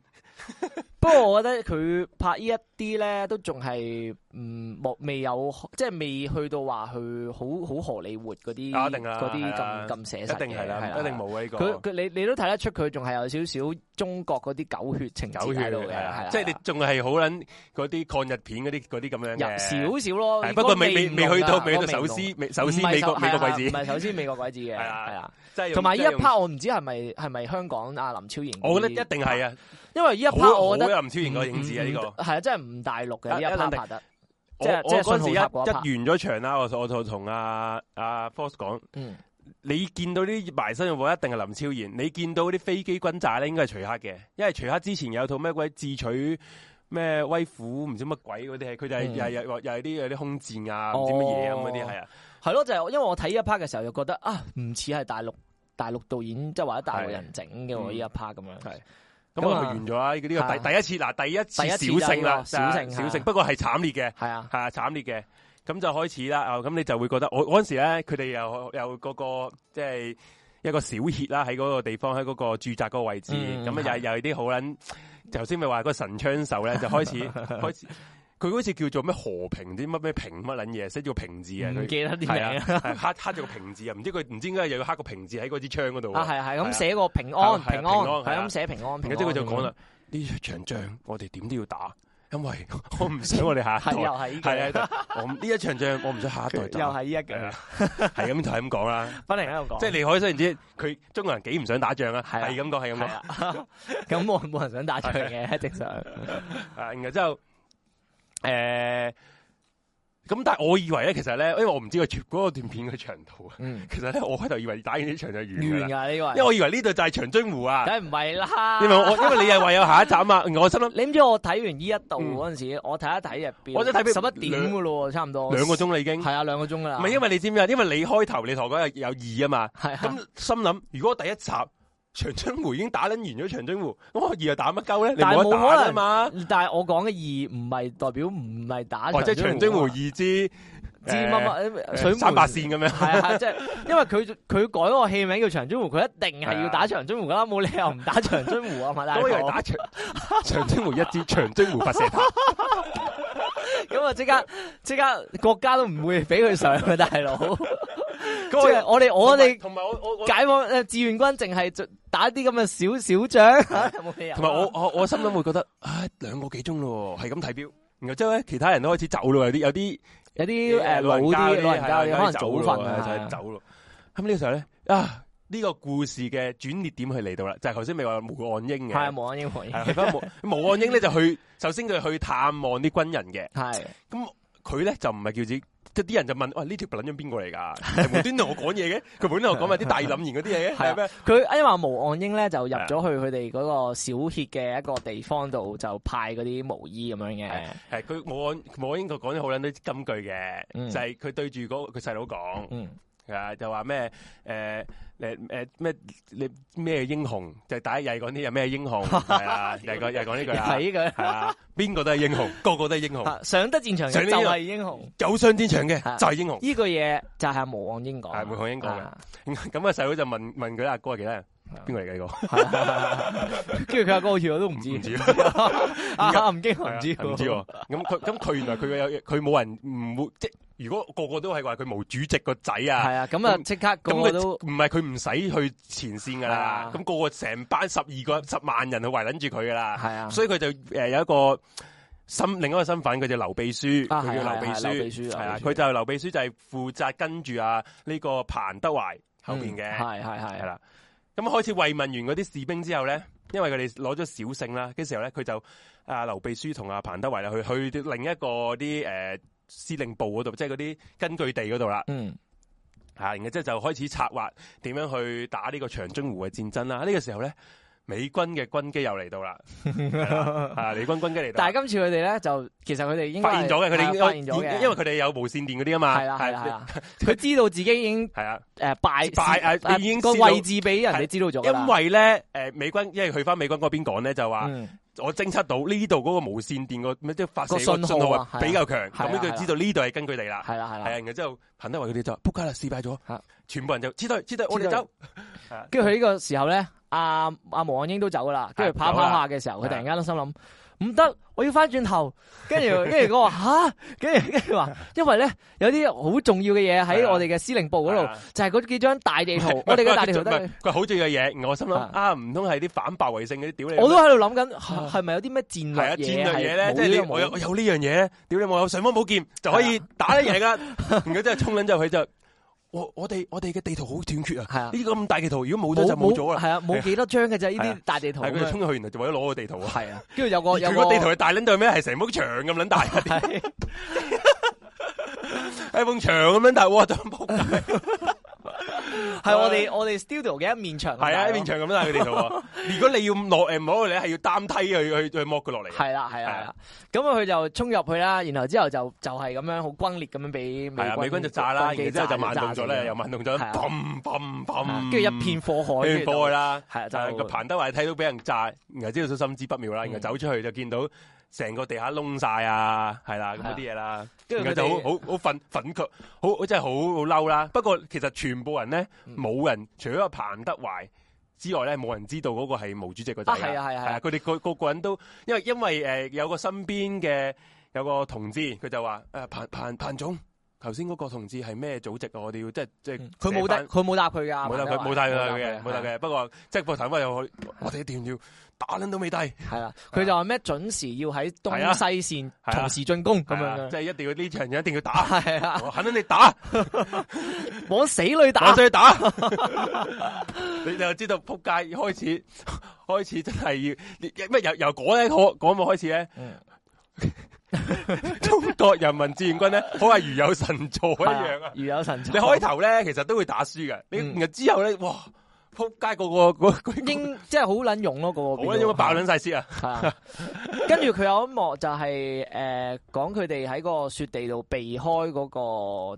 S1: 不過我覺得佢拍呢一啲咧，都仲係唔冇未有，即係未去到話去好好荷里活嗰啲
S2: 啊一定啦
S1: 嗰啲
S2: 係啊
S1: 咁咁寫
S2: 一
S1: 實嘅
S2: 定係啦，一定。冇啊呢個
S1: 佢佢你你都睇得出佢仲係有少少中國嗰啲狗血情
S2: 狗
S1: 節
S2: 血
S1: 喺度嘅，
S2: 係
S1: 係
S2: 啊
S1: 啦
S2: 即係你仲係好撚嗰啲抗日片嗰啲嗰啲咁樣嘅
S1: 入少少咯
S2: 係。不過未未
S1: 嗰個
S2: 未去
S1: 濃
S2: 到
S1: 啊
S2: 未
S1: 嗰
S2: 去到
S1: 個
S2: 手
S1: 濃
S2: 撕美手撕
S1: 唔係
S2: 美國
S1: 手
S2: 美國鬼
S1: 係啊
S2: 子
S1: 唔，係首先美國鬼子嘅，
S2: 係啊
S1: 係啊。
S2: 真係用
S1: 同埋呢一
S2: 真係用
S1: part 我唔知係咪係咪香港啊林超賢，
S2: 我覺得一定係
S1: 啊，
S2: 啊，
S1: 因為呢一
S2: 好
S1: part 我覺
S2: 好
S1: 得
S2: 有林超賢個影子啊！呢個
S1: 個係啊，真係唔大陸嘅
S2: 啊
S1: 呢一
S2: 一定
S1: part 拍得，即係
S2: 我
S1: 即係
S2: 我嗰陣時
S1: 信號塔嗰一 part
S2: 一一完咗場啦，我我就同阿阿 Force 講，
S1: 嗯。
S2: 你見到啲埋身嘅話，一定係林超賢；你見到啲飛機轟炸咧，應該係徐克嘅，因為徐克之前有套咩鬼智取。咩威虎唔知乜鬼嗰啲係佢就係
S1: 嗯
S2: 又係又又係啲有啲空戰啊，唔知乜嘢咁嗰啲
S1: 哦
S2: 係啊，
S1: 系咯，就係因為我睇呢一 part 嘅時候，就覺得啊，唔似係大陸大陸導演，即係或者大陸人整嘅
S2: 係
S1: 喎
S2: 嗯
S1: 呢一 part 咁樣。
S2: 係咁
S1: 咁
S2: 啊
S1: 啊
S2: 完咗啦，呢個呢個第
S1: 啊
S2: 第一次嗱第一次
S1: 第一次
S2: 小勝啦，
S1: 就係呢個小勝
S2: 小勝，
S1: 啊
S2: 不過係慘烈嘅，
S1: 係啊，
S2: 係啊，慘烈嘅。咁就開始啦，啊咁你就會覺得我嗰陣時咧，佢哋又有嗰、個即係一個小協啦，喺嗰個地方喺嗰個住宅嗰個位置，
S1: 嗯
S2: 咁啊
S1: 係
S2: 又又係啲好撚，頭先咪話嗰個神槍手咧就開
S1: (laughs)
S2: 始開始，佢好似叫做咩和平啲乜咩平乜撚嘢，寫住個平字啊，
S1: 唔
S2: 佢
S1: 記得啲
S2: 係
S1: 名
S2: 啊
S1: 啊，
S2: 係刻刻咗個平字啊，唔知佢唔知點解又要刻個平字喺嗰支槍嗰度
S1: 啊係係
S2: 係啊
S1: 咁寫個平
S2: 係啊
S1: 安
S2: 係啊
S1: 平安，
S2: 平安係
S1: 係
S2: 啊
S1: 咁寫平安平
S2: 然
S1: 安。
S2: 之後佢就講啦，呢場仗我哋點都要打，因為我唔想我哋下
S1: 咁樣，係
S2: 一代
S1: 又係呢個
S2: 係啊，我唔呢一場仗我唔想下一代打
S1: 又。係呢一
S2: 係啊
S1: 句，
S2: 係咁就係咁講啦。
S1: 不停喺度講。
S2: 即係你可以雖然知佢中國人幾唔想打仗啊，
S1: 係啊
S2: 係咁講，係咁啊
S1: 係
S2: 講。
S1: 啊， (laughs) 咁冇冇人想打仗嘅，正常。
S2: 啊，然後之後，诶，咁但係我以為咧，其實咧，因為我唔知個全嗰個段片嘅長度啊，
S1: 嗯，
S2: 其實咧我開頭以為打完呢場就完㗎
S1: 完
S2: 啦，
S1: 噶呢
S2: 因為
S1: 個，
S2: 我以為呢度就係長津湖啊，
S1: 梗係唔係啦。
S2: 因為我因為你係話有下一集啊嘛，我心諗
S1: 你知唔知我睇完呢一度嗰阵时，我睇一睇入边，
S2: 嗯我都睇邊
S1: 十一點噶咯喎，差唔多
S2: 兩個鐘啦已經，
S1: 系啊，兩個鐘噶啦。
S2: 唔係因為你知唔知啊？因為你開頭你同我講有有二啊嘛，
S1: 系啊，
S2: 咁心諗如果第一集長津湖已經打撚完咗長津湖，咁我二又打乜鳩咧？你
S1: 但係
S2: 冇得
S1: 冇可
S2: 打
S1: 能
S2: 啊嘛，
S1: 但係我講嘅二唔係代表唔係打
S2: 或者哦長津湖二
S1: 知
S2: 之知
S1: 乜乜水
S2: 水
S1: 門
S2: 三八線咁樣。
S1: 系啊，即係因為佢佢改嗰個戲名叫長津湖，佢一定係要打長津湖噶啦，冇理由唔打長津湖啊嘛，大
S2: 咁
S1: 佬
S2: 我以為打長 (laughs) 長津湖一支長津湖發射
S1: (laughs)
S2: 塔，
S1: 咁啊即刻即刻國家都唔會俾佢上啊，大
S2: (laughs)
S1: 佬。即
S2: 咁我以為
S1: 係我哋我哋
S2: 同埋同埋我我我
S1: 解放诶志願軍淨係打啲咁
S2: (laughs)
S1: 嘅小小仗，有冇理由啊？
S2: 同埋我我我心諗會覺得，唉兩個幾鐘咯喎，係咁睇表。然後之後咧，其他人都開始走咯，有啲有啲呃
S1: 有啲
S2: 誒
S1: 诶老啲老人
S2: 係
S1: 家
S2: 啊
S1: 啲可能早
S2: 走
S1: 瞓
S2: 咯
S1: 啊，
S2: 就係走咯。咁呢個時候咧啊，呢個故事嘅轉捩點佢嚟到啦，就係頭先咪話毛岸英
S1: 系
S2: 嘅，
S1: 冇英雄，
S2: 係去啊翻毛毛岸英咧就去，首先佢去探望啲軍人嘅，
S1: 係
S2: 佢咧就唔係叫自己。即係啲人就問：喂，呢條撚樣邊個嚟㗎？係無端同我講嘢嘅，佢無端同我講埋啲大諗言嗰啲嘢嘅，
S1: 係啊
S2: 係咩？
S1: 佢因為毛岸英咧就入
S2: 啊
S1: 咗去佢哋嗰個小歇嘅一個地方度，就派嗰啲毛衣咁樣嘅。
S2: 係佢冇按冇英國講咗好撚多金句嘅，
S1: 嗯
S2: 就係佢對住嗰佢細佬講，
S1: 嗯，
S2: 係啊就話咩誒誒誒咩你咩英雄，就大家又係講啲有
S1: (laughs)
S2: 咩英雄，係啊，又係講又係講呢句啦，
S1: 睇佢
S2: 係啊，邊個都係
S1: (laughs)
S2: 英雄，個個都係英雄，
S1: 啊上得戰場
S2: 上
S1: 嘅
S2: 呢
S1: 就
S2: 個
S1: 係英雄。
S2: 有上戰場嘅
S1: 係
S2: 就係英雄。
S1: 呢句嘢就係毛岸英講，
S2: 係毛岸英講嘅 (laughs)
S1: 啊
S2: 咁啊細佬就問問佢阿哥係幾多人，邊個嚟嘅呢個？
S1: 係啊跟住佢阿哥好似我都 (laughs) 唔知，
S2: 唔知
S1: 啊吳京雄唔知喎，
S2: 係啊唔知喎。咁佢咁佢原來佢有佢冇人唔會即係如果個個都係話佢毛主席個仔啊。
S1: 係啊，咁啊
S2: 咁
S1: 即刻
S2: 咁
S1: 咁
S2: 佢
S1: 個都
S2: 唔係佢唔使去前線噶啦，
S1: 係啊
S2: 咁、個個成班十二個十萬人去圍撚住佢噶啦，
S1: 係啊，
S2: 所以佢就誒、呃有一個身另一個身份，佢就劉秘書，佢、
S1: 啊係
S2: 叫
S1: 係
S2: 劉秘
S1: 係劉秘書
S2: 書，係
S1: 劉
S2: 啊，
S1: 秘書
S2: 佢就劉秘書就係負責跟住啊呢個彭德懷後邊嘅，係
S1: 嗯係係係
S2: 啦、咁開始慰問完嗰啲士兵之後咧，因為佢哋攞咗小勝啦，嘅時候咧佢就啊劉秘書同啊彭德懷啦去去啲另一個啲誒、呃司令部嗰度，即係嗰啲根據地嗰度啦。
S1: 嗯
S2: 吓，然後之後就開始策劃點樣去打呢個長津湖嘅戰爭啦。呢、個時候咧，美軍嘅軍機又嚟到啦，
S1: 嗯
S2: 係啦啊，美軍軍機嚟到
S1: (laughs) 但係
S2: 啦，
S1: 今次佢哋咧就其實佢哋應該
S2: 發現咗嘅，佢哋
S1: 係
S2: 應
S1: 發現
S2: 該
S1: 咗嘅，
S2: 因為佢哋有無線電嗰啲啊嘛，
S1: 啊係啦係啦係
S2: 係
S1: 啦，佢知道自己已經
S2: 係啊，
S1: 诶敗啊
S2: 敗誒已經
S1: 個
S2: 知道
S1: 位置俾人哋知道咗㗎啦，
S2: 因為啊咧，诶，美軍因為去翻美軍嗰邊講咧，就話
S1: 嗯
S2: 我偵測到呢度嗰個無線電個咩即係發
S1: 個
S2: 射個
S1: 信
S2: 信
S1: 號
S2: 號
S1: 啊
S2: 啊比較強，
S1: 係啊
S2: 咁呢
S1: 係
S2: 就
S1: 啊
S2: 知道呢度係根據地啦。
S1: 係啦係
S2: 係啊，
S1: 啦，
S2: 然後之後彭德懷佢哋就話仆街啦，失敗咗
S1: 嚇，
S2: 全部人就撤退撤退，我哋
S1: 撤退
S2: 走。
S1: 跟住佢呢個時候咧，阿阿毛岸英都走噶啦，跟住
S2: 係
S1: 跑
S2: 走
S1: 跑
S2: 啦
S1: 下嘅時候，佢突然間都心諗唔得，我要翻轉頭。跟
S2: (laughs)
S1: 住跟住我話吓，跟住跟住話，因為咧有啲好重要嘅嘢
S2: 係
S1: 喺
S2: 啊
S1: 我哋嘅司令部嗰
S2: 係
S1: 度
S2: 啊，
S1: 就係嗰幾張大地圖
S2: (laughs) 唔係，
S1: 我哋嘅
S2: 佢
S1: 大地圖
S2: 唔
S1: 得
S2: 係。佢好重要嘅嘢，我心諗
S1: 啊
S2: 啊，唔通係啲反白衛星嗰啲屌你老
S1: 我
S2: 母？
S1: 都喺度諗緊，係係咪有啲咩戰
S2: 系啊，戰
S1: 略
S2: 略嘢咧，
S1: 係
S2: 即係你
S1: 冇
S2: 我有我有呢樣嘢咧，屌你冇有上方寶劍就可以打得贏啦。
S1: (laughs)
S2: 然後真係衝撚之後佢就我我哋我哋嘅地圖好短缺啊！
S1: 係啊
S2: 呢個咁大嘅圖，如果冇咗就冇咗啦。
S1: 係啊，冇幾多張嘅啫，呢
S2: 係
S1: 啲
S2: 啊
S1: 大地圖
S2: 係
S1: 咁
S2: 佢哋
S1: 樣。
S2: 衝去，原來就為咗攞個地圖啊！
S1: 係啊，跟住有
S2: 而
S1: 個有
S2: 佢
S1: 個
S2: 個地圖係大撚到係咩？係成幅牆咁撚大，
S1: (laughs) 係
S2: (laughs) 係埲牆咁撚大，哇！真仆街
S1: 係我哋我哋 studio 嘅一面牆咁大咯。
S2: 啊係啊，一面牆咁大嘅地圖
S1: (laughs)
S2: 啊。如果你要落誒摸你係要擔梯去去去剝佢落嚟嘅。
S1: 系啦，系
S2: 係
S1: 啦，
S2: 啊
S1: 系啦。咁啊，佢就衝入去啦，然後之後就就係咁樣好轟烈咁樣俾
S2: 系
S1: 美
S2: 啊，
S1: 軍
S2: 美軍就炸啦，然之後就慢動作咧，又
S1: 係
S2: 慢嗯動作，
S1: 係啊
S2: 砰砰
S1: 啊
S2: 砰，
S1: 跟住一片火海，
S2: 跟住過去啦。
S1: 係啊，
S2: 就係
S1: 就
S2: 個彭德懷睇到俾人炸，然後知道心知不妙啦，
S1: 嗯
S2: 然後走出去就見到成個地下窿晒啊，係啦咁嗰啲嘢啦，
S1: 跟
S2: 然
S1: 住
S2: 後
S1: 佢
S2: 就好
S1: 哋
S2: 好好憤憤卻，好好真係好好嬲啦。不過其實全部人咧
S1: 嗯
S2: 冇人，除咗阿彭德懷之外咧，冇人知道嗰個係毛主席個仔
S1: 啊係啊係啊係啊
S2: 係佢哋個個個人都因為因為誒有個身邊嘅有個同志，佢就話誒彭彭彭總。頭先嗰個同志係咩組織啊？我哋要即係即係
S1: 嗯佢
S2: 寫
S1: 冇
S2: 返
S1: 答，佢冇答佢噶，
S2: 冇得佢，冇
S1: 答
S2: 得佢嘅，冇得
S1: 佢啊
S2: 佢嘅。不過即係個頭髮又去，我哋一定要打撚到尾低，
S1: 嘅。係啦，佢就話咩準時要喺
S2: 係啊
S1: 東西線
S2: 係啊
S1: 同時進攻咁
S2: 係
S1: 樣
S2: 啊
S1: 嘅
S2: 即。係一定要呢場嘢一定要
S1: (laughs)
S2: 打，
S1: 係啊，
S2: 我肯定你打，
S1: 往死裏
S2: 打
S1: 打，(laughs)
S2: 再打，你就知道撲街開始 (laughs) 開始真係要，咩由由嗰咧嗰嗰幕開始咧，
S1: 嗯
S2: 中國人民志願軍咧，好系如有神助一樣啊！
S1: 如有神助。
S2: 你開頭咧，其實都會打輸嘅，你
S1: 嗯
S2: 然後之後咧，哇，扑街個個個個
S1: 英即係好撚用咯，嗰個
S2: 好啦，因為爆撚晒屍 (laughs) 啊！
S1: 係啊， (laughs) 跟住佢有一幕就係诶講佢哋喺個雪地度避開嗰個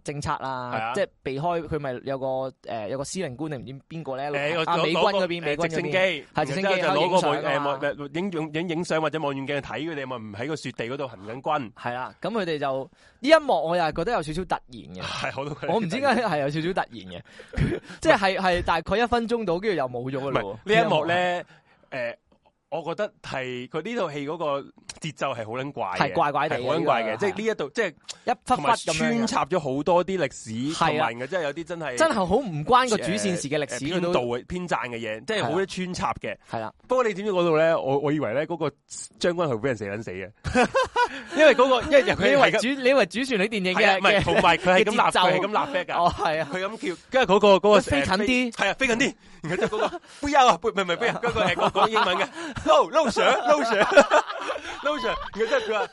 S1: 偵察
S2: 係
S1: 啦
S2: 啊，
S1: 即係避開佢咪有個诶、誒有個司令官定唔知邊個咧？
S2: 诶，
S1: 啊美軍嗰邊，美軍
S2: 直
S1: 嗰
S2: 升機，
S1: 邊係
S2: 然
S1: 直
S2: 之
S1: 升機
S2: 後
S1: 可
S2: 就
S1: 以
S2: 攞
S1: 影
S2: 個
S1: 相
S2: 望
S1: 啊
S2: 诶
S1: 嘛
S2: 望誒影用影影相或者望遠鏡睇佢哋有咪唔喺個雪地嗰度行緊軍，
S1: 係啦，咁佢哋就呢一幕我又係覺得有少少突然嘅。
S2: (laughs) 係我都覺得
S1: 我唔知點解係有少少突然嘅， (laughs) 即係係大概一分鐘到，跟住又冇咗噶
S2: 唔
S1: 啦
S2: 係
S1: 喎。
S2: 呢一幕咧，诶，我覺得係佢呢套戲嗰個節奏係好撚怪嘅，
S1: 係怪怪地嘅
S2: 係好撚怪嘅，
S1: 呢個
S2: 即係呢一度即係
S1: 一忽
S2: 同
S1: 忽
S2: 埋
S1: 咁樣
S2: 穿
S1: 嘅，
S2: 插咗好多啲歷史
S1: 係啊
S2: 同埋嘅，即係有啲真係
S1: 真係好唔關個主線事嘅歷
S2: 誒
S1: 史
S2: 編
S1: 佢
S2: 導
S1: 都啊
S2: 嘅編撰嘅嘢，即係好多穿插嘅。
S1: 係啦，
S2: 不過你知唔知嗰度咧？我我以為咧嗰個將軍係會俾人射撚死嘅，
S1: (laughs)
S2: 因為嗰個因為
S1: 你
S2: 佢
S1: 以
S2: 係
S1: 為
S2: 咁
S1: 主你以為主旋律電影
S2: 係啊
S1: 嘅
S2: 唔係
S1: 嘅
S2: 同埋佢係咁
S1: 嘅節
S2: 立
S1: 奏
S2: 佢係咁立 back 㗎。
S1: 哦係啊，
S2: 佢咁叫， (laughs) 跟住嗰個嗰個
S1: 飛近啲
S2: 係啊，飛近啲，然後就
S1: (laughs)
S2: 嗰個不休啊，不唔係唔係不休，嗰個係講講哦英文嘅，no no sir no sir (laughs) no sir，然後之後佢話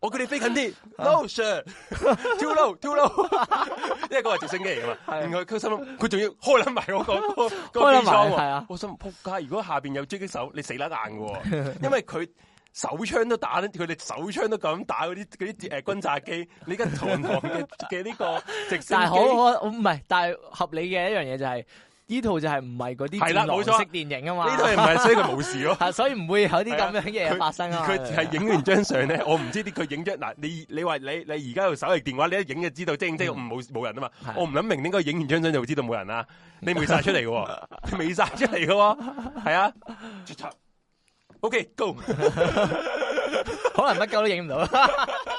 S2: 我叫你飛近啲，no
S1: 啊
S2: sir (laughs) too low too low，因為嗰 (laughs) 個係直升機嚟㗎嘛，
S1: 係
S2: 然後佢心諗佢仲要開撚埋我個嗰個
S1: 開
S2: 嗰
S1: 撚
S2: 個機
S1: 埋
S2: 艙
S1: 係
S2: 喎
S1: 啊，
S2: 我心諗撲街，如果下邊有狙擊手，你死得硬㗎喎，因為佢。手槍都打，佢哋手槍都咁打嗰啲嗰啲誒轟炸機，你而家堂堂嘅嘅呢個直升
S1: 但係
S2: 機
S1: 好可唔係，但係合理嘅一樣嘢就係呢套就係唔係嗰啲
S2: 係啦
S1: 戰狼
S2: 冇錯
S1: 式電影啊嘛，
S2: 呢套戲唔係，所以佢冇
S1: (laughs)
S2: 事咯。
S1: 係所以唔會有啲咁樣嘅嘢
S2: 佢
S1: 發生啊嘛。
S2: 佢係影完張相咧，我唔知啲佢影咗嗱，你你話你你而家用手提電話，你一影就知道，即係即係
S1: 嗯
S2: 冇冇人啊嘛
S1: 係。
S2: 我唔諗明，應該影完張相就會知道冇
S1: (laughs)
S2: 人啦。你未晒出嚟嘅喎，你未晒出嚟嘅喎，係啊。OK go，
S1: 可能乜鳩都影唔到， (laughs) 可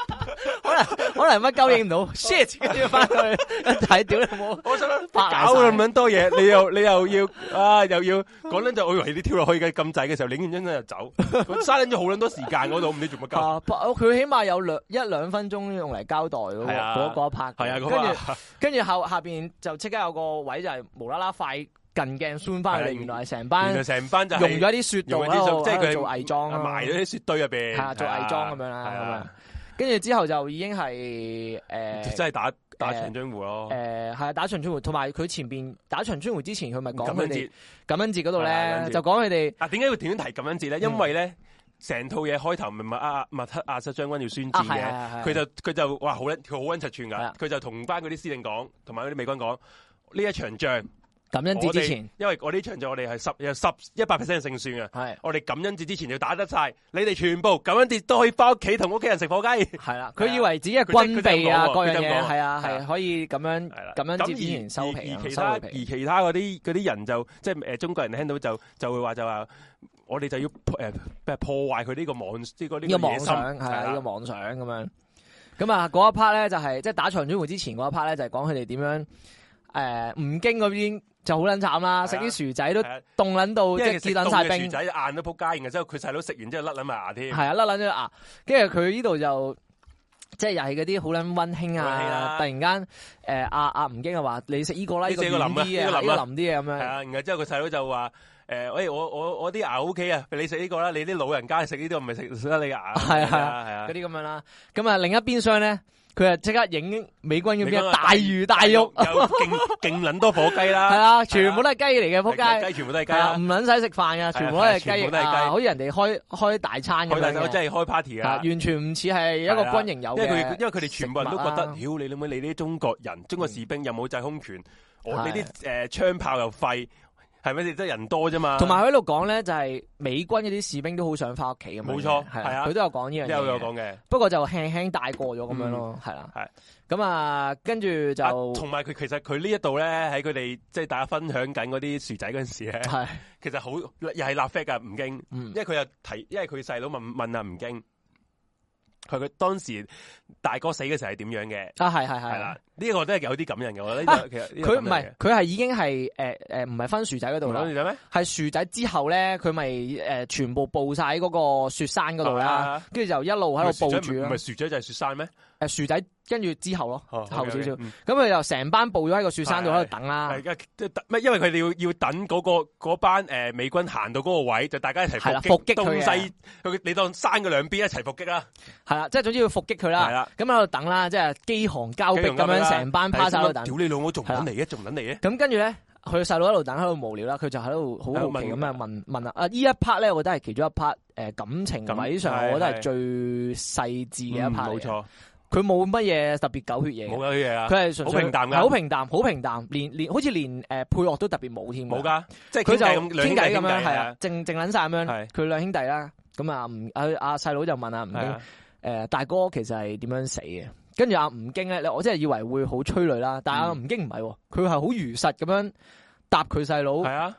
S1: 能可能乜鳩影唔到
S2: (laughs)
S1: ，shit，跟住翻去一睇，屌你冇，
S2: 我想諗
S1: 拍
S2: 搞咁樣多嘢，你又你 (laughs) 又要啊又要講撚就，我以為你跳落去嘅咁滯嘅時候，影完張相就
S1: (laughs)
S2: 走，佢嘥撚咗好撚多時間嗰度，唔知做乜鳩。
S1: 啊，不佢起碼有兩一兩分鐘用嚟交代嗰個
S2: 係啊
S1: 嗰嗰一 part，
S2: 係啊，
S1: 跟
S2: 咁啊
S1: 住跟住後下邊就即刻有個位就係無啦啦快近鏡 zoom 翻佢哋，
S2: 係啊
S1: 原來係成
S2: 原
S1: 班
S2: 來成班就係
S1: 用咗啲雪度
S2: 用
S1: 喺
S2: 嗰啲
S1: 度
S2: 即係
S1: 喺
S2: 佢
S1: 度做偽裝啊
S2: 埋咗啲雪堆入邊，
S1: 係啊做偽裝咁樣啦
S2: 係啊，
S1: 跟住之後就已經係誒
S2: (laughs) 真係打打長津湖咯。
S1: 誒係啊打長春湖，同埋佢前邊打長春湖之前，佢咪講
S2: 嗯感
S1: 佢
S2: 恩
S1: 哋
S2: 節
S1: 感恩節嗰度
S2: 係啊感
S1: 咧
S2: 恩，節
S1: 就講佢哋
S2: 啊，點解會點樣提感恩
S1: 嗯
S2: 節咧？因為咧，成套嘢開頭咪咪啊麥克亞瑟將軍要宣
S1: 啊
S2: 戰
S1: 係
S2: 嘅，
S1: 係係
S2: 佢就佢就哇好撚佢好撚柒
S1: 係
S2: 串
S1: 啊
S2: 㗎，佢就同班嗰啲司令講，同埋嗰啲美軍講。呢一場仗，
S1: 感恩節
S2: 我
S1: 之
S2: 哋
S1: 前
S2: 因為我呢場仗我哋係十有十一百 percent 勝算嘅，
S1: 係。
S2: 我哋感恩節之前要打得晒，你哋全部感恩節都可以翻屋企同屋企人食火雞，
S1: 系啦，
S2: 係
S1: 佢
S2: 啊
S1: 以為自己係
S2: 佢真
S1: 軍備啊，
S2: 佢
S1: 各樣
S2: 真咁講喎佢真咁
S1: 嘢
S2: 講
S1: 係啊，
S2: 係啊
S1: 係可以咁樣
S2: 係啦，
S1: 咁樣
S2: 咁
S1: 接之
S2: 而
S1: 前收皮啊
S2: 而，其
S1: 收佢
S2: 他而
S1: 皮。
S2: 其他嗰啲嗰啲人就即係呃誒中國人聽到就就會話就話我哋就要誒破壞佢呢個網呢個
S1: 呢個
S2: 呢個
S1: 妄
S2: 野心
S1: 想係
S2: 係
S1: 啊，呢個
S2: 啦
S1: 妄想咁樣。咁啊，嗰一 part 咧就係即係打長津湖之前嗰一 part 咧，就係講佢哋點樣誒吳京嗰邊就好撚慘
S2: 係
S1: 啦，
S2: 啊
S1: 食啲薯仔都
S2: 係啊
S1: 凍撚到
S2: 因
S1: 即
S2: 為
S1: 係
S2: 佢食
S1: 結
S2: 凍
S1: 撚晒
S2: 嘅
S1: 冰
S2: 薯，仔硬到仆街，然之後佢細佬食完之後甩撚埋牙添，
S1: 係啊，甩撚咗牙。跟住佢呢度就即係又係嗰啲好撚温馨
S2: 溫馨
S1: 啊！
S2: 啦
S1: 突然間誒阿阿吳京就話：你食呢個啦，呢
S2: 你
S1: 個
S2: 食
S1: 軟
S2: 呢個
S1: 啲嘅，
S2: 淋啊
S1: 呢
S2: 呢個淋啊
S1: 個淋啲嘅咁
S2: 係
S1: 樣。
S2: 啊，然後之後佢細佬就話。誒，喂，我我我啲牙 O K 啊，你食呢個啦，你啲老人家食呢啲，我唔係食食得你牙，
S1: 係啊
S2: 係啊
S1: 嗰，啲咁樣啦。咁啊，另一邊廂咧，佢啊即刻影美軍嗰
S2: 你講
S1: 邊
S2: 啊
S1: 大魚大肉， (laughs)
S2: 有勁勁撚多火雞
S1: 係
S2: 啦，
S1: 啊，全部都係雞嚟嘅，仆街。
S2: 雞全部都係雞
S1: 係啊，唔
S2: 啦，
S1: 撚使食飯噶，全部都係雞
S2: 全部都係雞
S1: 啊好似人哋開開大餐咁
S2: 佢大
S1: 樣
S2: 細佬
S1: 嘅，
S2: 真係開 party
S1: 啊
S2: 啊，
S1: 完全唔似係一個軍營有
S2: 因為佢
S1: 嘅
S2: 因為佢哋全部人都覺得，
S1: 呃食
S2: 屌、
S1: 物啊
S2: 你老母你啲中國人，中國士兵又冇制空權，我
S1: 係
S2: 你啲誒槍炮又廢，係咪？你得人多啫嘛。
S1: 同埋佢喺度講咧，就係美軍嗰啲士兵都好想翻屋企咁樣嘅。
S2: 冇錯
S1: 係
S2: 係
S1: 啊，
S2: 啊
S1: 佢都有講呢樣
S2: 有有
S1: 嘢嘅。
S2: 講嘅，
S1: 不過就輕輕帶過咗咁樣咯，係啦。
S2: 係
S1: 咁啊，跟住就
S2: 啊同埋佢其實佢呢一度咧，喺佢哋即係大家分享緊嗰啲薯仔嗰陣時咧，
S1: 係
S2: 其實好又係立 f 噶吳京，
S1: 嗯
S2: 因為佢又提，因為佢細佬問問啊吳京，佢佢當時大哥死嘅時候係點樣嘅？
S1: 啊係係
S2: 係
S1: 係。
S2: 啦，呢、個都係有啲感人嘅，我覺得
S1: 啊
S2: 呢個、其實呢個
S1: 佢唔
S2: 感人
S1: 係佢係已經係誒誒唔係分薯仔嗰
S2: 嘅
S1: 度
S2: 唔
S1: 啦
S2: 係，你睇咩？
S1: 係薯仔之後咧，佢咪誒全部佈晒喺嗰個雪山嗰度
S2: 係
S1: 啦，
S2: 啊，
S1: 跟住就一路喺度佈住
S2: 唔
S1: 啦
S2: 係。薯仔就係雪山咩？
S1: 誒薯仔跟住之後咯，
S2: 哦
S1: 後少少。咁
S2: 嗯
S1: 佢就啊成班步咗喺個雪山度喺度等啦。
S2: 係嘅即係等咩？因為佢哋要要等嗰、個嗰班诶、呃美軍行到嗰個位，就大家一齊
S1: 係啦
S2: 擊
S1: 伏擊佢嘅
S2: 東西，佢你當山嘅兩邊一齊伏擊啦。
S1: 係啦，即係總之要伏擊佢
S2: 係
S1: 啦。
S2: 啦，
S1: 咁喺度等啦，即係機航交逼
S2: 機
S1: 咁
S2: 航交逼啦
S1: 樣，成班趴晒喺度
S2: 但
S1: 等
S2: 係心。諗屌你老母，仲唔撚嚟嘅？仲唔撚嚟嘅？
S1: 咁跟住咧，佢細佬喺度等，喺度無聊啦，佢就喺度好好奇咁啊問問啊，啊呢一 part 咧，我覺得係其中一 part 诶感情位上，
S2: 感
S1: 我覺得係
S2: 係
S1: 最細緻嘅
S2: 啊嗯
S1: 一 part 嚟
S2: 冇
S1: 嘅。
S2: 錯，
S1: 佢冇乜嘢特別狗血嘢
S2: 冇
S1: 嘅，
S2: 噶啲嘢啊，
S1: 啊佢係純
S2: 好
S1: 粹
S2: 平淡㗎
S1: 係好平淡，好平淡，連連好似連诶配樂都特別冇添㗎。啊
S2: 冇噶，即係
S1: 佢就
S2: 傾
S1: 傾偈咁樣，
S2: 係
S1: 係啊，，靜靜撚晒咁樣
S2: 係。
S1: 佢兩兄弟啦，咁啊吳阿阿細佬就問阿吳
S2: 係
S1: 京
S2: 啊，
S1: 誒呃大哥其實係點樣死嘅？跟住阿吳京咧，我真係以為會好催淚啦，但係阿
S2: 嗯
S1: 吳京唔係喎，佢係好如實咁樣答佢細
S2: 係
S1: 佬。
S2: 啊，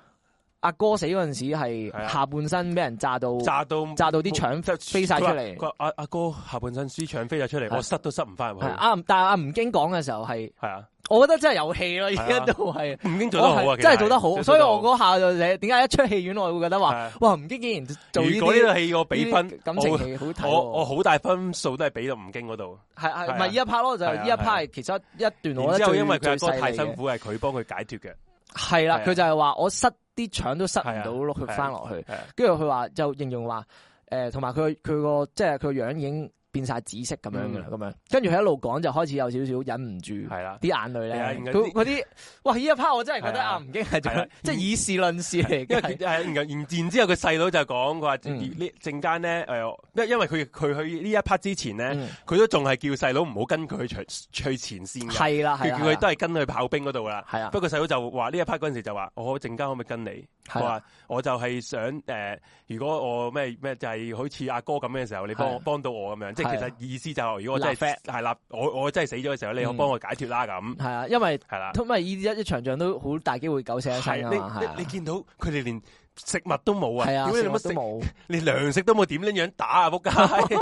S1: 阿哥死嗰陣時
S2: 係
S1: 係
S2: 啊
S1: 下半身俾人炸到
S2: 炸到
S1: 炸到啲腸飛晒出嚟
S2: 佢。話阿阿哥下半身輸腸飛咗出
S1: 係
S2: 嚟，我塞都塞唔翻入去
S1: 係。啊，但係阿吳京講嘅時候係，
S2: 係啊，
S1: 我覺得真係有戲咯，而
S2: 係
S1: 家
S2: 啊
S1: 都係。
S2: 吳京做得
S1: 我
S2: 好啊，
S1: 係
S2: 其實
S1: 真係做得好，
S2: 係
S1: 所以我
S2: 做得好
S1: 嗰下就寫點解一出戲院我會覺得話，
S2: 係啊
S1: 哇吳京竟然做呢
S2: 如果呢
S1: 啲
S2: 套戲我俾分
S1: 呢啲，感情戲好睇喎。
S2: 我我好大分數都係俾到吳京嗰度。
S1: 系系
S2: 啊
S1: 咪呢一 part 咯？就係
S2: 係
S1: 呢
S2: 啊
S1: 一 part 係其實一段，
S2: 然
S1: 我覺
S2: 之
S1: 得
S2: 後
S1: 最
S2: 因為佢
S1: 最
S2: 阿哥太辛
S1: 細
S2: 苦，係佢幫佢解脱嘅。
S1: 係啦
S2: 係，啊
S1: 佢就係話我塞啲腸都塞唔
S2: 係啊
S1: 到落去
S2: 係啊
S1: 翻落去，
S2: 係啊
S1: 跟住佢話就形容話诶，誒同埋佢佢個即係佢個樣已經變晒紫色咁樣噶啦，
S2: 嗯
S1: 咁樣跟住佢一路講就開始有少少忍唔住 (laughs)
S2: 係啦，
S1: 啲眼淚
S2: 係啊
S1: 咧
S2: 然，後
S1: 佢
S2: 啲
S1: 嗰啲哇呢一 part 我真係覺得
S2: 係啊
S1: 阿吳京係做
S2: 係啊
S1: 即係以事論事嚟
S2: 因為
S1: 嘅
S2: 佢，係然然然之後佢細佬就講佢話
S1: 嗯
S2: 呢陣間咧誒，因因為佢佢去呢一 part 之前咧，
S1: 嗯
S2: 佢都仲係叫細佬唔好跟佢去最前線嘅，
S1: 係啦係
S2: 嗯
S1: 啊
S2: 佢
S1: 啦
S2: 叫佢都係跟去炮兵嗰度啦。
S1: 係啊
S2: 不過細佬就話呢一 part 嗰陣時就話，我陣間可唔可以跟你？
S1: 係啊
S2: 我
S1: 啦
S2: 話我就係想誒、呃如果我咩咩就係好似阿哥咁嘅時候，你幫我
S1: 係啊
S2: 幫到我咁樣，即係
S1: 係啊
S2: 其實意思就係、如果我真
S1: 立 flag
S2: 係係啦，我我真係死咗嘅時候，你可
S1: 嗯
S2: 幫我解脱啦咁，
S1: 係啊，因為
S2: 係啦。
S1: 因為呢啲一一場仗都好大機會狗死一
S2: 係
S1: 身噶嘛，
S2: 你
S1: 係
S2: 你
S1: 啊
S2: 你見到佢哋連食物都冇啊，
S1: 係啊，
S2: 屌你
S1: 食
S2: 老
S1: 物
S2: 母
S1: 都
S2: 食
S1: 冇。
S2: 連糧食都冇，點樣樣打啊仆街！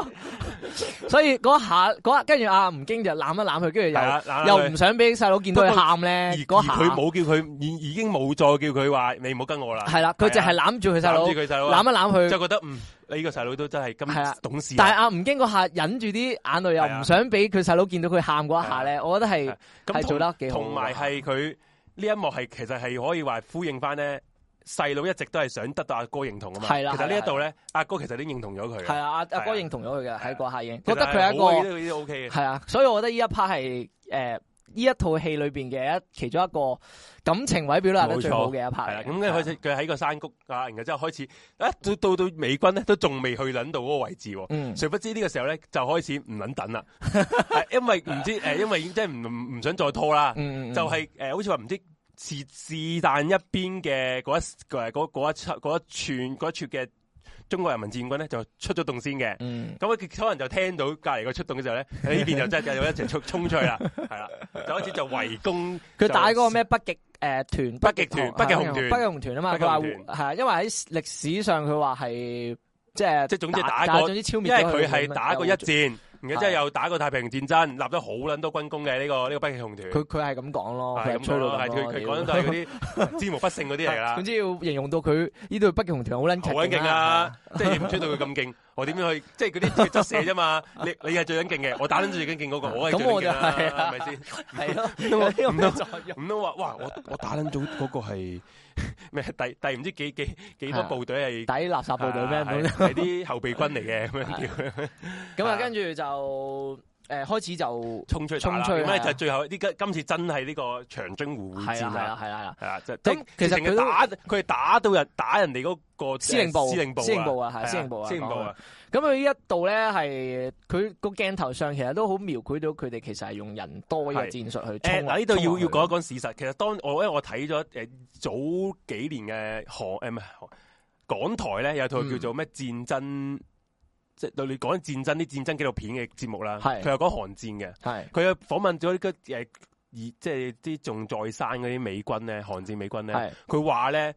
S1: 所以嗰下嗰下，跟住阿吳京就攬一攬佢，跟住
S2: 係啊攬
S1: (laughs)
S2: 一
S1: 又
S2: 攬佢
S1: 又唔想俾細佬見到佢喊
S2: 而
S1: 咧，嗰下
S2: 而佢冇叫佢，已已經冇再叫佢話你唔好跟我啦。
S1: 係啦，佢就係攬住佢細佬
S2: 啊攬，住佢細佬啊，
S1: 攬一攬
S2: 就
S1: 佢。
S2: 覺得嗯，你呢個細佬都真係
S1: 係啊
S2: 咁懂事啊。
S1: 但係阿吳京嗰下忍住啲眼淚，
S2: 係
S1: 又
S2: 啊
S1: 唔想俾佢細佬見到佢喊嗰一下咧，我覺得
S2: 係
S1: 係
S2: 啊咁
S1: 係做得幾好㗎
S2: 同埋係佢呢一幕係其實係可以話呼應翻咧，細佬一直都係想得到阿哥認同啊嘛。
S1: 係啦
S2: 其
S1: 係
S2: 實
S1: 啦
S2: 呢一度咧，阿哥其實已經認同咗佢嘅。
S1: 係啊，阿阿哥
S2: 係啊
S1: 認同咗佢嘅
S2: 啊
S1: 喺嗰下已經
S2: 其實
S1: 覺得佢係一
S2: 好嘅
S1: 個
S2: 呢啲 O K 嘅。
S1: 係啊，所以我覺得呢一 part 係誒呢一套戲裏邊嘅一其中一個感情位表達得最好嘅一
S2: 系
S1: part
S2: 啦，
S1: 嚟嘅。
S2: 咁跟住開始佢喺個山谷啊，然後之後開始啊，到到到美軍咧都仲未去撚到嗰個位置喎。
S1: 嗯，
S2: 誰不知呢個時候咧就開始唔撚等
S1: (laughs)
S2: 啦，係因為唔知誒，因為即係唔唔唔想再拖啦，
S1: 嗯嗯嗯
S2: 就係誒好似話唔知是是但一邊嘅嗰一誒嗰嗰一出嗰一串嗰一撮嘅中國人民志願軍咧就出咗洞先嘅。
S1: 嗯
S2: 咁佢可能就聽到隔離個出動
S1: (laughs)
S2: 嘅時候咧，呢邊就真係有一齊衝衝出去啦，係啦，就開始就圍攻。
S1: 佢
S2: 就
S1: 打嗰個咩北極誒團、
S2: 北極團北極紅團
S1: 北極紅團啊嘛，
S2: 北
S1: 佢
S2: 極
S1: 話
S2: 紅團
S1: 係啊，因為喺歷史上佢話係即係
S2: 即係總之打
S1: 打
S2: 過
S1: 總之超滅
S2: 因
S1: 咗
S2: 為
S1: 佢
S2: 佢係
S1: 咁樣啊
S2: 打過一戰，然後之
S1: 係
S2: 後又打過太平洋戰爭，立咗好撚多軍功嘅呢個呢個北極熊團。
S1: 佢佢係咁講咯，
S2: 係
S1: 佢係
S2: 咁
S1: 吹到
S2: 講咯，係
S1: 咁
S2: 佢
S1: 咯
S2: 佢
S1: 屌
S2: 講緊都係嗰啲 (laughs) 知無不勝嗰啲嚟㗎啦
S1: 總，之要形容到佢呢隊北極紅團好撚
S2: 好撚勁啊！即係你唔追到佢咁勁，我點
S1: (laughs)
S2: 樣去？即係嗰啲即射啫嘛，你你係最撚勁嘅，我打撚最撚勁嗰個，我係
S1: 啊咁
S2: 最
S1: 我
S2: 撚
S1: 就
S2: 勁啦，
S1: 係啊
S2: 係咪先？
S1: 係咯，
S2: 通
S1: 有啲
S2: (laughs)
S1: 咁嘅作用。
S2: 唔通話哇，我我打撚咗嗰個係咩？第第唔知幾幾幾多部隊
S1: (laughs)
S2: 係
S1: 抵垃圾部隊咩
S2: 係
S1: 咁樣
S2: 係啲後備軍嚟
S1: (laughs)
S2: 嘅咁樣叫。
S1: 咁啊，跟住就誒開始就
S2: 冲出去打啦
S1: 衝出去
S2: 咁咧
S1: 係啊
S2: 就最後呢家今次真係呢個長津湖會
S1: 係啦
S2: 戰
S1: 係啦
S2: 啦，
S1: 係啦係啦。
S2: 係啦，啊就
S1: 咁
S2: 即係
S1: 其實
S2: 直情
S1: 佢
S2: 係
S1: 都
S2: 打佢係打到人打人哋嗰個
S1: 司令部
S2: 司令部
S1: 司令部啊係
S2: 係
S1: 司令部啊
S2: 司令部
S1: 講
S2: 啊，
S1: 咁佢呢一度咧係佢個鏡頭上其實都好描繪到佢哋其實係用人多嘅
S2: 係
S1: 戰術去
S2: 誒
S1: 衝啊。
S2: 嗱呢度要
S1: 衝啊
S2: 要講一講事實，其實當我因為我睇咗誒早幾年嘅韓誒唔係韓港台咧有套
S1: 嗯
S2: 叫做咩戰爭，即係對你講戰爭啲戰爭紀錄片嘅節目啦，
S1: 係
S2: 佢有講韓戰嘅，
S1: 係
S2: 佢有訪問咗呢個誒而即係啲仲在生嗰啲美軍咧，韓戰美軍咧，
S1: 係
S2: 佢話咧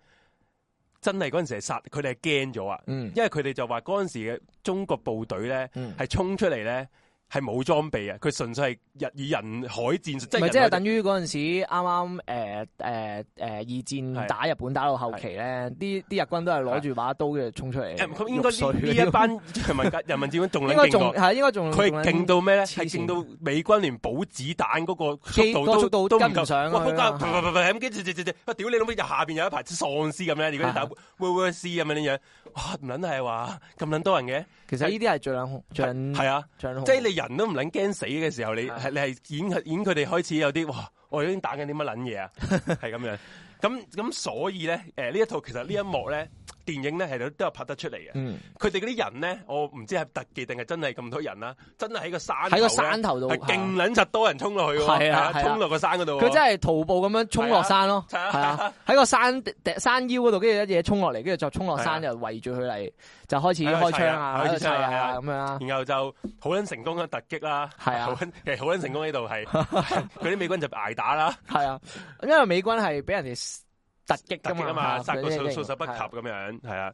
S2: 真係嗰陣時係殺佢哋係驚咗啊，
S1: 嗯
S2: 因為佢哋就話嗰陣時嘅中國部隊咧
S1: 嗯
S2: 係衝出嚟咧係冇裝備啊，佢純粹係日以人海戰術，即
S1: 唔
S2: 係
S1: 係即係
S2: 人海
S1: 等於嗰陣時啱啱誒誒誒二戰打日本打到後期咧，啲啲日軍都係攞住把刀嘅衝出嚟
S2: 誒咁應
S1: 肉碎
S2: 該呢呢一班人民革人民志軍仲
S1: (laughs) 應
S2: 撚
S1: 該
S2: 勁
S1: 仲
S2: 過，
S1: 係應該仲
S2: 佢
S1: 仲
S2: 係
S1: 撚
S2: 勁到咩咧？
S1: 黐
S2: 係
S1: 線
S2: 勁到美軍連補子彈嗰個
S1: 機
S2: 速度
S1: 個
S2: 都
S1: 速度
S2: 都唔
S1: 跟唔
S2: 夠
S1: 上
S2: 哇！
S1: 佢
S2: 撲
S1: 啊
S2: 街噗，噗噗咁跟住，住住哇！屌你老味，就下邊有一排喪屍咁咧，如果你
S1: 啊
S2: 打 World War C 咁樣樣，哇！唔撚係話咁撚多人
S1: 其實呢啲係最撚最
S2: 嘅，
S1: 撚
S2: 係啊。
S1: 最撚
S2: 即係你人都唔撚驚死嘅時候，你
S1: 啊
S2: 係你係演佢演佢哋開始有啲哇，我已經打緊啲乜撚嘢啊，係咁樣。咁咁所以咧，誒、呢一套其實呢一幕咧，電影咧係都都有拍得出嚟嘅。
S1: 嗯
S2: 佢哋嗰啲人咧，我唔知係特技定係真係咁多人啦，真係喺個山
S1: 喺個山頭度
S2: 係勁撚實多人衝落去喎，
S1: 係啊係啊
S2: 衝落個山嗰度喎。
S1: 佢真係徒步咁樣衝落山咯，
S2: 係啊
S1: 係啊，喺個山山腰嗰度，跟住一嘢衝落嚟，跟住再衝落山，
S2: 係
S1: 就圍住佢嚟，就開始
S2: 係啊
S1: 開槍
S2: 係
S1: 啊，
S2: 啊
S1: 開槍
S2: 係啊係
S1: 啊
S2: 啊
S1: 咁樣啦。
S2: 然後就好撚成功嘅突擊啦，
S1: 係啊
S2: 好撚其實好撚成功呢度
S1: (laughs)
S2: 係，佢啲美軍就挨打啦，
S1: 系啊，因為美軍係俾人哋突擊
S2: 突
S1: 噶
S2: 擊
S1: 嘛，
S2: 啊嘛，
S1: 係
S2: 殺個
S1: 佢哋
S2: 措
S1: 一定
S2: 措手不及
S1: 係啊，
S2: 咁樣，係啊。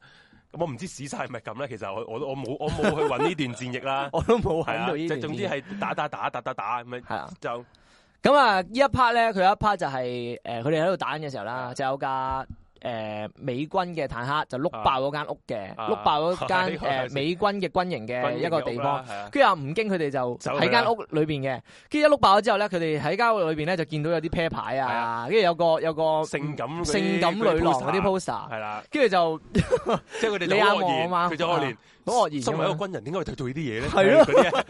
S2: 咁我唔知史晒係咪咁咧，其實我我我冇我冇去揾呢段戰役啦
S1: 我都冇
S2: 係
S1: 喺
S2: 啊，
S1: 度呢
S2: 即
S1: 段
S2: 係總之係打打打打打打咁樣
S1: 系啊。
S2: 就
S1: 咁啊，呢一 part 咧，佢有一 part 就係呃佢哋喺度打緊嘅時候
S2: 啊
S1: 啦，就有架诶、呃美軍嘅坦克就碌爆嗰間屋嘅，
S2: (laughs) 啊
S1: 碌爆嗰
S2: 啊
S1: 間
S2: 呢個
S1: 诶
S2: 係
S1: 美軍嘅軍營嘅一個地方。
S2: 軍營嘅屋啦，係啊
S1: 跟住阿吳京佢哋就
S2: 走
S1: 喺
S2: 去啦
S1: 間屋裏边嘅，跟住一碌爆咗之後咧，佢哋喺間屋裏边咧就見到有啲啤牌
S2: 係
S1: 啊，跟住有個有個
S2: 性感嗰啲
S1: 性感女郎嗰啲 poster，
S2: 係啦，
S1: 跟住就
S2: 即係佢哋
S1: 你
S2: 就
S1: 啱
S2: 好
S1: 我
S2: 愕
S1: 啊
S2: 然，
S1: 嘛
S2: 佢就好愕然，
S1: 好愕然
S2: 身為
S1: 咁
S2: 一
S1: 樣
S2: 個軍人，點解佢哋做呢啲嘢咧？
S1: 係咯
S2: 嗰啲啊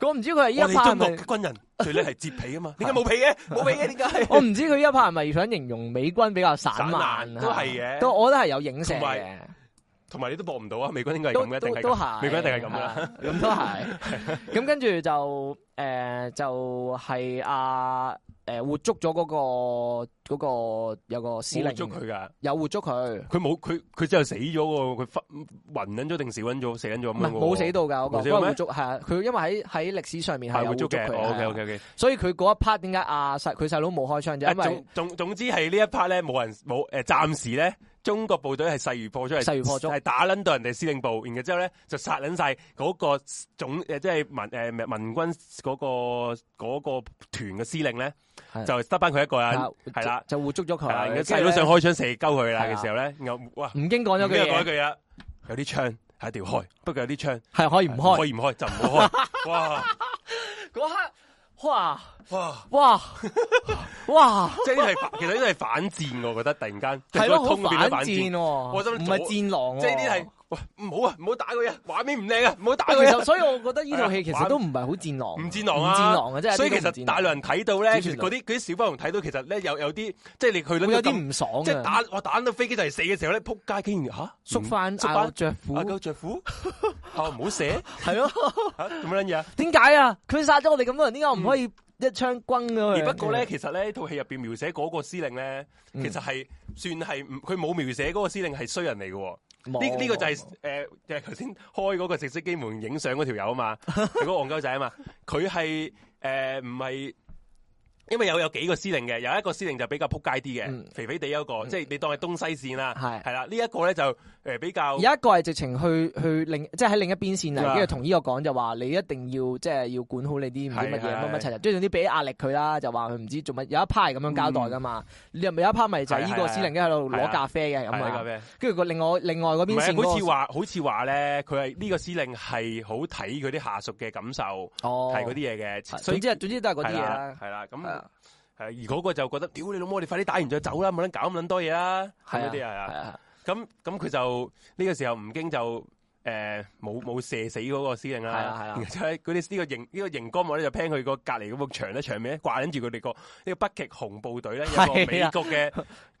S1: 我唔知佢係呢
S2: 我
S1: 一
S2: 哋
S1: part 係
S2: 中國
S1: 咪
S2: 嘅軍人最叻係接皮
S1: (laughs)
S2: 啊嘛，點解冇皮嘅？冇皮嘅點解？ (laughs)
S1: 我唔知佢呢一 part 係咪想形容美軍比較散漫
S2: 散，漫都係嘅
S1: 都我覺得係有影射
S2: 同埋
S1: 嘅，
S2: 同埋你都搏唔到啊！美軍應該係
S1: 都
S2: 咁嘅，一定
S1: 都
S2: 係
S1: 都
S2: 咁。
S1: 係，啊
S2: 美軍一定係咁㗎啊啦
S1: 係，咁都係。咁跟住就誒就係阿誒活捉咗嗰個嗰個有個司
S2: 冇
S1: 令，
S2: 捉佢㗎，
S1: 有活捉佢，
S2: 佢冇佢佢之後死咗喎，佢忽暈撚咗定死撚咗死撚咗
S1: 唔
S2: 咁樣
S1: 係
S2: 喎
S1: 冇死到㗎嗰個，
S2: 冇死
S1: 嗰
S2: 到
S1: 個
S2: 咩
S1: 活捉係啊，佢因為喺喺歷史上面係有
S2: 係會
S1: 活捉
S2: 捉嘅。哦
S1: 佢係啊，
S2: OK OK OK。
S1: 所以佢嗰一 part 點解阿細佢細佬冇開槍就因為
S2: 總總總之係呢一 part 咧，冇人冇誒，暫時咧中國部隊係勢如破竹，係
S1: 勢如破竹
S2: 係打撚到人哋司令部，然後之後咧就殺撚晒嗰個總誒，即係民誒民軍嗰個嗰個團嘅司令咧
S1: 係，
S2: 就得翻佢一個人，
S1: 啊
S2: 係啦，
S1: 就活捉咗佢啊
S2: 係啦，然後，細
S1: 跟住
S2: 佬
S1: 呢
S2: 想開槍射鳩佢啦
S1: 係啦
S2: 嘅時候咧，然後哇，
S1: 吳京講咗
S2: 唔
S1: 句
S2: 記得講一
S1: 嘢，
S2: 句啊，有啲槍係一定要開，不過有啲槍
S1: 係可以唔開
S2: 可以唔開就唔好開，哇
S1: 嗰刻，哇！
S2: 哇！
S1: 哇哇，
S2: (laughs) 即係呢啲係其實呢啲係反戰，我覺得突然間
S1: 系咯，好
S2: 通變
S1: 反
S2: 咗
S1: 戰
S2: 戰。
S1: 喎，
S2: 我心諗
S1: 唔係戰狼喎，
S2: 即係呢啲係喂唔好啊，唔好打佢啊，畫面唔靚啊，唔好打 (laughs)
S1: 喂。其
S2: 佢啊，
S1: 實所以我覺得呢套戲其實都唔係好戰狼，
S2: 唔戰狼
S1: 唔
S2: 啊，
S1: 戰狼啊，真係
S2: 所以其
S1: 一啲都唔
S2: 實
S1: 戰狼
S2: 大量人睇到咧，
S1: 知
S2: 其
S1: 唔
S2: 實
S1: 知道
S2: 嗰啲嗰啲小朋友睇到，其實咧有有啲即係你去
S1: 會有
S2: 到
S1: 啲唔爽
S2: 即係
S1: 嘅，
S2: 打我打到飛機就嚟死嘅時候咧，撲街竟然吓
S1: 縮翻
S2: 縮
S1: 咬
S2: 翻
S1: 着
S2: 啊
S1: 褲，
S2: 夠
S1: (laughs)
S2: 着褲啊唔好射
S1: 係咯？
S2: 嚇咁
S1: (laughs)
S2: 樣嘢啊！
S1: 點解啊？佢殺咗我哋咁多人，點解我唔可以一槍轟咗佢？
S2: 嗯
S1: 啊
S2: 而不過咧，，其實咧套戲入邊描寫嗰個司令咧，
S1: 嗯
S2: 其實係算係唔佢冇描寫嗰個司令係衰人嚟嘅喎。呢
S1: 呢
S2: 呢個就係誒就係頭先開嗰個直升機門影相嗰條友
S1: (laughs)
S2: 啊嘛，嗰個戇鳩仔啊嘛，佢係誒唔係。因為有有幾個司令嘅，有一個司令就比較撲街啲嘅，
S1: 嗯
S2: 肥肥地有一個，即係你當係東西線啦，
S1: 係
S2: 係啦，呢一個咧就誒比較
S1: 有一個係直情去去另即係喺另一邊線嚟，
S2: 啊
S1: 跟住同呢個講就話你一定要即係要管好你啲唔知乜嘢
S2: 係係
S1: 乜乜柒柒，即係總之俾壓力佢啦，就話佢唔知做乜。有一 part 係咁樣交代噶嘛，
S2: 嗯
S1: 你有一 part 咪就係呢個司令喺度攞咖啡嘅咁
S2: 係啦
S1: 啊，
S2: 咩？
S1: 跟住個另外另外嗰
S2: 唔
S1: 邊線
S2: 係好似
S1: 嗰
S2: 話好似話咧，佢係呢個司令係好睇佢啲下屬嘅感受，
S1: 個哦
S2: 係嗰啲嘢嘅，所
S1: 總
S2: 以
S1: 之總之都係嗰啲
S2: 係
S1: 嘢
S2: 啦
S1: 啦，，
S2: 係啦，
S1: 係
S2: 咁
S1: 啊
S2: 係而嗰個就覺得，屌你老母，你快啲打完再走啦，冇撚搞咁撚多嘢啦，咁
S1: 係
S2: 嗰
S1: 啊
S2: 啲係啊
S1: 係。啊
S2: 咁咁佢就呢、個時候吳京就誒冇冇射死嗰個司令啦，
S1: 係啊係啊
S2: 然後就喺嗰啲呢個熒呢、個熒光幕咧就 p 佢個隔離嗰個牆咧牆面咧掛緊住佢哋個呢個北極熊部隊咧有個
S1: 係
S2: 美
S1: 啊
S2: 國嘅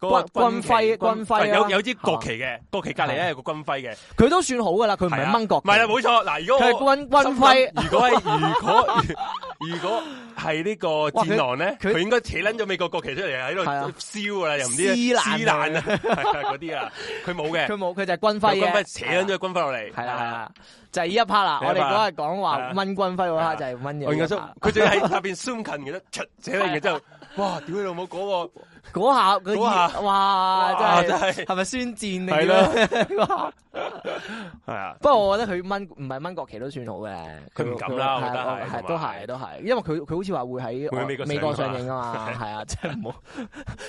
S2: 嗰個
S1: 軍
S2: 旗
S1: 軍徽軍徽啊
S2: 有有支國旗嘅國旗隔離咧有個軍徽嘅，
S1: 佢都算好噶啊啦，佢唔係
S2: 係啊
S1: 掹角，
S2: 唔係啦，冇錯嗱，如
S1: 佢係
S2: 果我
S1: 軍軍徽，
S2: 心諗如果係如果 (laughs) 如果係呢個戰狼咧，
S1: 佢
S2: 佢應該扯撚咗美國國旗出嚟喺
S1: 係啊
S2: 度燒噶啦，又唔知
S1: 撕爛
S2: 撕爛啊，係啊嗰啲啊，佢冇
S1: (laughs)
S2: 嘅
S1: 佢。冇佢就係軍徽
S2: 有軍
S1: 嘅
S2: 徽，扯緊咗個軍徽落嚟，
S1: 係啦係啦，啊就係呢一 part 啦。
S2: 啊呢一
S1: 我哋
S2: part
S1: 嗰日講話
S2: 係啊
S1: 掹軍徽嗰
S2: 係
S1: part
S2: 啊
S1: 就係掹嘢
S2: 我
S1: 呢一
S2: 然
S1: part。
S2: (laughs) 後佢仲喺下邊 zoom 近嘅啫，出扯啦，然後之後，哇！屌你老母嗰個
S1: 嗰下嗰
S2: 嗰
S1: 下，哇！
S2: 哇
S1: 真係
S2: 真係
S1: 係咪宣戰
S2: 係
S1: 嚟咯？哇
S2: 系啊，
S1: 不過我覺得佢掹唔係掹國旗都算好嘅，
S2: 佢唔敢啦我覺得
S1: 係
S2: 係同埋
S1: 都係都係，因為佢佢好似話會
S2: 會喺美
S1: 喺
S2: 國
S1: 美國
S2: 上
S1: 上
S2: 映
S1: 映啊嘛，係啊，即 (laughs) 係冇，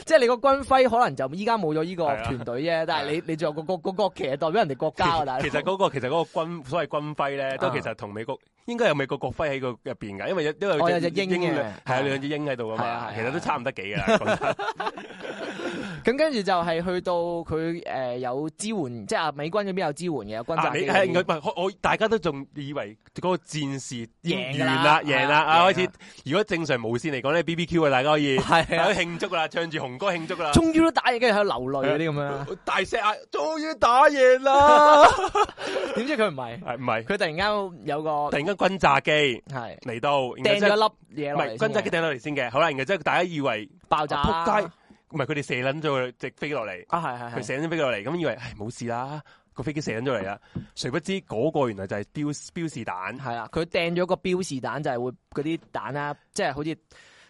S1: 即係你個軍徽可能就依家冇咗依個
S2: 係啊
S1: 團隊啫，但係
S2: 係
S1: 你你仲有個個個國旗係代表人哋國家
S2: (laughs)
S1: 啊，大佬
S2: 其實嗰、個其實嗰個軍所謂軍徽咧，都
S1: 啊
S2: 其實同美國應該有美國國徽喺個入邊㗎，因為有因為
S1: 哦有隻鷹嘅
S2: 兩係啊
S1: 係
S2: 兩隻鷹喺度㗎
S1: 係啊係
S2: 嘛，
S1: 啊
S2: 其實都差唔得幾㗎啦
S1: (laughs)
S2: 講真，
S1: 咁跟住就係去到佢誒有支援，即係啊美軍嗰邊有支援嘅，有軍
S2: 啊
S1: 炸
S2: 你
S1: 機嗰
S2: 係
S1: 邊
S2: 我唔係我我大家都仲以為嗰個戰事已經
S1: 贏㗎
S2: 完
S1: 啦
S2: 啦
S1: 係啊
S2: 贏啦啊
S1: 贏啦
S2: 開始，如果正常無線嚟講咧 BBQ 啊，大家可以
S1: (laughs) 係
S2: 大
S1: 啊
S2: 家， (laughs) 慶祝㗎啦，唱住紅歌慶祝㗎啦。
S1: 終於都打贏，跟住喺度流淚嗰啲咁樣。
S2: 大石啊，終於打贏啦！ (laughs)
S1: 點知佢唔係，
S2: 哎係唔係？
S1: 佢突然間有個
S2: 突然間轟炸機
S1: 係
S2: 嚟到，然
S1: 掟
S2: 之
S1: 咗
S2: 後
S1: 粒嘢
S2: 唔
S1: 落嚟先嘅，
S2: 係轟炸機掟落嚟先嘅，好啦，然後之後大家以為
S1: 爆炸
S2: 啊仆街，唔係佢哋射撚咗佢直飛落嚟，
S1: 啊，係係
S2: 佢
S1: 係
S2: 射撚咗飛落嚟，咁以為唉冇事啦，個飛機射撚咗嚟啦，誰不知嗰個原來就係標標示彈，
S1: 係啦，佢掟咗個標示彈就係會嗰啲彈啦，即係好似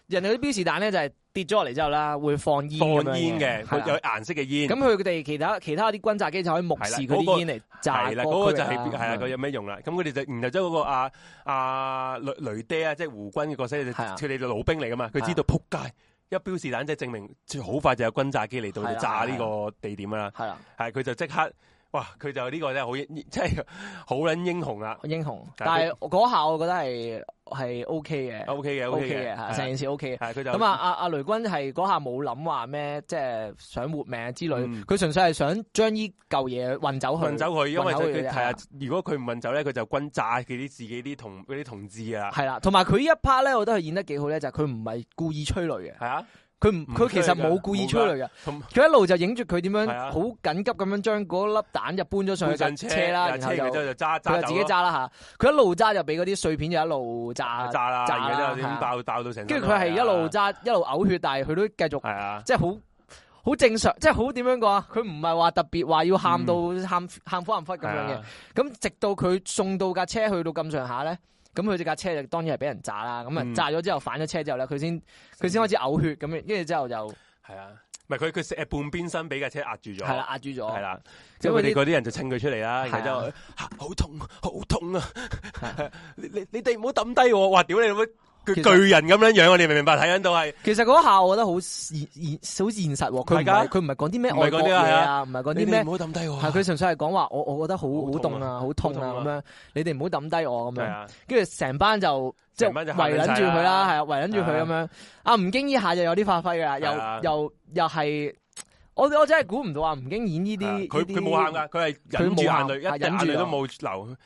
S1: 人哋嗰啲標示彈咧就係跌咗落嚟之後啦，會放煙咁樣
S2: 放煙
S1: 係
S2: 嘅，
S1: 啊
S2: 佢
S1: 啦
S2: 有顏色嘅煙，
S1: 咁佢哋其他其他啲轟炸機就可以目視
S2: 係啦
S1: 嗰
S2: 嗰個
S1: 啲煙嚟炸
S2: 係啦，嗰個就
S1: 區域
S2: 係係啦，
S1: 嗯
S2: 佢有咩用啦？咁佢哋就然後之後嗰個啊啊雷雷爹啊，即係胡軍嘅角色，就
S1: 係啊
S2: 佢哋就老兵嚟噶嘛，佢知道撲街。一標示彈即係證明，好快就有轟炸機嚟
S1: 係啊
S2: 到
S1: 啦
S2: 就炸呢個地點啦。
S1: 嗯係啦，
S2: 係佢就即刻，哇！佢就呢個真係好 (laughs) 英，即係好撚英雄啊啦。
S1: 英雄。
S2: 但
S1: 但係嗰下我覺得係係 OK 嘅
S2: O K 嘅，O 啊
S1: ，OK
S2: K
S1: 嘅，
S2: 嘅，
S1: 係成件事 OK 嘅。
S2: 係佢就
S1: 咁啊，阿阿雷軍係嗰下冇諗話咩，即係想活命之
S2: 嗯
S1: 類，佢純粹係想將呢嚿嘢運走佢，
S2: 運走佢，因為
S1: 運走
S2: 佢
S1: 嘅
S2: 係啊，如果佢唔運走咧，佢就轟炸佢啲自己啲同嗰啲同志啊，
S1: 係啦，同埋佢呢一 part 咧，我覺得佢演得幾好咧，就係佢唔係故意催淚嘅，
S2: 係啊，
S1: 佢唔
S2: 唔
S1: 佢其實冇故意催淚嘅
S2: 冇㗎冇，
S1: 佢一路就影住佢點樣
S2: 係啊
S1: 好緊急咁樣將嗰粒彈就搬咗上去架
S2: 上
S1: 車啦，
S2: 架
S1: 然
S2: 車
S1: 後
S2: 然之
S1: 就
S2: 後就
S1: 佢
S2: 揸揸
S1: 就
S2: 走
S1: 自己
S2: 咯
S1: 揸啦吓，佢一路揸就俾嗰啲碎片就一路炸，
S2: 炸啦，
S1: 啊炸啦
S2: 然後之
S1: 係
S2: 後
S1: 啊
S2: 點爆爆到成身
S1: 跟住
S2: 都
S1: 佢係一路
S2: 啊
S1: 揸一路嘔血，但係佢都繼續
S2: 係啊，
S1: 即係好。好正常，即係好點樣講啊？佢唔係話特別話要喊到喊喊苦喊忽咁
S2: 嗯係
S1: 樣嘅
S2: 啊，，
S1: 咁直到佢送到架車去到咁上下咧，咁佢只架車就當然係俾人炸啦。咁
S2: 嗯
S1: 啊炸咗之後反咗車之後咧，佢先佢先開始嘔血咁樣，跟住之後就
S2: 係啊，唔係佢佢誒半邊身俾架車壓住咗，
S1: 係啦壓住
S2: 係
S1: 咗。
S2: 啦，即係佢
S1: 因
S2: 哋
S1: 為
S2: 嗰啲人就稱佢出嚟啦，
S1: 係啊
S2: 然之後嚇好痛好痛啊！ (laughs) 你你你哋唔好抌低我，哇！屌你老母，佢
S1: 其實
S2: 巨人咁樣樣啊！你明唔明白？睇緊到係
S1: 其實嗰下我覺得好現現好現實喎，佢唔
S2: 係
S1: 係
S2: 㗎
S1: 佢唔係講啲咩
S2: 唔係
S1: 外
S2: 講
S1: 國
S2: 啲
S1: 嘢
S2: 啊
S1: 啊，唔係講
S2: 你
S1: 啲
S2: 哋
S1: 咩
S2: 唔，好抌低我啊，
S1: 係佢純粹係講話我我覺得好好
S2: 好痛
S1: 凍啊，好痛啊
S2: 好痛啊
S1: 咁樣，你哋唔好抌低我咁
S2: 係
S1: 樣，
S2: 啊，
S1: 跟住成班就。即係
S2: 成班就嚇
S1: 圍
S2: 撚
S1: 撚住佢啦，係啊，圍撚住佢咁
S2: 係
S1: 樣。阿吳京依下就有啲發揮㗎
S2: 係啊
S1: 啦，又又又係，我我真係估唔到啊！吳京演呢啲，
S2: 係佢
S1: 呢
S2: 佢
S1: 啲
S2: 冇喊㗎，佢係忍住
S1: 佢
S2: 眼淚，一
S1: 冇喊啊
S2: 滴眼
S1: 係忍
S2: 淚
S1: 住
S2: 都冇流。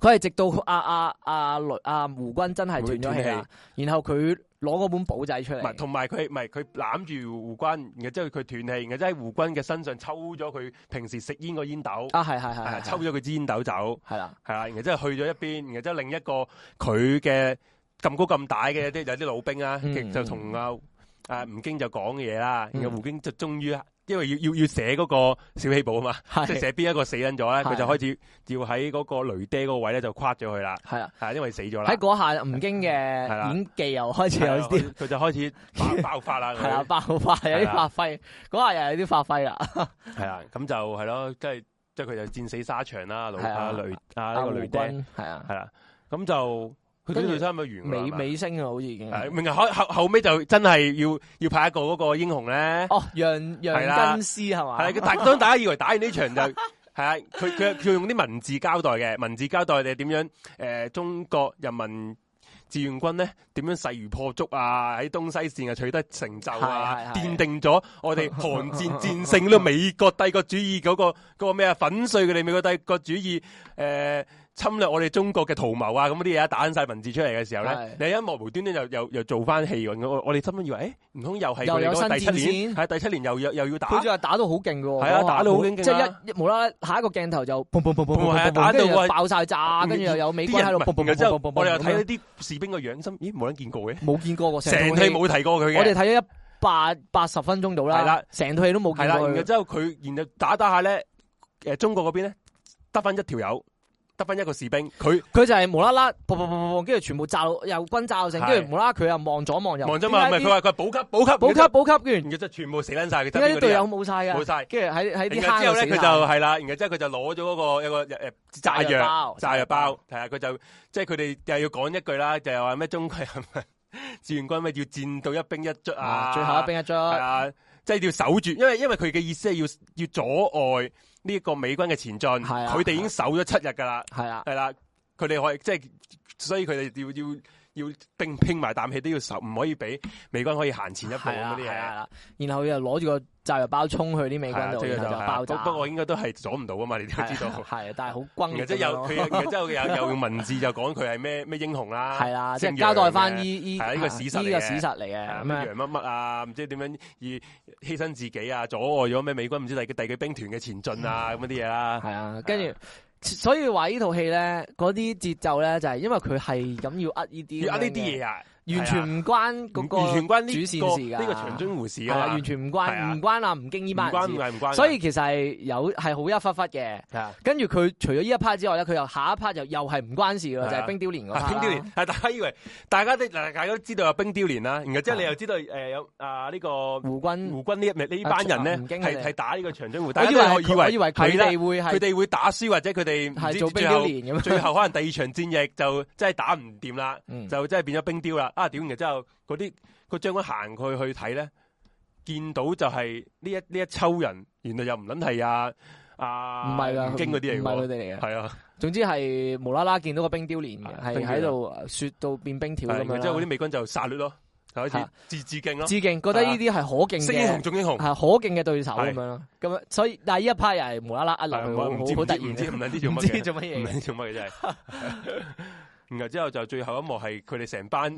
S1: 佢係直到阿阿阿雷阿胡軍真係斷咗氣啦，然後佢攞嗰本簿仔出
S2: 唔係，
S1: 嚟，
S2: 同埋佢唔係佢攬住胡軍，然後之後佢斷氣，然後之後喺胡軍嘅身上抽咗佢平時食煙個煙斗，
S1: 啊係係
S2: 係
S1: 係
S2: 抽咗佢支煙斗走。
S1: 係啦，
S2: 系啦，然後之後去咗一邊，然後之後另一個佢嘅咁高咁大嘅有啲有啲老兵啊，
S1: 嗯
S2: 其就同阿阿吳京就講嘢啦，
S1: 嗯
S2: 然後胡京就終於因為要要要寫嗰個小氣簿啊嘛，即係
S1: 係
S2: 寫邊一個死緊咗咧，佢
S1: 係
S2: 就開始要喺嗰個雷爹嗰個位咧就跨咗佢啦，
S1: 係啦。
S2: 係因為死咗啦
S1: 喺，嗰下吳京嘅
S2: 係啦
S1: 演技又開始
S2: 係
S1: 有啲
S2: 啦佢佢就開始爆爆發啦，
S1: 係啦
S2: 佢
S1: 爆發，有
S2: 係
S1: 啲
S2: 啦
S1: 發揮，嗰下又有啲發揮啦。
S2: 係啦，咁就係咯，即係即係佢就戰死沙場啦，老
S1: 係啊
S2: 阿雷啊
S1: 阿
S2: 呢
S1: 胡
S2: 個雷爹
S1: 軍係啊，
S2: 係啦，咁就佢呢
S1: 跟住
S2: 套差唔多完㗎啦
S1: 尾
S2: 係嘛
S1: 尾聲啊，好似已經
S2: 係明日後後後尾就真係要要派一個嗰個英雄 (laughs) 咧，
S1: 哦，楊
S2: 係啦
S1: 楊根思係嘛？
S2: 係但當大家以為打完
S1: (laughs)
S2: 呢場就係啊，佢佢佢用啲文字交代嘅，文字交代你點樣诶、呃中國人民志願軍咧點樣勢如破竹啊，喺東西線啊取得成就
S1: 係
S2: 啊，
S1: 係係
S2: 奠定咗我哋韓
S1: (laughs)
S2: 戰戰勝呢個美國帝國主義嗰、個嗰、個咩啊，粉碎佢哋美國帝國主義诶。呃侵略我哋中國嘅圖謀啊，咁啲嘢打緊晒文字出嚟嘅時候咧
S1: 係，
S2: 你一幕無端端又又又做翻戲喎，我我哋心諗以為，诶唔通又係
S1: 又
S2: 佢哋
S1: 有
S2: 嗰個第
S1: 新
S2: 七
S1: 戰
S2: 年，係第七年又又又要打
S1: 佢仲係打到好勁嘅喎，
S2: 係啊
S1: 嗰下
S2: 打到好勁勁啊
S1: 即係一一無啦啦下一個鏡頭就砰砰砰砰
S2: 砰係啊
S1: 砰砰
S2: 打
S1: 砰，
S2: 到嗯
S1: 跟住
S2: 喂
S1: 就爆晒炸，跟住又有美軍喺度砰砰砰砰砰砰
S2: 我哋又睇
S1: 咁
S2: 到
S1: 樣
S2: 啲士兵個樣，心咦冇人見過嘅，
S1: 冇見過個
S2: 成
S1: 套
S2: 戲冇提過佢
S1: 我哋
S2: 嘅，
S1: 睇咗一百八十分鐘到
S2: 係啦
S1: 啦，成套戲都冇
S2: 係
S1: 見
S2: 啦。
S1: 過
S2: 然後
S1: 佢，
S2: ờ, 之後佢，然後打打下咧，誒中國嗰邊咧得翻一條友，得翻一個士兵，佢
S1: 佢就係無啦啦，噗噗噗噗噗，跟住全部炸到又軍炸到成，
S2: 係
S1: 跟住無啦啦佢又望左望右，
S2: 望咗嘛，唔係
S1: 點解
S2: 佢話佢補給補給
S1: 啲補級補級，跟住
S2: 然後就全部死撚晒佢，得
S1: 點解
S2: 邊
S1: 啲
S2: 嗰
S1: 隊
S2: 啲
S1: 友
S2: 人
S1: 冇晒噶？
S2: 冇晒。
S1: 跟住喺喺啲
S2: 然後
S1: 坑
S2: 之
S1: 度
S2: 後咧，佢
S1: 死晒
S2: 就係啦，然後之後佢就攞咗嗰個一個誒炸
S1: 炸藥
S2: 藥
S1: 包
S2: 炸藥包，係啊，佢就即係佢哋又要講一句啦，就係話咩中國人 (laughs) 民志願軍咩要戰到一兵一卒啊，
S1: 啊，最
S2: à.
S1: 後一兵一卒，
S2: 係啊，即係要守住，因為因為佢嘅意思係要要阻礙呢個美軍嘅前進，
S1: 係啊
S2: 佢哋已經守咗七日㗎啦，
S1: 係啊啦，
S2: 係啦，佢哋可以即係，所以佢哋要要要拼拼埋啖氣都要守，唔可以俾美軍可以行前一步
S1: 係
S2: 咁
S1: 啦
S2: 嗰啲
S1: 係
S2: 嘢。
S1: 啦，然後佢又攞住個炸藥包衝去啲美軍
S2: 係啊
S1: 度，
S2: 即係
S1: 然後
S2: 係
S1: 就
S2: 啊
S1: 爆炸。
S2: 不不過應該都係阻唔到啊噶嘛，你都知道。
S1: 係，啊但係好轟
S2: 然
S1: 烈咁
S2: 後即係
S1: 樣
S2: 有
S1: 咯。
S2: 佢，然後之後佢又又用文字就講佢係咩咩英雄啦，
S1: 係啦，即係
S2: 姓
S1: 交代
S2: 楊
S1: 翻
S2: 啊嘅
S1: 依依
S2: 係啊呢個史實嚟
S1: 呢個
S2: 嘅
S1: 史實嚟嘅
S2: 係啊
S1: 咁
S2: 咩
S1: 樣
S2: 楊。乜乜啊，唔知點樣以犧牲自己啊，阻礙咗咩美軍唔知第幾第幾兵團嘅前進啊，咁嗰啲嘢啦
S1: 系。啊，跟住。所以話呢套戲咧，嗰啲節奏咧就係因為佢係咁要呃呢啲，
S2: 要呃呢啲，嘢啊，
S1: 完全唔關嗰個
S2: 完全關呢
S1: 主線事
S2: 個
S1: 㗎，
S2: 呢個長津湖事
S1: 係啊，
S2: 啊，
S1: 完全唔
S2: 係
S1: 關，
S2: 啊
S1: 唔關啊，吳京呢
S2: 唔
S1: 班人
S2: 關唔
S1: 事。
S2: 關唔關㗎。
S1: 所以其實係有係好一忽忽嘅，
S2: 係啊。
S1: 跟住佢除咗呢一 part 之外咧，佢又下一 part 又又係唔關事
S2: 係
S1: 㗎，
S2: 啊
S1: 就係冰雕連嗰 part 啦
S2: 啊，冰雕連，係大家以為大家都大家都知道有冰雕連啦，然後之後你
S1: 係
S2: 又知道誒有啊呢個
S1: 胡軍，
S2: 胡軍呢一呢班人
S1: 啊
S2: 咧
S1: 吳京佢哋
S2: 係係打呢個長津湖，
S1: 我
S2: 大家
S1: 以
S2: 都
S1: 為
S2: 係
S1: 係我以為佢
S2: 係啦
S1: 哋會
S2: 佢
S1: 係
S2: 哋會打輸或者佢哋唔
S1: 係
S2: 知
S1: 做冰
S2: 最
S1: 雕
S2: 後
S1: 連咁樣。
S2: 最後可能第二場戰役就真係打唔掂啦，
S1: 嗯
S2: 就真係變咗冰雕啦。啊屌！然之後嗰啲個將軍行過去去睇咧，見到就係呢一呢一抽人，原來又唔撚係啊
S1: 唔
S2: 啊
S1: 係㗎，
S2: 吳京嗰啲嚟
S1: 唔係佢
S2: 喎，
S1: 哋嚟嘅。
S2: 係啊，
S1: 總之係無啦啦見到個冰雕連嘅，
S2: 啊
S1: 係
S2: 冰雕
S1: 喺度呃雪到變冰條咁
S2: 係
S1: 樣
S2: 然之後嗰啲
S1: 啦。
S2: 美軍就殺戮咯，就開始
S1: 嚇
S2: 致致敬咯，
S1: 致敬，覺得呢啲係可敬
S2: 識英雄
S1: 嘅，
S2: 重英雄
S1: 係。可敬嘅對手
S2: 係
S1: 咁樣咯。咁啊，所以但係呢一 part 又係無啦啦呃落去，
S2: 係
S1: 好
S2: 我唔知
S1: 好好
S2: 唔
S1: 突
S2: 知
S1: 然
S2: 唔知唔
S1: 嘅，
S2: 撚知做
S1: 唔
S2: 乜
S1: 知
S2: 嘅，
S1: 做乜
S2: 唔
S1: 嘢
S2: (laughs)
S1: 嘅。
S2: 撚做乜嘅真係。
S1: (laughs)
S2: 然後之後就最後一幕係佢哋成班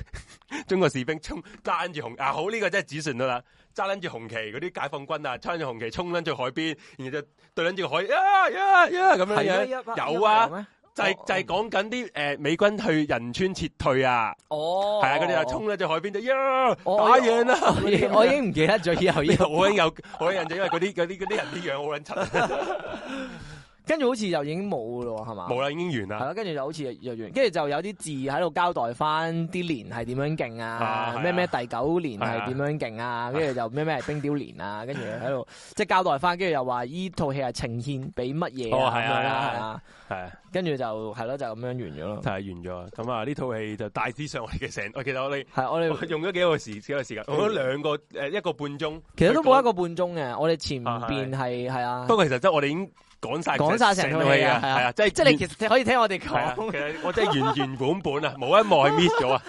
S2: (laughs) 中國士兵衝揸住紅啊，好呢、個真係指算到啦，揸撚住紅旗嗰啲解放軍啊，揸住紅旗衝撚住海邊，然後就對撚住個海啊呀呀咁樣
S1: 係哦
S2: 樣，
S1: 咩
S2: 有啊，
S1: 咩
S2: 就係、就係講緊啲誒美軍去仁川撤退啊，
S1: 哦，
S2: 係啊，佢哋就衝撚住海邊就呀
S1: 哦
S2: 打贏啦。
S1: 我已哦我已經唔記得咗以
S2: (laughs)
S1: 後呢
S2: 呢
S1: 個
S2: 個好撚有好撚印象，因為嗰啲嗰啲嗰啲人啲樣好撚柒，
S1: (laughs) 跟住好似又已經冇咯，係嘛？
S2: 冇啦已經完
S1: 係啊
S2: 啦，
S1: 咯，跟住就好似又完，跟住就有啲字喺度交代翻啲年係點樣勁
S2: 啊係
S1: 啊，
S2: 啊
S1: 咩咩第九年係點樣勁啊，跟住就咩咩係冰雕年啊，跟住喺
S2: (laughs)
S1: 度即係交代翻，跟住又話依套戲係呈現俾乜嘢
S2: 哦
S1: 啊
S2: 係
S1: 咁樣
S2: 啊係
S1: 啦，
S2: 啊
S1: 係啊，
S2: 係啊。
S1: 跟住就係咯，就咁樣完咗咯
S2: 就。係完咗，咁啊呢套戲就大致上我哋嘅成，我其實我哋 (laughs)
S1: 係我哋
S2: 用咗幾個時幾個時間，用咗兩個诶一個半鐘，
S1: 其實都冇一
S2: 個，
S1: 個半鐘嘅，我哋前邊係係啊
S2: 不，過其實真係我哋已經講晒
S1: 講晒成套戲
S2: 啊，
S1: 啊，
S2: 係
S1: 係啊
S2: 啊，，即係
S1: 即係你其實可以聽我哋
S2: 係啊，
S1: 講
S2: 其。實我真係原原本本啊，冇一幕係 miss
S1: (laughs)
S2: 咗啊，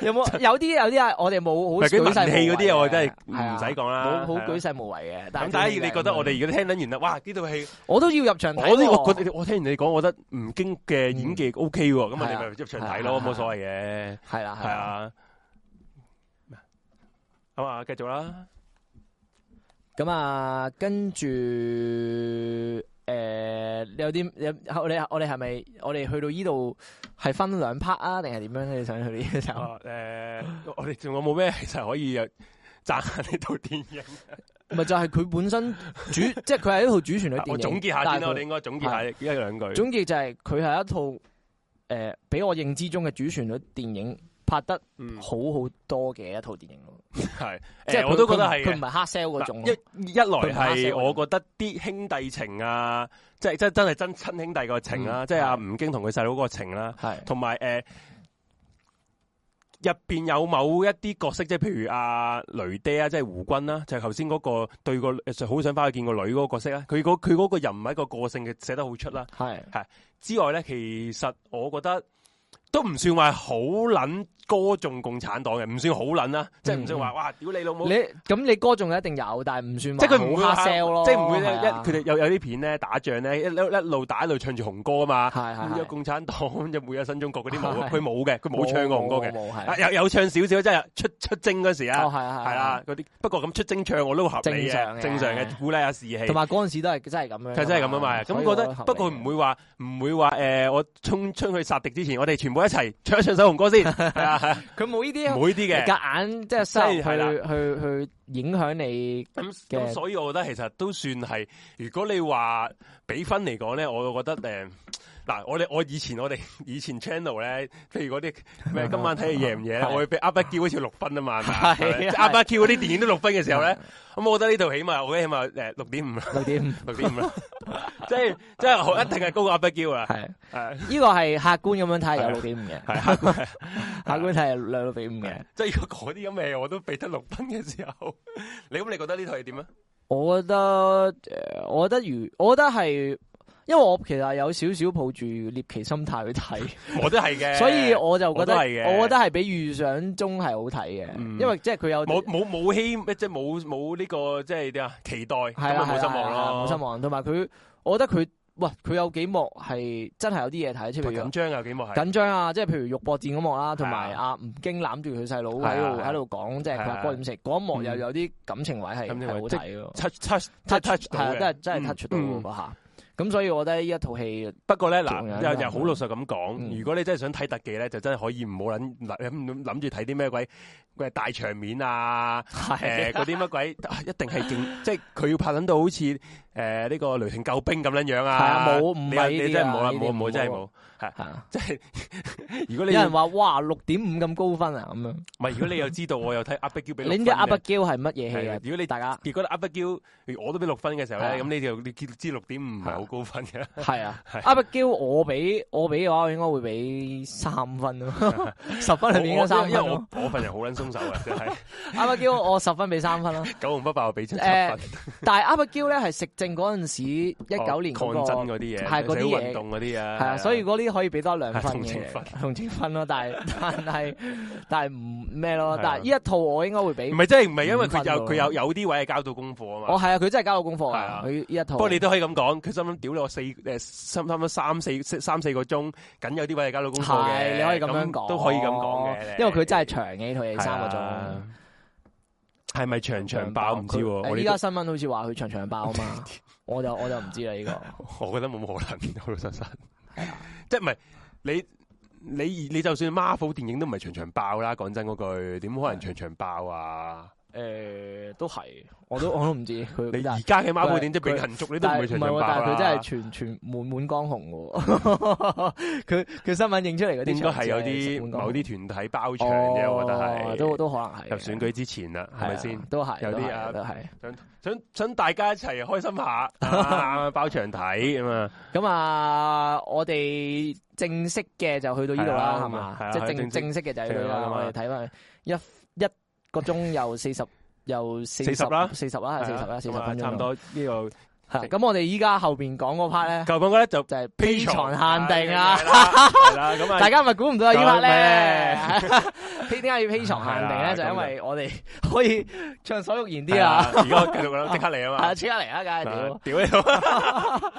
S1: 有冇有啲有啲係我哋冇
S2: 唔
S1: 好
S2: 係嗰啲
S1: 舉世
S2: 文戲
S1: 無
S2: 嗰啲啊
S1: 為
S2: 我真係
S1: 嘅係啊
S2: 唔使講啦
S1: 冇好
S2: 係啊
S1: 舉世無為嘅。但
S2: 咁
S1: 係
S2: 大家
S1: 就係
S2: 你覺得我哋而家聽緊完啦，哇呢套戲，
S1: 我都要入場睇
S2: 我
S1: 喎，
S2: 呢我覺得我聽完你講，我覺得吳京嘅演技 O K 喎，咁
S1: 係
S2: 啊
S1: 啊
S2: 你咪入場睇咯，
S1: 係啊
S2: 冇所謂嘅，
S1: 係啦
S2: 係
S1: 係啦。
S2: 啊，咁啊繼續啦，
S1: 咁啊，跟住诶有啲有我哋我哋係咪我哋去到呢度係分兩 part 啊，定係點樣咧？你想去呢度？
S2: (laughs) 啊誒我 (laughs) 哋仲有冇咩其實可以？赞下呢套電影，
S1: 咪就係佢本身主，
S2: (laughs)
S1: 即係佢係一套主旋律電影。
S2: 我總結下先啦，我哋
S1: 哋
S2: 應該總結下一兩句。
S1: 總結就係佢係一套诶，俾、我認知中嘅主旋律電影拍得
S2: 嗯，
S1: 好好多嘅一套電影咯。
S2: 係，
S1: 即係
S2: 誒我都
S1: 佢
S2: 覺得
S1: 佢唔
S2: 係
S1: 佢唔
S2: 嘅。
S1: 係黑 sell 嗰種
S2: 嗱
S1: 咯。
S2: 一一來
S1: 佢
S2: 係
S1: 唔黑色
S2: 我覺得啲兄弟情啊，即係真真係真親兄弟個情啦，
S1: 嗯
S2: 即係阿吳京同佢細佬個情啦，
S1: 係
S2: 同埋誒入邊有某一啲角色，即係譬如阿雷爹啊，即係胡軍啦，就係頭先嗰個對個誒好想翻去見個女嗰個角色啦，佢嗰佢嗰個人物個個性嘅寫得好出啦。
S1: 係
S2: 之外咧，其實我覺得都唔算話好撚歌頌共產黨嘅，唔算好撚啦，即係唔算話哇屌你老母，
S1: 嗯你咁你歌仲一定有，但係唔算
S2: 即係佢唔會
S1: 黑
S2: 話
S1: sell 咯，
S2: 即係唔會咧
S1: 係
S2: 一
S1: 啊
S2: 佢哋有有啲片咧打仗咧，一一一路打一路唱住紅歌啊嘛，
S1: 係係
S2: 有
S1: 係
S2: 共產黨就每有新中國嗰啲冇
S1: 係
S2: 啊，佢冇嘅，佢冇唱過紅歌嘅，
S1: 冇冇
S2: 啊
S1: 係
S2: 有有唱少少，即係出出征嗰時
S1: 哦
S2: 啊，
S1: 係啊
S2: 係啦，嗰啲，不過咁出征唱我都合理
S1: 正常嘅
S2: 嘅，正常嘅鼓勵下士氣
S1: 同。埋嗰陣時都係真係咁樣，
S2: 就真係咁啊嘛，
S1: 所
S2: 咁
S1: 以
S2: 覺
S1: 我
S2: 得
S1: 合理
S2: 不
S1: (laughs)
S2: 過唔會話唔會話誒、呃我衝出去殺敵之前，我哋全部一齊唱一唱首紅歌先，係啊，
S1: 佢冇呢啲
S2: 唔會呢啲嘅。
S1: 夾硬即係收
S2: 即係係啦
S1: 去去去影響你
S2: 咁
S1: 嘅
S2: 咁，所以我覺得其實都算係，如果你話比分嚟講咧，我覺得誒，嗱、我哋我以前我哋 (laughs) 以前 channel 咧，譬如嗰啲
S1: (laughs)
S2: 咩今晚睇你夜唔夜咧，
S1: 係
S2: 我會俾阿北叫好似六分
S1: (laughs)
S2: 啊嘛，
S1: 係
S2: 係咪即係
S1: 係
S2: 阿北叫嗰啲電影都六分嘅時候咧，咁我覺得呢度起碼我覺得起碼誒六點五啦，
S1: (laughs) 六
S2: (laughs)
S1: 點五
S2: 六點
S1: (laughs)
S2: 五啦，即係即係我一定係高過阿北叫啊，
S1: 係
S2: 係
S1: 呢個係客觀咁樣睇
S2: 係
S1: 有
S2: 啊
S1: 六點五嘅，
S2: 係客觀
S1: (laughs) 客觀睇係兩六點五嘅。
S2: 即係如果嗰啲咁嘅嘢我都俾得六分嘅時候， (laughs) 你咁你覺得呢套係點啊？
S1: 我覺得誒，我覺得如我覺得係。因為我其實有少少抱住獵奇心態去睇，
S2: 我都係嘅，
S1: 所以我就覺得，
S2: 我都係嘅
S1: 我覺得係比預想中係好睇嘅，
S2: 嗯
S1: 因為即係佢有
S2: 冇冇冇希，即系冇冇呢個即係點啊？期待咁
S1: 係啦，
S2: 咪冇
S1: 係
S2: 失
S1: 啊
S2: 望
S1: 啦係啦
S2: 咯，
S1: 冇失望。同埋佢，我覺得佢，喂，佢有幾幕係真係有啲嘢睇，即係譬
S2: 緊
S1: 如
S2: 張啊，幾幕係
S1: 緊張啊，即係譬如肉搏戰嗰幕啦，同埋
S2: 係啊
S1: 阿吳京攬住佢細佬
S2: 係
S1: 喺
S2: 啊係
S1: 度
S2: 啊
S1: 喺度講，即係佢
S2: 係
S1: 阿
S2: 啊
S1: 哥點食嗰一幕，
S2: 嗯
S1: 又有啲感情位係
S2: 感情
S1: 係
S2: 位
S1: 好
S2: 即
S1: 睇咯
S2: touch touch 即係
S1: touch
S2: touch
S1: 係啊
S2: 到
S1: 真係真係
S2: 嗯
S1: touch 到
S2: 嗯
S1: 嗰下。咁所以我覺得呢一套
S2: (laughs)
S1: 戲
S2: 不過咧嗱
S1: 仲有，
S2: 又
S1: 一個
S2: 又好老實咁
S1: 嗯
S2: 講，如果你真係想睇特技咧，就真係可以唔好諗諗諗住睇啲咩鬼鬼大場面啊，
S1: 係
S2: 誒嗰啲乜鬼，啊一定係勁，即係佢要拍撚到好似誒呢個雷霆救兵咁樣樣
S1: (laughs) 係啊
S2: 啊，
S1: 冇唔係
S2: 你
S1: 呢啲啊
S2: 你真係冇啦，
S1: 呢啲
S2: 冇
S1: 唔好
S2: 冇真係冇。
S1: 嚇
S2: 即係如
S1: 有
S2: 果你
S1: 人話哇六點五咁高分啊咁樣，
S2: 唔係，如果你又知道我又睇阿碧 (laughs) 嬌俾
S1: 你知
S2: 六
S1: 唔
S2: 分
S1: 知阿
S2: 嘅
S1: 伯嬌係乜嘢戲
S2: 係
S1: 啊
S2: 啊？如果你
S1: 大家
S2: 如果阿不嬌，我都俾六分嘅時候
S1: 係啊
S2: 咧，咁你就你知六點五唔係好高
S1: (laughs)
S2: 分嘅，
S1: 係啊
S2: 係，
S1: 阿伯嬌我俾我俾嘅話，我應該會俾三分咯，
S2: (laughs)
S1: 十分裏面應該
S2: 我
S1: 三
S2: 我
S1: 分
S2: 因為
S1: 咯。
S2: 我我份人好撚鬆手
S1: (laughs)
S2: 嘅，真係
S1: 阿伯嬌我十分俾三
S2: (laughs)
S1: 分啦，
S2: 九龍不敗我俾七七
S1: 誒
S2: 分。
S1: 但係阿伯嬌咧係食正嗰陣時一九年
S2: 哦抗
S1: 嗰
S2: 爭
S1: 個
S2: 嗰啲嘢，
S1: 係嗰啲嘢
S2: 社會運動嗰啲啊，
S1: 係啊，所以嗰啲可以俾多兩分
S2: (laughs) 同情分
S1: 嘅同情分咯，但
S2: (laughs)
S1: 係但係但係唔咩咯
S2: 係，啊
S1: 但係呢一套我應該會俾
S2: 唔，係真係唔係因為佢
S1: 五
S2: 有佢
S1: 分喎
S2: 有有啲位係交到功課啊
S1: 我
S2: 嘛。
S1: 係啊，佢真係交到功課
S2: 係
S1: 啊
S2: 啊，
S1: 佢呢一套。
S2: 不過你都可以咁講，佢心諗屌你我四誒心心諗三四四三四個鐘，緊有啲位係交到功課
S1: 係
S2: 嘅，
S1: 你可以咁樣講，
S2: 都可以咁講嘅，
S1: 因為佢真係長嘅呢套嘢三個
S2: 係
S1: 鐘
S2: 啊。。係咪長長爆唔知喎？
S1: 佢
S2: 我
S1: 誒
S2: 呢
S1: 依
S2: 度
S1: 家新聞好似話佢長長爆啊
S2: (laughs)
S1: 嘛，我就我就唔知啦呢個。
S2: 我覺得冇乜可能，老老實實，
S1: 啊
S2: 即係唔係你你你就算 Marvel 電影都唔係場場爆啦，講真嗰句，點可能場場爆啊？
S1: 诶、都係，我
S2: (laughs)
S1: 都我都唔知佢。
S2: 你
S1: 但
S2: 而家嘅 Marvel 電影即係
S1: 佢
S2: 永恆族，你都唔
S1: 但係
S2: 會
S1: 唔係
S2: 場場爆
S1: 喎
S2: 啊
S1: 但係
S2: 啦。
S1: 佢真係全全滿滿江紅喎。 (laughs) 佢佢新聞影出嚟嗰啲
S2: 應該係有
S1: 場
S2: 啲
S1: 次係滿江紅
S2: 某啲團體包場啫，我覺得
S1: 哦
S2: 係。
S1: 都都可能係嘅
S2: 入選舉之前啦，係咪
S1: 係啊
S2: 先？
S1: 都係
S2: 有啲
S1: 都係
S2: 啊
S1: 都係。
S2: 想想想大家一齊開心下，啊包場睇咁啊！
S1: 咁啊，我哋正式嘅就去到呢度
S2: 係
S1: 啦，
S2: 啊
S1: 係
S2: 係
S1: 嘛？
S2: 啊
S1: 即係
S2: 係
S1: 正
S2: 啊正式
S1: 正式嘅就係呢度啦。
S2: 正式
S1: 我
S2: 啦啊
S1: 哋睇翻一一個鐘又四十又四
S2: 40啦
S1: 四十啦，係四十啦，四十
S2: 咁啊
S1: 分鐘
S2: 差唔
S1: 啦。
S2: 多呢個
S1: 係咁我哋依家後邊講嗰 part 咧，
S2: 舊版咧就
S1: 就係 P 床
S2: Patreon
S1: 限定啦。
S2: 係啦，係啦咁啊
S1: 大。家係咪估唔到有呢 part
S2: 講
S1: 咧？ (laughs) 呢點解要 P 床限定咧？
S2: 係啦啊
S1: 就
S2: 咁
S1: 因
S2: 就
S1: 為我哋可以暢所欲言啲
S2: 係
S1: 啊！ (laughs)
S2: 啊！而家繼續啦，即刻嚟啊
S1: 係啊，(laughs)
S2: 嘛！
S1: 即刻嚟啊，梗係
S2: 啊
S1: 屌！
S2: 屌你老！啊